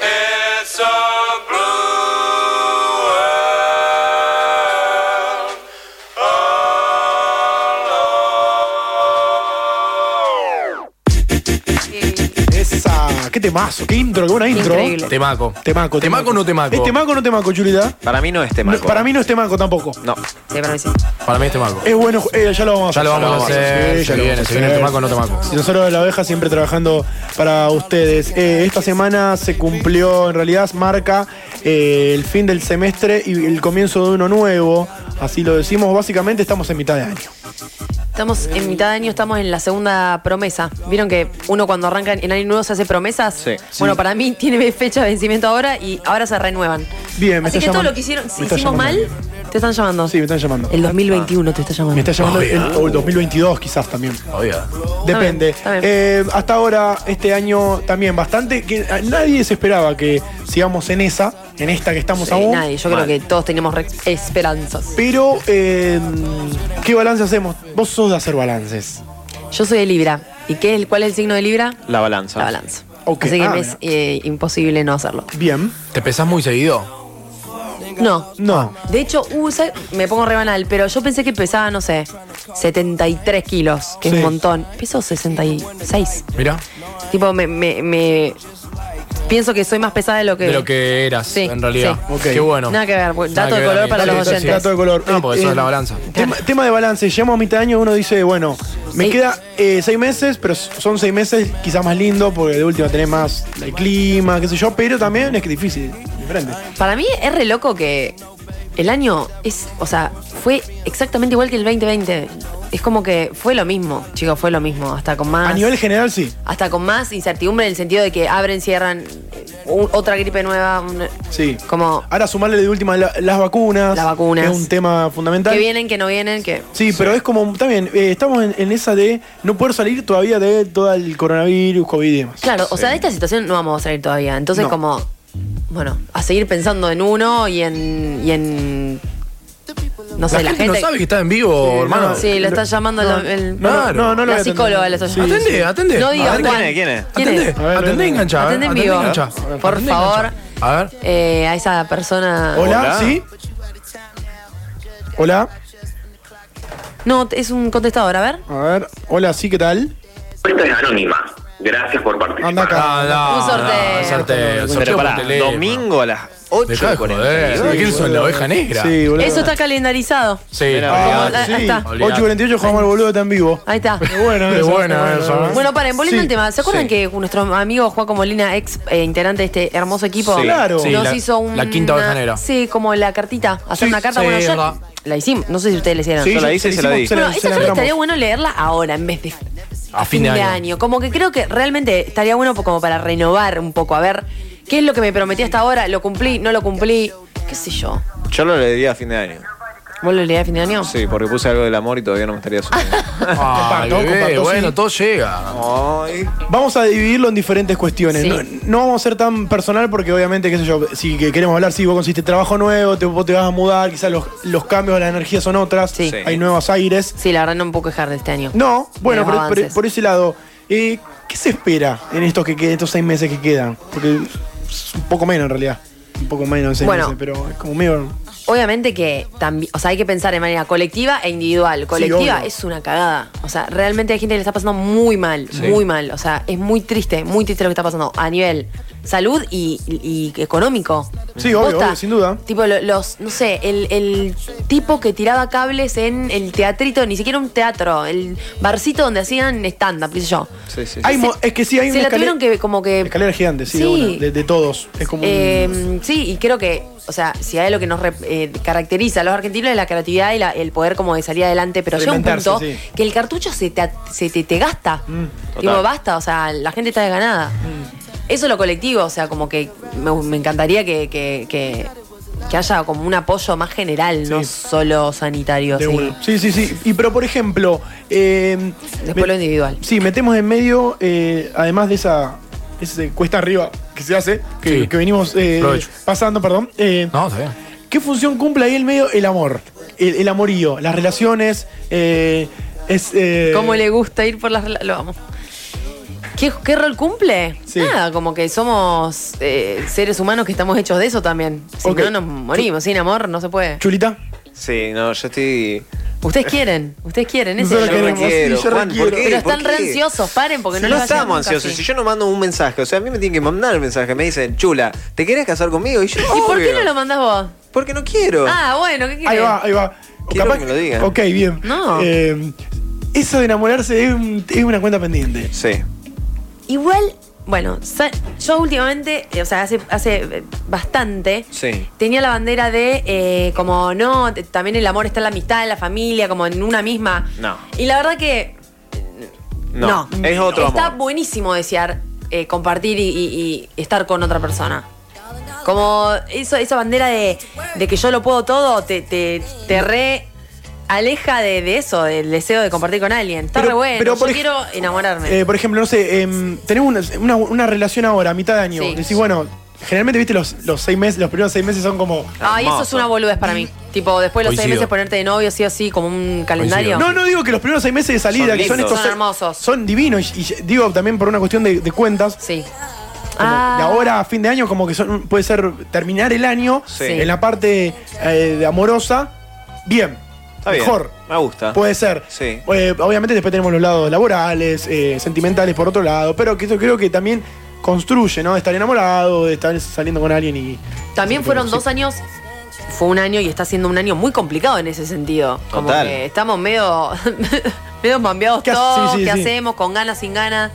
Speaker 4: It's a blue world alone.
Speaker 8: Esa, qué temazo, qué intro, qué buena intro.
Speaker 7: Increíble.
Speaker 10: Temaco.
Speaker 8: Temaco,
Speaker 10: Temaco o no temaco.
Speaker 8: ¿Es temaco o no temaco, Chulita?
Speaker 6: Para mí no es tema.
Speaker 8: No, para mí no es temaco tampoco.
Speaker 6: No.
Speaker 10: Para mí es temaco.
Speaker 8: Es bueno, eh, ya lo vamos a
Speaker 10: Ya
Speaker 8: hacer.
Speaker 10: lo vamos a hacer,
Speaker 8: Sí, ya
Speaker 10: se
Speaker 8: lo
Speaker 10: viene,
Speaker 8: vamos a
Speaker 10: se viene
Speaker 8: hacer.
Speaker 10: temaco o no temaco.
Speaker 8: Y Nosotros de la oveja siempre trabajando para ustedes. Eh, esta semana se cumplió, en realidad marca eh, el fin del semestre y el comienzo de uno nuevo. Así lo decimos, básicamente estamos en mitad de año.
Speaker 7: Estamos en mitad de año, estamos en la segunda promesa. ¿Vieron que uno cuando arranca en año nuevo se hace promesas?
Speaker 6: Sí.
Speaker 7: Bueno,
Speaker 6: Sí.
Speaker 7: para mí tiene fecha de vencimiento ahora y ahora se renuevan.
Speaker 8: Bien, me
Speaker 7: Así
Speaker 8: está
Speaker 7: que todo
Speaker 8: llamando-
Speaker 7: lo que hicieron, si
Speaker 8: me está
Speaker 7: hicimos mal,
Speaker 8: llamando.
Speaker 7: te están llamando.
Speaker 8: Sí, me están llamando. Ah.
Speaker 7: El 2021 te está llamando.
Speaker 8: Me está llamando el, o el 2022 quizás también. Depende.
Speaker 7: Está bien, está bien.
Speaker 8: Eh, hasta ahora, este año también bastante, que a- nadie se esperaba que sigamos en esa, en esta que estamos
Speaker 7: Sí,
Speaker 8: aún.
Speaker 7: nadie, yo creo que todos tenemos re- esperanzas.
Speaker 8: Pero, eh, ¿qué balance hacemos? Vos sos de hacer balances.
Speaker 7: Yo soy de Libra. ¿Y qué es, cuál es el signo de Libra?
Speaker 6: La balanza.
Speaker 7: La balanza.
Speaker 8: Ok,
Speaker 7: Así que
Speaker 8: ah,
Speaker 7: me es eh, imposible no hacerlo.
Speaker 8: Bien.
Speaker 10: ¿Te pesás muy seguido?
Speaker 7: No.
Speaker 8: No.
Speaker 7: De hecho, uh, ¿sabes? me pongo re banal, pero yo pensé que pesaba, no sé, 73 kilos, que es
Speaker 10: Sí.
Speaker 7: un montón. Peso 66.
Speaker 10: Mira,
Speaker 7: Tipo, me, me- me- Pienso que soy más pesada de lo que.
Speaker 10: de lo que eras,
Speaker 7: Sí,
Speaker 10: en realidad.
Speaker 7: sí.
Speaker 10: Qué bueno.
Speaker 7: Nada que ver, bueno,
Speaker 10: Nada
Speaker 7: dato
Speaker 10: que
Speaker 7: de
Speaker 10: ver,
Speaker 7: color
Speaker 10: amigo.
Speaker 7: para los
Speaker 10: Sí, sí, sí.
Speaker 7: oyentes.
Speaker 8: Dato de color.
Speaker 10: No, porque eso
Speaker 8: Eh,
Speaker 10: es la balanza.
Speaker 8: Tema, tema de balance. Llegamos a mitad de año, uno dice, bueno, me queda eh, seis meses, pero son seis meses quizás más lindo, porque de última tenés más el clima, qué sé yo, pero también es que es difícil, diferente.
Speaker 7: Para mí es re loco que el año es, o sea, fue exactamente igual que el 2020. Es como que fue lo mismo, chicos, fue lo mismo, hasta con más.
Speaker 8: A nivel general, sí.
Speaker 7: Hasta con más incertidumbre en el sentido de que abren, cierran, eh, u- otra gripe nueva. un-
Speaker 8: Sí.
Speaker 7: Como.
Speaker 8: Ahora sumarle de última la- las vacunas.
Speaker 7: Las vacunas.
Speaker 8: que Es un tema fundamental.
Speaker 7: que vienen, que no vienen, que.
Speaker 8: Sí, pero es como también, eh, estamos en, en esa de no poder salir todavía de todo el coronavirus, COVID y demás.
Speaker 7: Claro, o sea, de esta situación no vamos a salir todavía. Entonces,
Speaker 8: No.
Speaker 7: como, bueno, a seguir pensando en uno y en. Y en no sé, la,
Speaker 10: gente no sabe que está en vivo,
Speaker 7: Sí,
Speaker 10: hermano.
Speaker 7: no, sí, lo está llamando
Speaker 10: No,
Speaker 7: el- el-
Speaker 10: no, no, no lo voy a
Speaker 7: la
Speaker 10: atender.
Speaker 7: psicóloga. Lo está
Speaker 10: Sí,
Speaker 7: llamando.
Speaker 10: Atendé, atendé.
Speaker 7: No
Speaker 10: A
Speaker 7: digas
Speaker 10: ver,
Speaker 7: Juan.
Speaker 10: ¿quién es? ¿Quién es?
Speaker 7: ¿Quién
Speaker 10: Atendé,
Speaker 7: es?
Speaker 10: a ver, atendé, enganchá, a ver,
Speaker 7: Atendé en
Speaker 10: atendé,
Speaker 7: vivo.
Speaker 10: enganchá.
Speaker 7: Por
Speaker 10: Atendé,
Speaker 7: favor.
Speaker 10: A ver.
Speaker 7: Eh, a esa persona.
Speaker 8: Hola, ¿sí? Hola,
Speaker 7: No, t- es un contestador, a ver.
Speaker 8: a ver, hola, sí, ¿qué tal?
Speaker 9: Esta es anónima. Gracias por participar.
Speaker 8: Anda acá.
Speaker 7: Un sorteo.
Speaker 10: Un sorteo.
Speaker 6: Pero
Speaker 10: sorteo
Speaker 6: pará,
Speaker 10: por teléfono.
Speaker 6: domingo a las 8
Speaker 10: Dejá de joder. ¿Quién son la oveja negra?
Speaker 8: Sí, boludo.
Speaker 7: Eso está calendarizado.
Speaker 10: Sí,
Speaker 8: Ah,
Speaker 10: olvidate.
Speaker 8: sí.
Speaker 7: Ahí está.
Speaker 8: 8.48 jugamos al boludo, está en vivo.
Speaker 7: Ahí está.
Speaker 8: Qué bueno,
Speaker 10: Qué
Speaker 8: eso,
Speaker 10: bueno
Speaker 8: qué
Speaker 10: eso, ¿eh?
Speaker 7: Bueno, paren, volviendo
Speaker 8: Ah, Sí,
Speaker 7: al tema, ¿se acuerdan
Speaker 10: sí.
Speaker 7: que nuestro amigo Juaco Molina, ex eh, integrante de este hermoso equipo,
Speaker 8: Sí, claro.
Speaker 10: Sí,
Speaker 7: nos
Speaker 10: la-
Speaker 7: hizo un.
Speaker 10: la quinta oveja negra.
Speaker 7: Sí, como la cartita. Hacer
Speaker 10: Sí,
Speaker 7: una carta,
Speaker 10: sí,
Speaker 7: bueno, ya
Speaker 10: verdad.
Speaker 7: la hicimos. No sé si ustedes la hicieron.
Speaker 6: Yo la hice y se la di.
Speaker 8: hicimos,
Speaker 7: bueno,
Speaker 8: se
Speaker 7: esa
Speaker 8: la
Speaker 7: carta estaría
Speaker 8: entramos.
Speaker 7: bueno leerla ahora en vez de
Speaker 10: A fin de año.
Speaker 7: Como que creo que realmente estaría bueno como para renovar un poco, a ver qué es lo que me prometí hasta ahora, lo cumplí, no lo cumplí, qué sé yo.
Speaker 6: Yo lo le diría a fin de año.
Speaker 7: ¿Vos lo leías a fin de año?
Speaker 6: Sí, porque puse algo del amor y todavía no me estaría subiendo.
Speaker 8: Compartó,
Speaker 10: Ay, Ah, bebé,
Speaker 8: compartó,
Speaker 10: bueno,
Speaker 8: sí.
Speaker 10: todo llega.
Speaker 8: Vamos a dividirlo en diferentes cuestiones.
Speaker 10: Sí.
Speaker 8: No, no vamos a ser tan personal porque obviamente, qué sé yo, si que queremos hablar, si vos consiste trabajo nuevo, te, vos te vas a mudar, quizás los, los cambios de la energía son otras, hay nuevos aires.
Speaker 7: Sí, la verdad no me puedo quejar de este año.
Speaker 8: No, bueno,
Speaker 7: De los
Speaker 8: por, por-
Speaker 7: avances.
Speaker 8: por ese lado, eh, ¿qué se espera en estos, que, qued- estos seis meses que quedan? Porque es un poco menos en realidad, un poco menos en seis
Speaker 7: Bueno.
Speaker 8: meses, pero es como medio...
Speaker 7: Obviamente que también, o sea, hay que pensar de manera colectiva e individual. Colectiva
Speaker 8: obvio.
Speaker 7: es una cagada. O sea, realmente hay gente que le está pasando muy mal,
Speaker 8: Sí.
Speaker 7: muy mal. O sea, es muy triste, muy triste lo que está pasando a nivel salud y, y- y económico.
Speaker 8: Sí, obvio,
Speaker 7: Posta.
Speaker 8: obvio, sin duda.
Speaker 7: Tipo, lo- los, no sé, el, el tipo que tiraba cables en el teatrito, ni siquiera un teatro, el barcito donde hacían stand-up, qué sé yo.
Speaker 6: Sí, sí,
Speaker 8: Hay mo- es que sí, hay
Speaker 7: Se
Speaker 8: una
Speaker 7: la
Speaker 8: escalera-
Speaker 7: tuvieron que, como que.
Speaker 8: Escalera gigante, sí,
Speaker 7: Sí.
Speaker 8: de, una, de- de todos. Es como un-
Speaker 7: Eh, sí, y creo que, o sea, si hay lo que nos rep- eh, caracteriza a los argentinos es la creatividad y la- el poder como de salir adelante, pero llega un
Speaker 8: Reinventarse,
Speaker 7: punto
Speaker 8: sí. Mm,
Speaker 7: que el cartucho se te, at- se te, te gasta.
Speaker 8: total. Mm.
Speaker 7: Digo, basta, o sea, la gente está desganada. Eso es lo colectivo, o sea, como que me, me encantaría que, que- que- que haya como un apoyo más general, no solo sanitario.
Speaker 8: De
Speaker 7: sí.
Speaker 8: una. Sí, sí, sí. Y pero por ejemplo. eh,
Speaker 7: Después lo individual.
Speaker 8: Sí, metemos en medio, eh, además de esa ese cuesta arriba que se hace, que,
Speaker 10: Sí.
Speaker 8: que venimos eh,
Speaker 10: Aprovecho.
Speaker 8: pasando, perdón. eh,
Speaker 10: No, está bien.
Speaker 8: ¿Qué función cumple ahí en medio el amor? El, el amorío, las relaciones. eh, es, eh,
Speaker 7: ¿Cómo le gusta ir por las... rela- Lo vamos. ¿Qué, qué rol cumple? Nada, como que somos eh, seres humanos que estamos hechos de eso también. Si
Speaker 6: Ok.
Speaker 7: no, nos morimos. Sin amor no se puede.
Speaker 8: Chulita.
Speaker 6: Sí, no, yo estoy.
Speaker 7: Ustedes quieren, ustedes quieren. Ese
Speaker 6: Nosotros
Speaker 7: es el
Speaker 6: queremos,
Speaker 7: problema.
Speaker 6: sí, yo Juan, requiero. ¿por qué?
Speaker 7: Pero
Speaker 6: ¿Por
Speaker 7: están
Speaker 6: qué?
Speaker 7: re ansiosos, paren, porque
Speaker 6: no
Speaker 7: no les va a llegar
Speaker 6: estamos
Speaker 7: nunca,
Speaker 6: ansiosos.
Speaker 7: sí.
Speaker 6: Si yo no mando un mensaje, o sea, a mí me tienen que mandar el mensaje. Me dicen, chula, ¿te querés casar conmigo? Y yo,
Speaker 7: ¿Y por qué
Speaker 6: obvio.
Speaker 7: no lo mandás vos?
Speaker 6: Porque no quiero.
Speaker 7: Ah, bueno, ¿qué querés?
Speaker 8: Ahí va, ahí va.
Speaker 6: Quiero que me lo digan.
Speaker 8: Ok, bien.
Speaker 7: No.
Speaker 8: Eh, eso de enamorarse es, un- es una cuenta pendiente.
Speaker 6: Sí.
Speaker 7: Igual, bueno, sa- yo últimamente, eh, o sea, hace, hace eh, bastante,
Speaker 6: Sí.
Speaker 7: tenía la bandera de eh, como no, te- también el amor está en la amistad, en la familia, como en una misma.
Speaker 6: No.
Speaker 7: Y la verdad que
Speaker 6: No.
Speaker 7: No.
Speaker 6: Es otro
Speaker 7: está
Speaker 6: amor.
Speaker 7: buenísimo desear eh, compartir y, y- y estar con otra persona. Como eso, esa bandera de, de que yo lo puedo todo te, te, te re aleja de, de eso, del deseo de compartir con alguien. Está
Speaker 8: Pero-
Speaker 7: re bueno.
Speaker 8: pero
Speaker 7: yo
Speaker 8: por ej-
Speaker 7: quiero enamorarme.
Speaker 8: Eh, por ejemplo, no sé, em, tenemos una, una- una relación ahora, a mitad de año.
Speaker 7: Sí.
Speaker 8: Decís, bueno, generalmente, viste, los, los seis meses, los primeros seis meses son como.
Speaker 7: Ay, eso es una boludez para mí. Tipo, después de los seis
Speaker 8: Coincido.
Speaker 7: meses ponerte de novio, sí o sí, como un calendario.
Speaker 8: No, no digo que los primeros seis meses de salida,
Speaker 7: Son
Speaker 8: que son
Speaker 7: lindos.
Speaker 8: estos.
Speaker 7: Son hermosos.
Speaker 8: Son divinos. Y, y digo también por una cuestión de, de cuentas.
Speaker 7: Sí. Ah.
Speaker 8: La hora a fin de año, como que son, puede ser terminar el año
Speaker 6: Sí.
Speaker 8: en la parte eh, de amorosa. Bien.
Speaker 6: Está bien.
Speaker 8: mejor.
Speaker 6: Me gusta.
Speaker 8: Puede ser.
Speaker 6: Sí.
Speaker 8: Eh, obviamente después tenemos los lados laborales, eh, sentimentales por otro lado, pero que eso creo que también construye, ¿no? De estar enamorado, de estar saliendo con alguien y...
Speaker 7: También fueron dos años. Fue un año y está siendo un año muy complicado en ese sentido. Como
Speaker 8: Total.
Speaker 7: que estamos medio, medio mambeados
Speaker 8: ¿Qué hace-
Speaker 7: todos,
Speaker 8: sí, sí,
Speaker 7: ¿qué
Speaker 8: sí.
Speaker 7: hacemos? Con ganas, sin ganas.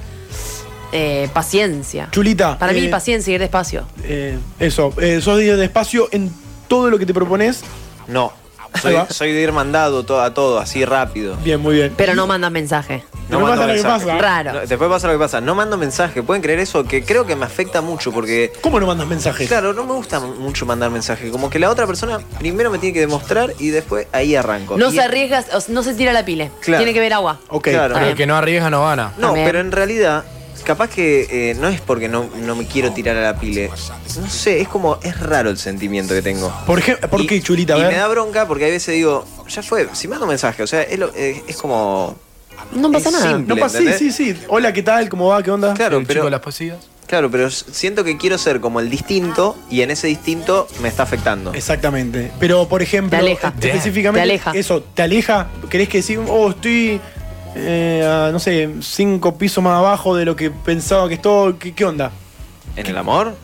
Speaker 7: Eh, paciencia.
Speaker 8: Chulita.
Speaker 7: Para mí,
Speaker 8: eh,
Speaker 7: paciencia y ir despacio.
Speaker 8: eh, eso, eh, sos de ir despacio en todo lo que te propones.
Speaker 6: No. Soy,
Speaker 8: Ahí va.
Speaker 6: soy de ir mandado to- a todo, así rápido.
Speaker 8: Bien, muy bien.
Speaker 7: Pero no mandan mensaje.
Speaker 6: mando mensaje.
Speaker 7: Raro.
Speaker 6: No, después pasa lo que pasa. No mando mensaje. ¿Pueden creer eso? Que creo que me afecta mucho porque.
Speaker 8: ¿Cómo no mandas mensaje?
Speaker 6: Claro, no me gusta mu- mucho mandar mensaje. Como que la otra persona primero me tiene que demostrar y después ahí arranco.
Speaker 7: No
Speaker 6: Y-
Speaker 7: se arriesgas, o sea, no se tira la pile.
Speaker 6: Claro.
Speaker 7: Tiene que ver agua.
Speaker 6: Claro.
Speaker 7: Ah,
Speaker 10: Pero el que no arriesga no gana.
Speaker 6: No, pero en realidad, capaz que eh, no es porque no, no me quiero tirar a la pile. No sé, es como, es raro el sentimiento que tengo.
Speaker 8: ¿Por, qué- por qué, Chulita? A
Speaker 6: Y
Speaker 8: ver.
Speaker 6: me da bronca porque a veces digo, ya fue, si mando mensaje, o sea, es, lo- eh, es como...
Speaker 7: No
Speaker 6: pasa nada. simple,
Speaker 8: no pasa, sí,
Speaker 6: ¿entendés?
Speaker 8: sí, sí. Hola, ¿qué tal? ¿Cómo va? ¿Qué onda?
Speaker 6: Claro, pero...
Speaker 10: las pasillas?
Speaker 6: Claro, pero s- siento que quiero ser como el distinto y en ese distinto me está afectando.
Speaker 8: Exactamente. Pero, por ejemplo,
Speaker 6: Te aleja.
Speaker 8: eh, específicamente,
Speaker 6: Te aleja.
Speaker 8: eso, ¿te aleja? ¿Querés que decir, oh, estoy, eh, a, no sé, cinco pisos más abajo de lo que pensaba que estoy? ¿Qué, qué onda?
Speaker 6: ¿En el amor?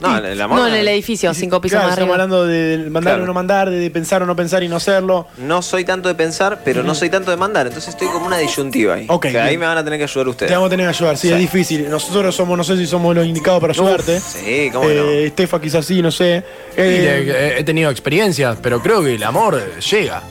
Speaker 6: No, en el amor.
Speaker 7: No, en el edificio, cinco pisos
Speaker 8: Claro,
Speaker 7: más
Speaker 8: estamos
Speaker 7: arriba.
Speaker 8: hablando de de mandar
Speaker 6: Claro.
Speaker 8: o no mandar, de pensar o no pensar y no hacerlo.
Speaker 6: No soy tanto de pensar, pero no soy tanto de mandar, entonces estoy como una disyuntiva ahí.
Speaker 8: Ok,
Speaker 6: Que ahí
Speaker 8: bien.
Speaker 6: me van a tener que ayudar
Speaker 8: Te
Speaker 6: ustedes.
Speaker 8: vamos a tener que ayudar, sí,
Speaker 6: Sí.
Speaker 8: es difícil. Nosotros somos, no sé si somos los indicados para ayudarte.
Speaker 6: Sí, cómo no.
Speaker 8: Eh, Estefa quizás sí, no sé.
Speaker 10: Y
Speaker 8: Eh,
Speaker 10: de- he tenido experiencias, pero creo que el amor eh, llega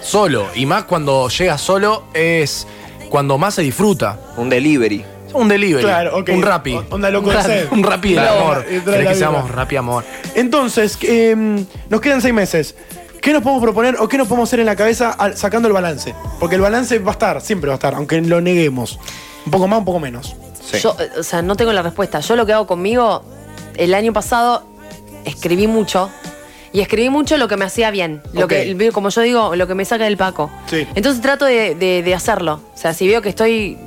Speaker 10: solo. Y más cuando llega solo es cuando más se disfruta.
Speaker 6: Un delivery.
Speaker 10: Un delivery.
Speaker 8: Claro, ok.
Speaker 10: Un rapi.
Speaker 8: O- onda loco
Speaker 10: un
Speaker 8: de
Speaker 10: rapi,
Speaker 8: sed.
Speaker 10: un rapi del
Speaker 8: Claro.
Speaker 10: amor.
Speaker 8: Y trae
Speaker 10: Querés
Speaker 8: la
Speaker 10: que
Speaker 8: vida.
Speaker 10: seamos rapi amor.
Speaker 8: Entonces, eh, nos quedan em, seis meses. ¿Qué- ¿Qué nos podemos proponer o qué nos podemos hacer en la cabeza al- sacando el balance? Porque el balance va a estar, siempre va a estar, aunque lo neguemos. Un poco más, un poco menos.
Speaker 7: Yo, eh, o sea, no tengo la respuesta. Yo lo que hago conmigo, el año pasado escribí mucho. Y escribí mucho lo que me hacía bien. Lo que, como yo digo, lo que me saca del paco.
Speaker 8: Sí.
Speaker 7: Entonces trato de, de- de hacerlo. O sea, si veo que estoy.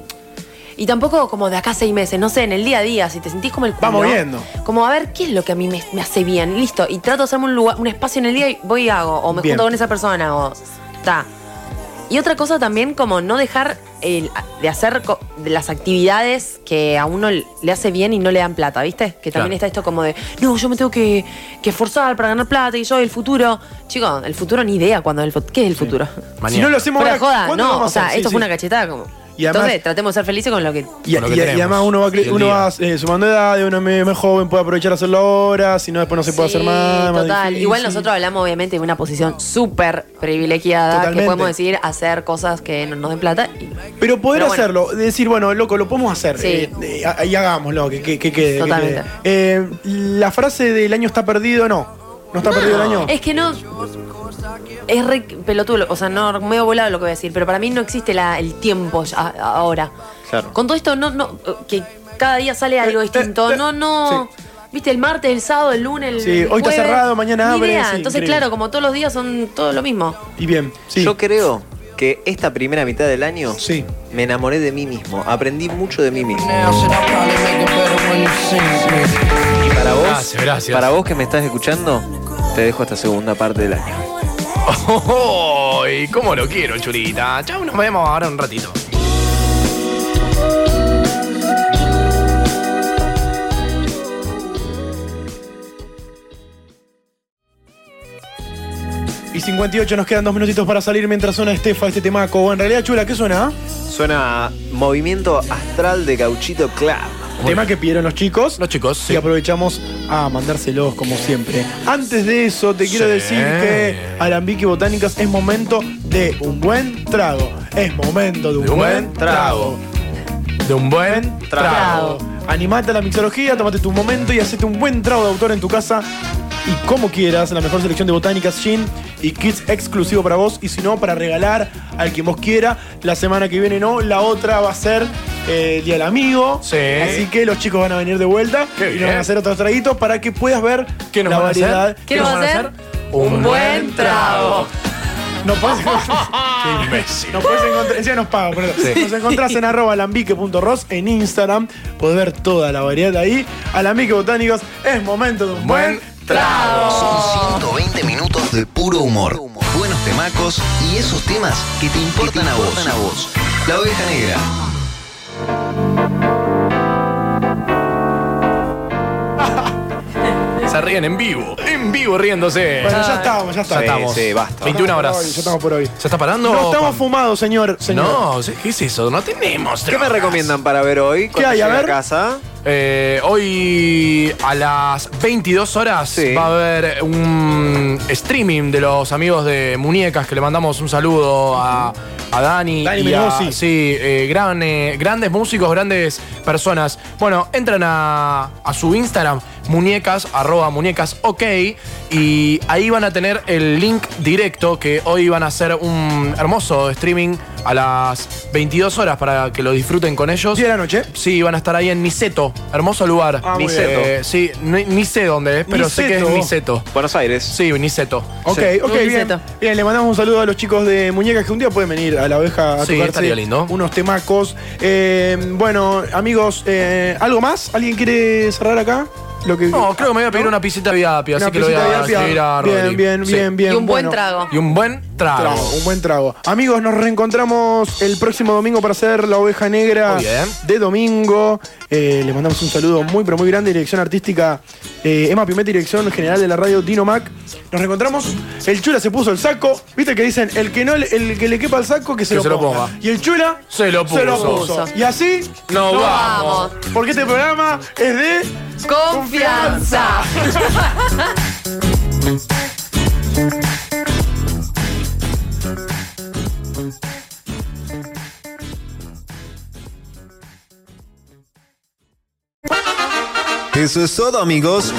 Speaker 7: Y tampoco como de acá a seis meses, no sé, en el día a día, si te sentís como el culo.
Speaker 8: Vamos viendo.
Speaker 7: Como a ver qué es lo que a mí me, me hace bien. Listo. Y trato de hacerme un lugar, un espacio en el día y voy y hago. O me
Speaker 8: Bien.
Speaker 7: junto con esa persona. O. Ta. Y otra cosa también, como no dejar el- de hacer co- de las actividades que a uno le hace bien y no le dan plata, ¿viste? Que también
Speaker 3: Claro.
Speaker 7: está esto como de, no, yo me tengo que, que esforzar para ganar plata y yo el futuro. Chico, el futuro ni idea cuando el fut- ¿Qué es el futuro?
Speaker 8: Mañana. Si no lo hacemos
Speaker 7: Fuera
Speaker 8: ahora,
Speaker 7: de joda,
Speaker 8: ¿cuándo lo
Speaker 7: no.
Speaker 8: vamos
Speaker 7: O
Speaker 8: a
Speaker 7: sea,
Speaker 8: hacer?
Speaker 7: esto
Speaker 8: Sí,
Speaker 7: fue
Speaker 8: sí.
Speaker 7: una cachetada como.
Speaker 8: Y además-
Speaker 7: Entonces, tratemos de ser felices con lo que.
Speaker 8: Y, y- y además uno va, cre- uno va eh, sumando edad, uno es más joven, puede aprovechar a hacerlo ahora, si no después no se puede hacer más. más
Speaker 7: Total.
Speaker 8: difícil.
Speaker 7: Igual nosotros hablamos, obviamente, de una posición súper privilegiada
Speaker 8: Totalmente.
Speaker 7: que podemos decir hacer cosas que no nos den plata. y-
Speaker 8: Pero poder
Speaker 7: Pero bueno.
Speaker 8: hacerlo, decir, bueno, loco, lo podemos hacer.
Speaker 7: Sí.
Speaker 8: eh, eh, a- y hagámoslo, que, que- que quede. que
Speaker 7: Totalmente.
Speaker 8: quede. Eh, la frase del año está perdido, no. No está perdido el año.
Speaker 7: Es que no. Es re pelotudo, o sea, no medio volado lo que voy a decir, pero para mí no existe la- el tiempo ya- ahora.
Speaker 6: Claro.
Speaker 7: Con todo esto, no, no, que cada día sale
Speaker 8: Eh,
Speaker 7: algo distinto. No, no. Viste, el martes, el sábado, el lunes, el.
Speaker 8: Sí, hoy está
Speaker 7: jueves,
Speaker 8: cerrado, mañana
Speaker 7: ni
Speaker 8: abre,
Speaker 7: idea.
Speaker 8: sí,
Speaker 7: Entonces,
Speaker 6: increíble.
Speaker 7: claro, como todos los días son todo lo mismo.
Speaker 8: Y bien,
Speaker 6: Yo creo que esta primera mitad del año me enamoré de mí mismo. Aprendí mucho de mí mismo. Y para vos,
Speaker 10: Gracias, gracias.
Speaker 6: para vos que me estás escuchando, te dejo esta segunda parte del año.
Speaker 10: ¡Ay! ¿Cómo lo quiero, churita? Chau, nos vemos ahora un ratito.
Speaker 8: Y 58 nos quedan dos minutitos para salir mientras suena Estefa este temaco. O en realidad, chula, ¿qué suena?
Speaker 6: Suena Movimiento Astral de Gauchito Club.
Speaker 8: Tema que pidieron los chicos.
Speaker 10: Los chicos,
Speaker 8: Y aprovechamos a mandárselos como siempre. Antes de eso, te quiero
Speaker 10: Sí.
Speaker 8: decir que Alambique Botánicas es momento de un buen trago. Es momento de un, buen trago.
Speaker 10: De un buen trago.
Speaker 8: Animate a la mixología, tomate tu momento y hacete un buen trago de autor en tu casa. Y como quieras, la mejor selección de botánicas, gin y kits exclusivo para vos. Y si no, para regalar al quien vos quiera. La semana que viene no, la otra va a ser eh, el Día del Amigo. Así que los chicos van a venir de vuelta y nos van a hacer otros traguitos para que puedas ver
Speaker 10: nos
Speaker 8: la
Speaker 10: van a hacer?
Speaker 8: variedad.
Speaker 10: ¿Qué nos van a hacer? Un buen trago.
Speaker 8: No puedes Qué
Speaker 10: imbécil.
Speaker 8: Nos puedes encontrar. Encima nos paga, perdón.
Speaker 10: Sí.
Speaker 8: Nos encontrás en arroba alambique.ros en Instagram. Podés ver toda la variedad ahí. Alambique Botánicos, es momento de un buen
Speaker 11: Son 120 minutos de puro humor, buenos temacos y esos temas que te importan, a, vos. La oveja negra.
Speaker 10: Se ríen en vivo. En vivo riéndose.
Speaker 8: Bueno, ya estamos, ya estamos.
Speaker 10: Ya estamos.
Speaker 8: Ya estamos por
Speaker 10: 21 horas.
Speaker 8: hoy, Ya estamos por hoy.
Speaker 10: ¿Ya está parando?
Speaker 8: No estamos
Speaker 10: Juan?
Speaker 8: fumados, señor. señor.
Speaker 10: No, ¿sí? ¿qué es eso? No tenemos.
Speaker 6: ¿Qué me recomiendan para ver hoy? cuando
Speaker 10: hay? A
Speaker 6: llegue
Speaker 10: ver.
Speaker 6: casa?
Speaker 10: Eh, hoy a las 22 horas va a haber un streaming de los amigos de Muñecas que le mandamos un saludo a, a Dani.
Speaker 8: Dani
Speaker 10: y a-
Speaker 8: Menuzzi.
Speaker 10: Sí, eh, gran, eh, grandes músicos, grandes personas. Bueno, entran a, a su Instagram, muñecas, arroba muñecas, ok, y ahí van a tener el link directo que hoy van a hacer un hermoso streaming a las 22 horas para que lo disfruten con ellos. ¿10
Speaker 8: de la noche?
Speaker 10: Sí, van a estar ahí en Niceto, hermoso lugar.
Speaker 6: Ah, muy Niceto.
Speaker 10: Eh, sí, ni, ni sé dónde es, pero sé que es
Speaker 8: Niceto.
Speaker 10: Niceto.
Speaker 6: Buenos Aires.
Speaker 10: Sí, Niceto.
Speaker 8: Ok,
Speaker 10: Sí.
Speaker 8: ok, bien. Bien, le mandamos un saludo a los chicos de Muñecas que un día pueden venir a la oveja a
Speaker 10: Sí,
Speaker 8: tocarse
Speaker 10: estaría lindo.
Speaker 8: unos temacos. Eh, bueno, amigos, eh, ¿algo más? ¿Alguien quiere cerrar acá? Lo que,
Speaker 10: No, creo que me voy a pedir una pisita de Viapia, así
Speaker 8: Una
Speaker 10: que lo voy
Speaker 8: pisita
Speaker 10: a
Speaker 8: de Viapia.
Speaker 10: escribir a
Speaker 8: Bien,
Speaker 10: Rodri.
Speaker 8: bien, bien, bien, Y un buen bueno. trago.
Speaker 10: Y un buen trago.
Speaker 8: Trago, un buen trago. Amigos, nos reencontramos el próximo domingo para hacer la oveja negra
Speaker 10: Muy bien.
Speaker 8: de domingo. Eh, les mandamos un saludo muy, pero muy grande. Dirección artística eh, Emma Pimet, dirección general de la radio Dino Mac. Nos reencontramos. El Chula se puso el saco. Viste que dicen, el que no le- el que le quepa el saco, que se,
Speaker 10: Que
Speaker 8: lo,
Speaker 10: se lo
Speaker 8: ponga.
Speaker 10: ponga.
Speaker 8: Y el Chula
Speaker 10: Se lo
Speaker 8: se lo
Speaker 10: puso.
Speaker 8: puso. Y así
Speaker 10: Nos vamos.
Speaker 8: Porque este programa es de
Speaker 7: Confianza.
Speaker 11: Eso es todo, amigos.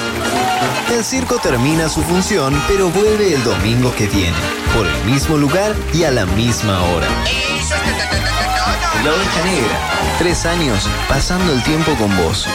Speaker 11: El circo termina su función, pero vuelve el domingo que viene, por el mismo lugar y a la misma hora. La Oveja Negra, tres años pasando el tiempo con vos.